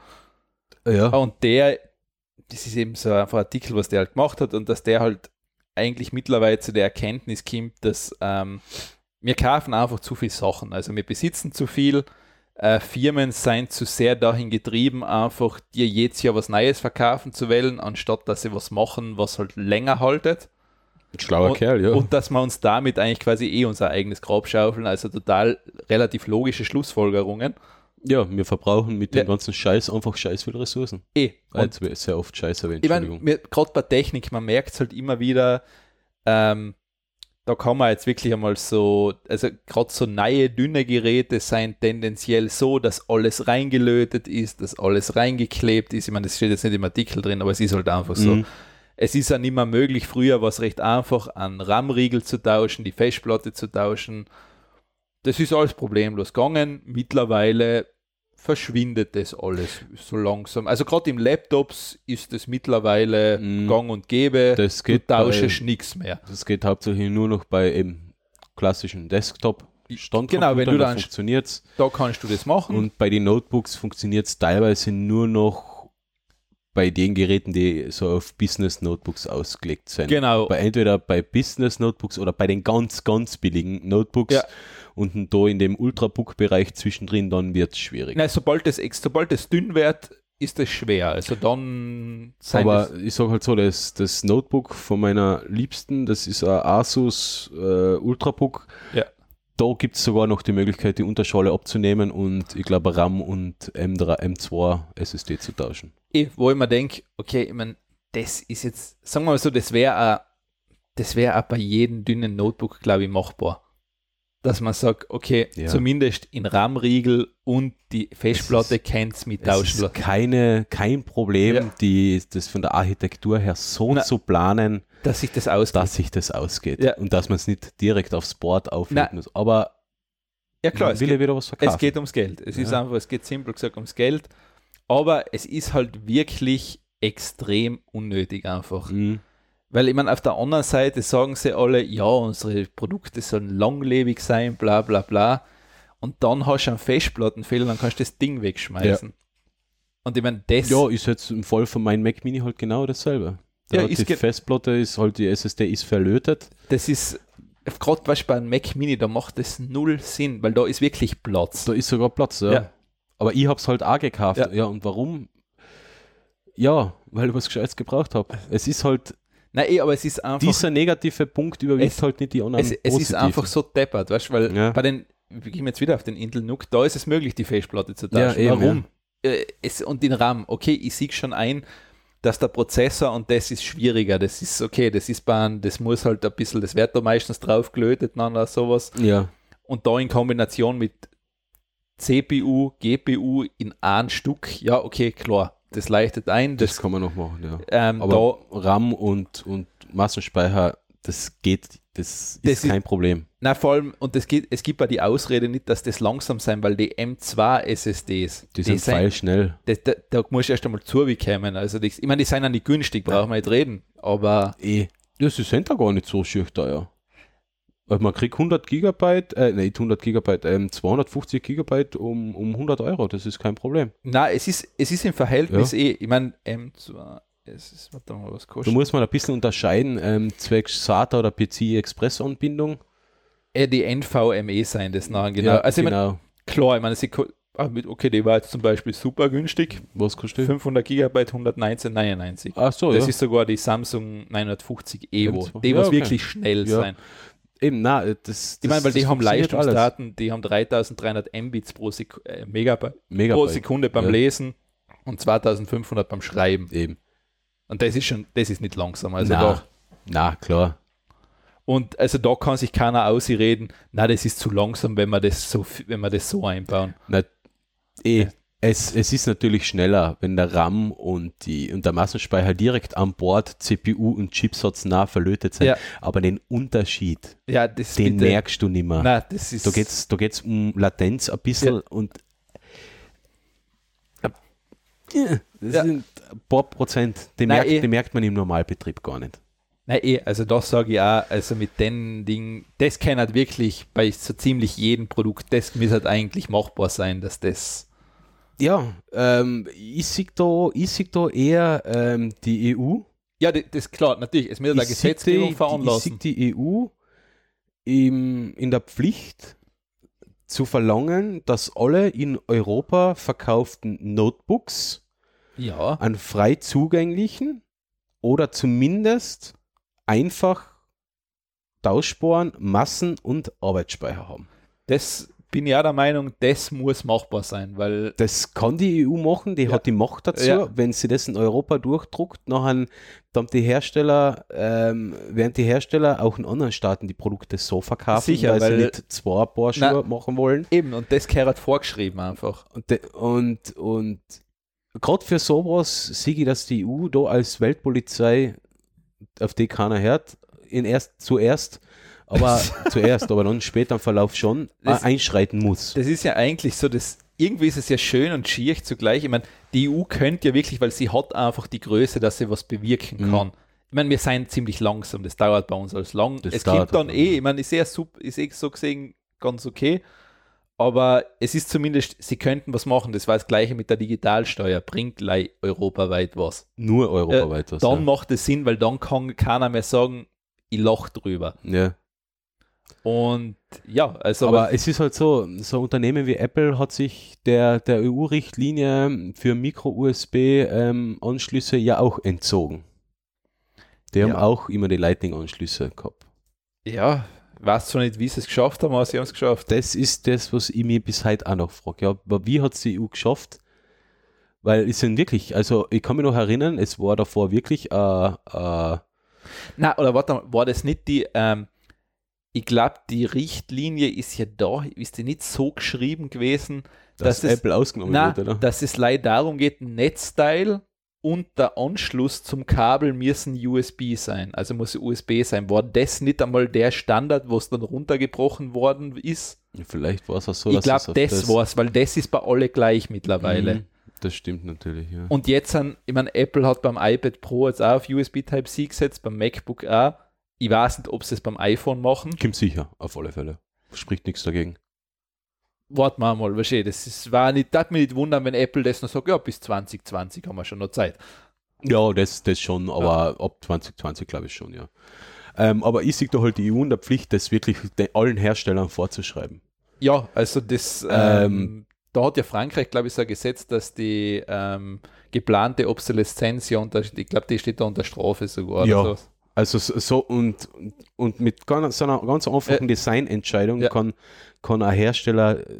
E: ja.
D: Und der, das ist eben so einfach ein Artikel, was der halt gemacht hat und dass der halt eigentlich mittlerweile zu der Erkenntnis kommt, dass ähm, wir kaufen einfach zu viel Sachen. Also wir besitzen zu viel. Äh, Firmen seien zu sehr dahin getrieben, einfach dir jedes Jahr was Neues verkaufen zu wollen, anstatt dass sie was machen, was halt länger haltet.
E: schlauer
D: und,
E: Kerl, ja.
D: Und dass wir uns damit eigentlich quasi eh unser eigenes Grab schaufeln. Also total relativ logische Schlussfolgerungen.
E: ja, wir verbrauchen mit dem
D: Ja.
E: ganzen Scheiß einfach scheiß viel Ressourcen.
D: Eh.
E: Ah, Jetzt wird sehr oft Scheiß erwähnt,
D: ich meine,
E: Entschuldigung.
D: gerade bei Technik, man merkt es halt immer wieder, ähm, da kann man jetzt wirklich einmal so, also gerade so neue, dünne Geräte seien tendenziell so, dass alles reingelötet ist, dass alles reingeklebt ist. Ich meine, das steht jetzt nicht im Artikel drin, aber es ist halt einfach so.
E: Mhm.
D: Es ist ja nicht mehr möglich, früher war es recht einfach, an RAM-Riegel zu tauschen, die Festplatte zu tauschen. Das ist alles problemlos gegangen. Mittlerweile verschwindet das alles so langsam. Also gerade im Laptops ist es mittlerweile
E: Mm.
D: gang und gäbe.
E: Das
D: du
E: geht
D: tauschest
E: bei-
D: nichts mehr.
E: Das geht hauptsächlich nur noch bei eben klassischen Desktop.
D: Genau, wenn du da Hm. ansch-
E: funktioniert es.
D: Da kannst du das machen.
E: Und bei den Notebooks funktioniert es teilweise nur noch bei den Geräten, die so auf Business-Notebooks ausgelegt sind.
D: genau.
E: Bei, entweder bei Business-Notebooks oder bei den ganz, ganz billigen Notebooks.
D: Ja.
E: Und da in dem Ultrabook-Bereich zwischendrin, dann wird es schwierig.
D: Nein, sobald das, ex- sobald das dünn wird, ist das schwer. Also dann sein
E: Aber
D: das-
E: ich sag halt so, das, das Notebook von meiner Liebsten, das ist ein Asus äh, Ultrabook.
D: Ja.
E: Da gibt es sogar noch die Möglichkeit, die Unterschale abzunehmen und ich glaube RAM und M3, M2 SSD zu tauschen.
D: eh, wo ich mir denke, okay, ich meine, das ist jetzt, sagen wir mal so, das wäre das wäre auch bei jedem dünnen Notebook, glaube ich, machbar. Dass man sagt, okay,
E: Ja.
D: zumindest in RAM-Riegel und die Festplatte
E: ist-
D: kennt es mit
E: Es
D: tauschen.
E: ist keine, kein Problem,
D: Ja.
E: die, das von der Architektur her so
D: Na.
E: zu planen,
D: Dass sich das ausgeht.
E: dass sich das ausgeht
D: Ja.
E: und dass man es nicht direkt aufs Board auflegen
D: Na.
E: muss. Aber
D: Ja klar,
E: Dann
D: es
E: will
D: geht,
E: er wieder was verkaufen.
D: es geht ums Geld. Es ist
E: Ja.
D: einfach, es geht simpel gesagt ums Geld. Aber es ist halt wirklich extrem unnötig einfach.
E: Mhm.
D: Weil ich meine, auf der anderen Seite sagen sie alle, ja, unsere Produkte sollen langlebig sein, bla bla bla. Und dann hast du einen Festplattenfehler, dann kannst du das Ding wegschmeißen. Und ich meine, das
E: Ja, ist jetzt im Fall von meinem Mac Mini halt genau dasselbe. Da
D: Ja,
E: hat
D: ist
E: die
D: ge-
E: Festplatte ist halt, die SSD ist verlötet.
D: das ist, gerade weißt, bei einem Mac Mini, da macht das null Sinn, weil da ist wirklich Platz.
E: Da ist sogar Platz, ja.
D: Ja.
E: Aber ich habe es halt auch gekauft.
D: Ja.
E: Ja. und warum? Ja, weil ich was Gescheites gebraucht habe. Es ist halt,
D: Nein, eh, aber es ist einfach,
E: dieser negative Punkt überwiegt
D: Es-
E: halt nicht die anderen
D: es, es ist
E: positiven.
D: einfach so deppert, weißt du, weil
E: Ja.
D: bei den, wir gehen jetzt wieder auf den Intel Nook, da ist es möglich, die Festplatte zu tauschen.
E: eben,
D: Warum? Äh, es, und den RAM, okay, ich sehe schon ein, dass der Prozessor und das ist schwieriger, das ist okay, das ist Bahn, das muss halt ein bisschen, das wird da meistens drauf gelötet, dann oder sowas.
E: Ja,
D: Und da in Kombination mit CPU, GPU in ein Stück, ja, okay, klar, das leichtet ein,
E: das,
D: das,
E: kann man noch machen, ja.
D: ähm, da,
E: Aber RAM und, und Massenspeicher, das geht, das,
D: Das
E: ist
D: ist-
E: kein Problem.
D: Na, vor allem, und es gibt, es gibt auch die Ausrede nicht, dass das langsam sein, weil die M2 SSDs,
E: Die sind feilschnell.
D: da, da, da musst du erst einmal zubekommen. Also, die, ich meine, die sind ja nicht günstig, brauchen wir nicht reden, aber
E: Eh. Ja, sie sind da gar nicht so schier teuer. Weil man kriegt 100 Gigabyte, äh, nicht 100 Gigabyte, ähm, 250 Gigabyte um, um 100 Euro, das ist kein Problem.
D: na, es ist, es ist im Verhältnis eh, ich meine, M2, es ist, warte mal, was
E: Da
D: kostet
E: muss man ein bisschen unterscheiden ähm, zwecks SATA oder PCI-Express-Anbindung.
D: äh, die NVMe sein, das nahen, genau.
E: Ja,
D: also, Ich meine,
E: genau.
D: klar, ich meine, sie, ko- ah, mit- okay, die war jetzt zum Beispiel super günstig,
E: Was kostet?
D: 500 Gigabyte, 119,99.
E: Ach so,
D: Das
E: Hm. Ah, ja.
D: ist sogar die Samsung 950 Evo,
E: M2.
D: die
E: Ja,
D: muss
E: okay.
D: wirklich schnell
E: Ja.
D: sein.
E: Eben, na, das, das
D: Ich meine, weil
E: das
D: die haben
E: funktioniert alles.
D: Leistungsdaten, die haben 3300 Mbits pro, Sek äh, Megabyte, pro
E: Megabyte.
D: Sekunde beim
E: Ja.
D: Lesen und 2500 beim Schreiben.
E: Eben.
D: Und das ist schon, das ist nicht langsam. Also
E: na,
D: da,
E: na, klar.
D: und also da kann sich keiner ausreden, na, das ist zu langsam, wenn wir das so, f- wenn wir das so einbauen.
E: Na, eh, es, es ist natürlich schneller, wenn der RAM und, die, und der Massenspeicher direkt an Bord, CPU und Chipsatz nah verlötet sind.
D: Ja.
E: Aber den Unterschied,
D: Ja, das
E: den
D: bitte-
E: merkst du nicht mehr.
D: na, das ist
E: Da geht es da geht's um Latenz ein bisschen
D: Ja.
E: und äh, das
D: Ja.
E: sind ein paar Prozent. Den,
D: Nein,
E: merkt,
D: eh.
E: den merkt man im Normalbetrieb gar nicht.
D: Nein, eh, also das sage ich auch, also mit den Dingen, das kann halt wirklich bei so ziemlich jedem Produkt, das müsste halt eigentlich machbar sein, dass das
E: Ja, ähm, ich sehe da, ich seh da eher ähm, die EU.
D: ja, das ist klar, natürlich, es wird eine
E: Ich sehe die,
D: Gesetzgebung
E: ich
D: veranlassen.
E: sehe die EU im, in der Pflicht zu verlangen, dass alle in Europa verkauften Notebooks
D: Ja,
E: an frei zugänglichen oder zumindest einfach Tauschsporen, Massen und Arbeitsspeicher haben.
D: das bin ich auch der Meinung, das muss machbar sein, weil
E: Das kann die EU machen, die
D: Ja.
E: hat die Macht dazu.
D: Ja.
E: Wenn sie das in Europa durchdruckt, nachher dann die Hersteller, ähm, während die Hersteller auch in anderen Staaten die Produkte so verkaufen,
D: Sicher,
E: weil,
D: weil-
E: sie nicht zwei Paar Schuhe
D: Na.
E: machen wollen.
D: eben, und das gehört halt vorgeschrieben einfach.
E: Und, de- und, und gerade für sowas sehe ich, dass die EU da als Weltpolizei, auf die keiner hört, in erst, zuerst, aber zuerst, aber dann später im Verlauf schon äh,
D: Das-
E: einschreiten muss.
D: Das ist ja eigentlich so, das irgendwie ist es ja schön und schier zugleich. Ich meine, die EU könnte ja wirklich, weil sie hat einfach die Größe, dass sie was bewirken
E: Mhm.
D: kann. Ich meine, wir sind ziemlich langsam, das dauert bei uns als lang.
E: Das
D: es
E: dauert
D: kommt dann
E: auch
D: eh, ich meine, ist sehr sup- ist eh so gesehen ganz okay. Aber es ist zumindest, sie könnten was machen. Das war das gleiche mit der Digitalsteuer. Bringt gleich europaweit was.
E: Nur europaweit. was,
D: Dann macht es Sinn, weil dann kann keiner mehr sagen, ich lach drüber.
E: ja. ja.
D: Und ja, also
E: aber, es ist halt so, so ein Unternehmen wie Apple hat sich der, der EU-Richtlinie für Micro-USB-Anschlüsse ähm, ja auch entzogen. Die haben
D: Ja.
E: auch immer die Lightning-Anschlüsse gehabt.
D: ja, weiß zwar nicht, wie sie es geschafft haben, aber sie haben es geschafft.
E: Das ist das, was ich mir bis heute auch noch frage. Ja, aber wie hat es die EU geschafft? Weil es sind wirklich, also ich kann mich noch erinnern, es war davor wirklich, äh, äh,
D: Na, oder warte mal, war das nicht die, ähm, ich glaube, die Richtlinie ist ja da, ist die nicht so geschrieben gewesen,
E: dass
D: dass es,
E: Apple ausgenommen
D: na,
E: wird, oder?
D: dass es leider darum geht, ein Netzteil und der Anschluss zum Kabel müssen USB sein, also muss USB sein. War das nicht einmal der Standard, wo es dann runtergebrochen worden ist?
E: Vielleicht war es auch so,
D: ich
E: dass
D: glaube,
E: es auf
D: das, war's, weil das ist bei alle gleich mittlerweile.
E: also Mhm, Das stimmt natürlich, ja.
D: Und jetzt an, ich meine, Apple hat beim iPad Pro jetzt auch auf USB Type-C gesetzt, beim MacBook auch. Ich weiß nicht, ob sie es beim iPhone machen.
E: Kim sicher, auf alle Fälle. Spricht nichts dagegen.
D: Warte mal mal, verstehe, das ist, war nicht, darf mich nicht wundern, wenn Apple das noch sagt, ja, bis 2020 haben wir schon noch Zeit.
E: Ja, das, das schon, aber ab 2020 glaube ich schon, ja. Ähm, aber ich sehe da halt die EU in der Pflicht, das wirklich de- allen Herstellern vorzuschreiben.
D: Ja, also das, ähm, da hat ja Frankreich, glaube ich, so ein Gesetz, dass die ähm, geplante Obsoleszenz ja unter, ich glaube, die steht da unter Strafe sogar.
E: Ja.
D: Oder sowas.
E: Also so- so und, und mit ganz, so einer ganz einfachen Designentscheidung
D: Ja.
E: kann, kann ein Hersteller äh,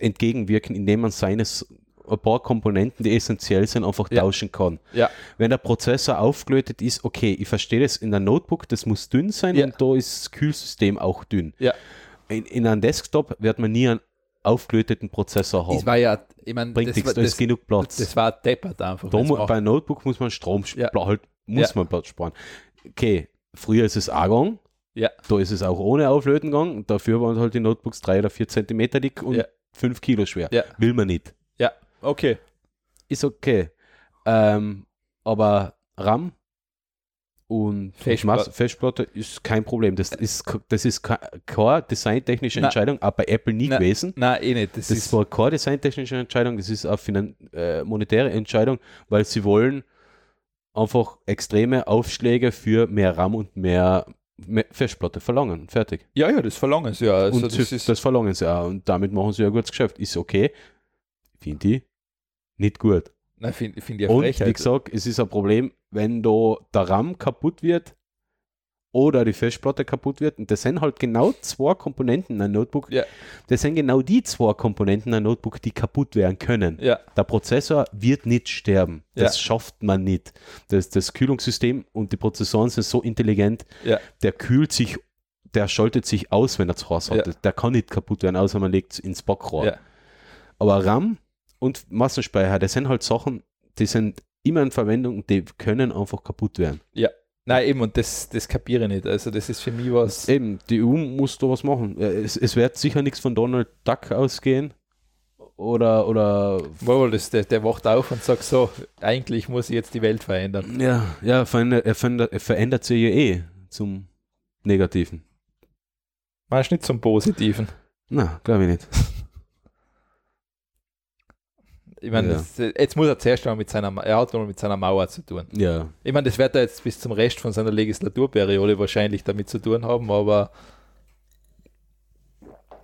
E: entgegenwirken, indem man seines ein paar Komponenten, die essentiell sind, einfach
D: Ja.
E: tauschen kann.
D: Ja.
E: Wenn der Prozessor aufgelötet ist, okay, ich verstehe das in der Notebook, das muss dünn sein
D: Ja.
E: und da ist das Kühlsystem auch dünn.
D: Ja.
E: In, in einem Desktop wird man nie einen aufgelöteten Prozessor haben.
D: Das war ja, ich meine,
E: Bringt
D: das,
E: nichts,
D: war-
E: da ist
D: das,
E: genug Platz.
D: das war deppert einfach.
E: Da
D: wenn's
E: mu-
D: macht.
E: bei Notebook muss man Strom sp-
D: Ja.
E: bla- halt, muss
D: Ja.
E: man Platz sparen. Okay, früher ist es auch gegangen.
D: Ja.
E: Da ist es auch ohne Auflöten gegangen. Dafür waren halt die Notebooks drei oder vier Zentimeter dick und
D: Ja.
E: fünf Kilo schwer.
D: Ja.
E: Will man nicht.
D: ja, okay.
E: Ist okay. Ähm, aber RAM und
D: Festpla-
E: Mas- Festplatte ist kein Problem. Das ist, ke- das ist ke- keine designtechnische
D: Na.
E: Entscheidung, auch bei Apple nie
D: Na.
E: gewesen.
D: Nein, eh nicht. Das,
E: Das
D: ist,
E: war keine designtechnische Entscheidung, das ist eine finan äh, monetäre Entscheidung, weil sie wollen einfach extreme Aufschläge für mehr RAM und mehr, mehr Festplatte verlangen. Fertig.
D: ja, ja, das verlangen sie ja. Also,
E: und
D: das
E: das,
D: ist,
E: das verlangen sie auch. Und damit machen sie ja ein gutes Geschäft. Ist okay. Finde ich nicht gut.
D: nein, finde find ich eine
E: und wie
D: Frechheit.
E: gesagt, es ist ein Problem, wenn da der RAM kaputt wird oder die Festplatte kaputt wird. Und das sind halt genau zwei Komponenten ein Notebook.
D: Ja.
E: Das sind genau die zwei Komponenten ein Notebook, die kaputt werden können.
D: ja,
E: Der Prozessor wird nicht sterben. Das
D: Ja.
E: schafft man nicht. Das, das Kühlungssystem und die Prozessoren sind so intelligent,
D: Ja.
E: der kühlt sich, der schaltet sich aus, wenn er zu Hause hat.
D: Ja.
E: Der kann nicht kaputt werden, außer man legt es ins Backrohr.
D: Ja.
E: Aber RAM und Massenspeicher, das sind halt Sachen, die sind immer in Verwendung und die können einfach kaputt werden.
D: nein, eben, und das, das kapiere ich nicht. Also, das ist für mich was.
E: Eben, die EU muss da was machen. Äh, Es, es wird sicher nichts von Donald Duck ausgehen. Oder, oder
D: Wow, das, der, der wacht auf und sagt so, eigentlich muss ich jetzt die Welt verändern.
E: Ja, ja, verändert, er verändert, er verändert sich ja eh zum Negativen.
D: Meinst du nicht zum Positiven?
E: Na, glaube ich nicht.
D: Ich meine,
E: Ja.
D: das- jetzt muss er zuerst mal mit seiner, Ma- er hat mal mit seiner Mauer zu tun.
E: Ja.
D: Ich meine, das wird er jetzt bis zum Rest von seiner Legislaturperiode wahrscheinlich damit zu tun haben, aber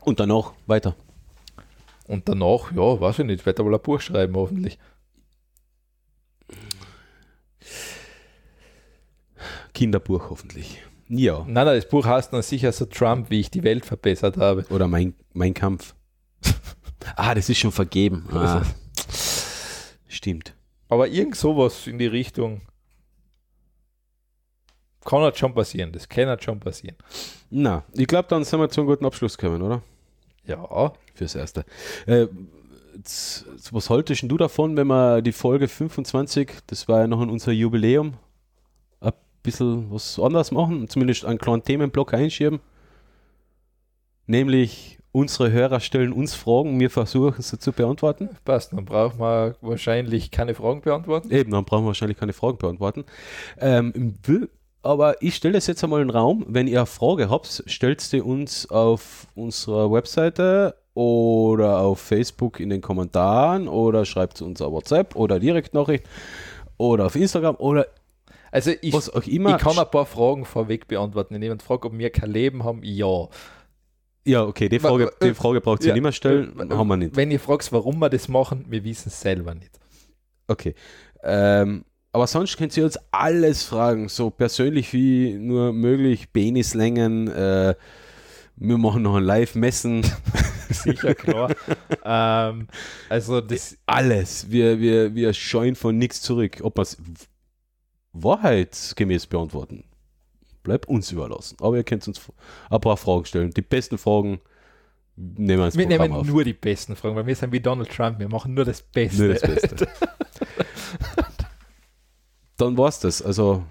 E: Und dann auch weiter.
D: und danach, ja, weiß ich nicht, wird er wohl ein Buch schreiben, hoffentlich.
E: Kinderbuch hoffentlich. Ja.
D: Nein, nein, das Buch heißt dann sicher so Trump, wie ich die Welt verbessert habe.
E: Oder mein, mein Kampf. ah, das ist schon vergeben. Ah. Stimmt.
D: Aber irgend sowas in die Richtung kann halt schon passieren, das kann halt schon passieren.
E: Na, ich glaube, dann sind wir zu einem guten Abschluss gekommen, oder?
D: Ja,
E: Fürs Erste. Äh, z- z- was haltest denn du davon, wenn wir die Folge 25, das war ja noch in unser Jubiläum, ein bisschen was anders machen, zumindest einen kleinen Themenblock einschieben? Nämlich unsere Hörer stellen uns Fragen, wir versuchen sie zu beantworten.
D: passt, dann braucht man wahrscheinlich keine Fragen beantworten.
E: Eben, dann brauchen wir wahrscheinlich keine Fragen beantworten. Ähm, w- aber ich stelle das jetzt einmal in den Raum. Wenn ihr eine Frage habt, stellt sie uns auf unserer Webseite oder auf Facebook in den Kommentaren oder schreibt sie uns auf WhatsApp oder Direktnachricht oder auf Instagram oder
D: Also ich,
E: was auch immer.
D: ich kann ein paar Fragen vorweg beantworten. Wenn jemand fragt, ob wir kein Leben haben, ja.
E: ja, okay, die Frage,
D: Äh,
E: die Frage braucht ihr
D: ja.
E: nicht mehr stellen.
D: Äh,
E: Haben wir nicht.
D: Wenn ihr fragt, warum wir das machen, wir wissen es selber nicht.
E: Okay. Ähm, aber sonst könnt ihr uns alles fragen, so persönlich wie nur möglich, Penislängen, äh, wir machen noch ein Live-Messen,
D: Sicher, klar. ähm, also das,
E: alles. Wir, wir, wir scheuen von nichts zurück. Ob wir es wahrheitsgemäß beantworten, bleibt uns überlassen. Aber ihr könnt uns ein paar Fragen stellen. Die besten Fragen nehmen wir ins
D: wir
E: Programm
D: nehmen
E: auf.
D: nur die besten Fragen, weil wir sind wie Donald Trump, wir machen nur das Beste.
E: Nur das Beste. Dann war's das. Also,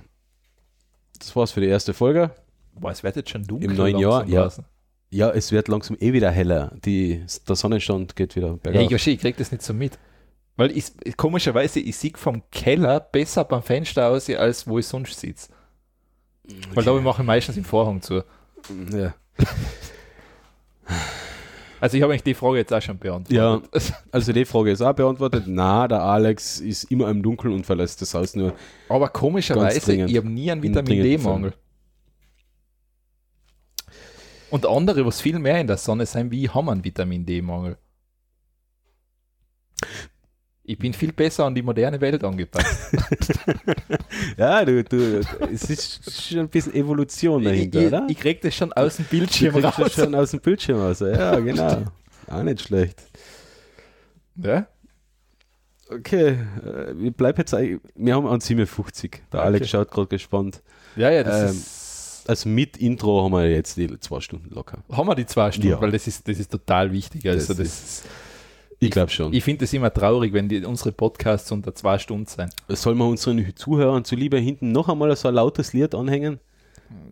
E: das war's für die erste Folge.
D: Boah, es wird jetzt schon dunkel.
E: Im neuen
D: langsam
E: Jahr, ja.
D: draußen.
E: Ja, es wird langsam eh wieder heller. Die, der Sonnenstand geht wieder
D: Ja,
E: bergauf.
D: Joshi, ich krieg das nicht so mit. Weil ich, komischerweise, ich sehe vom Keller besser beim Fenster aus, als wo ich sonst sitze. Weil da mache ich meistens den Vorhang zu.
E: ja.
D: Also ich habe eigentlich die Frage jetzt auch schon beantwortet.
E: ja, also die Frage ist auch beantwortet. Na, der Alex ist immer im Dunkeln und verlässt das Haus nur.
D: Aber
E: Ganz
D: komischerweise,
E: dringend.
D: ich habe nie einen Vitamin
E: Dringend
D: D-Mangel. Und andere, was viel mehr in der Sonne sind, wie ich, haben einen Vitamin D-Mangel. Ich bin viel besser an die moderne Welt angepasst.
E: Ja, du, du, es ist schon ein bisschen Evolution
D: ich,
E: dahinter,
D: ich,
E: oder?
D: ich krieg das schon aus dem
E: Du
D: Bildschirm
E: kriegst das
D: raus.
E: schon aus dem Bildschirm raus. Ja, genau. auch nicht schlecht.
D: Ja?
E: Okay, äh, ich bleib jetzt. eigentlich- Wir haben an 57. Der Alex
D: Okay.
E: schaut gerade gespannt.
D: ja, ja, das
E: Ähm,
D: ist.
E: Also mit Intro haben wir jetzt die zwei Stunden locker.
D: Haben wir die zwei Stunden,
E: Ja.
D: weil das ist, das ist total wichtig. Also
E: Das
D: das
E: Ich glaube schon.
D: ich finde es immer traurig, wenn die, unsere Podcasts unter zwei Stunden sind.
E: Sollen wir unseren Zuhörern zuliebe hinten noch einmal so ein lautes Lied anhängen?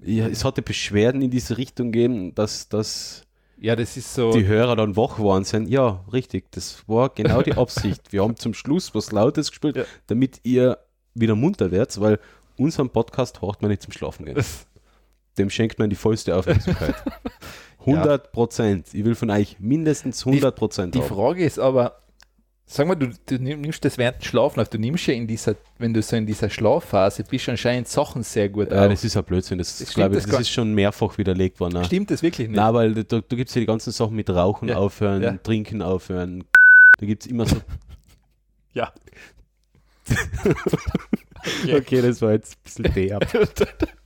E: Ja, es hatte Beschwerden in diese Richtung gegeben, dass, dass
D: Ja, das ist so.
E: die Hörer dann wach waren sind. Ja, richtig, das war genau die Absicht. Wir haben zum Schluss was Lautes gespielt,
D: Ja.
E: damit ihr wieder munter werdet, weil unseren Podcast horcht man nicht zum Schlafen gehen. Dem schenkt man die vollste Aufmerksamkeit. 100 Prozent. Ich will von euch mindestens 100 Prozent
D: Die
E: haben.
D: Frage ist aber, sag mal, du, du nimmst das während dem Schlafen auf, du nimmst ja in dieser, wenn du so in dieser Schlafphase bist, anscheinend Sachen sehr gut
E: Ja,
D: auf.
E: das ist ein Blödsinn. Das,
D: Das stimmt,
E: glaube ich,
D: das
E: das
D: gar-
E: ist schon mehrfach widerlegt worden. ne?
D: Stimmt das wirklich nicht?
E: Na, weil da, da gibt es ja die ganzen Sachen mit Rauchen
D: Ja,
E: aufhören,
D: ja.
E: Trinken aufhören. Da gibt es immer so.
D: Ja.
E: okay. das war jetzt ein bisschen derb.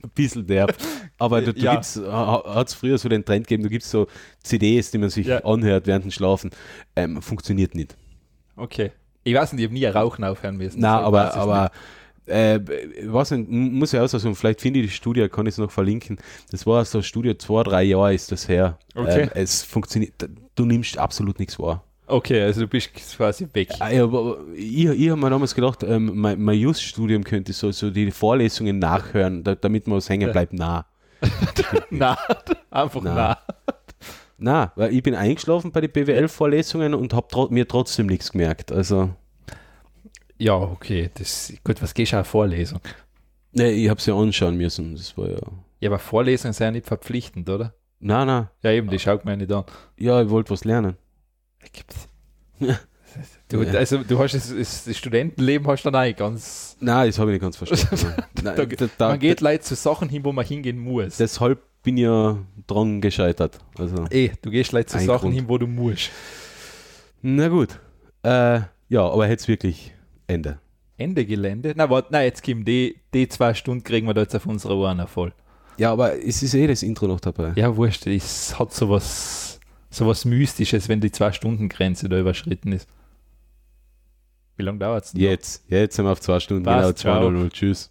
E: ein bisschen derb. Aber da, da
D: Ja.
E: gibt's, hat es früher so den Trend gegeben, da gibt es so CDs, die man sich
D: Ja.
E: anhört während dem Schlafen. Ähm, funktioniert nicht.
D: Okay. Ich weiß nicht, ich habe nie ein Rauchen aufhören müssen.
E: Na,
D: Deshalb weiß
E: aber,
D: ich's
E: aber äh, was nicht, m- muss ja aussuchen, vielleicht finde ich die Studie, kann ich es noch verlinken. Das war so eine Studie, zwei, drei Jahre ist das her.
D: Okay.
E: Ähm, es funktioniert, du nimmst absolut nichts wahr.
D: nicht. Okay, also du bist quasi weg.
E: Ah, ja, aber- aber Ich, ich habe mir damals gedacht, ähm, mein, mein Just-Studium könnte so, so die Vorlesungen nachhören, da, damit man was hängen bleibt. Na,
D: Na, einfach
E: Na.
D: na.
E: na, weil ich bin eingeschlafen bei den BWL-Vorlesungen und habe tro mir trotzdem nichts gemerkt. Also,
D: Ja, okay, das gut, was gehst du auch Vorlesung?
E: ne, ich habe es ja anschauen müssen. Das war ja.
D: Ja, aber Vorlesungen sind ja nicht verpflichtend, oder?
E: Na, na,
D: Ja, eben, die schaut man ja nicht an.
E: ja, ich wollte was lernen.
D: Du,
E: Ja.
D: Also du hast das, das, das Studentenleben hast du dann auch ganz.
E: Na, das habe ich nicht ganz verstanden. Nein,
D: Da,
E: da- da-
D: man geht leider zu Sachen hin, wo man hingehen muss.
E: Deshalb bin ich ja dran gescheitert. Also,
D: Ey, Eh, du gehst leider zu
E: Ein
D: Sachen
E: Grund.
D: hin, wo du musst.
E: na gut. Äh, ja, aber jetzt wirklich Ende.
D: Ende Gelände. Na, warte, na, jetzt Kim, die, die zwei Stunden kriegen wir da jetzt auf unsere Ohren auch voll.
E: Ja, aber es ist eh das Intro noch dabei.
D: Ja, wurscht, es hat sowas, sowas Mystisches, wenn die Zwei-Stunden-Grenze da überschritten ist. Wie lange dauert es
E: Jetzt, jetzt sind wir auf zwei Stunden.
D: Passt,
E: genau,
D: ciao.
E: 2.00. Tschüss.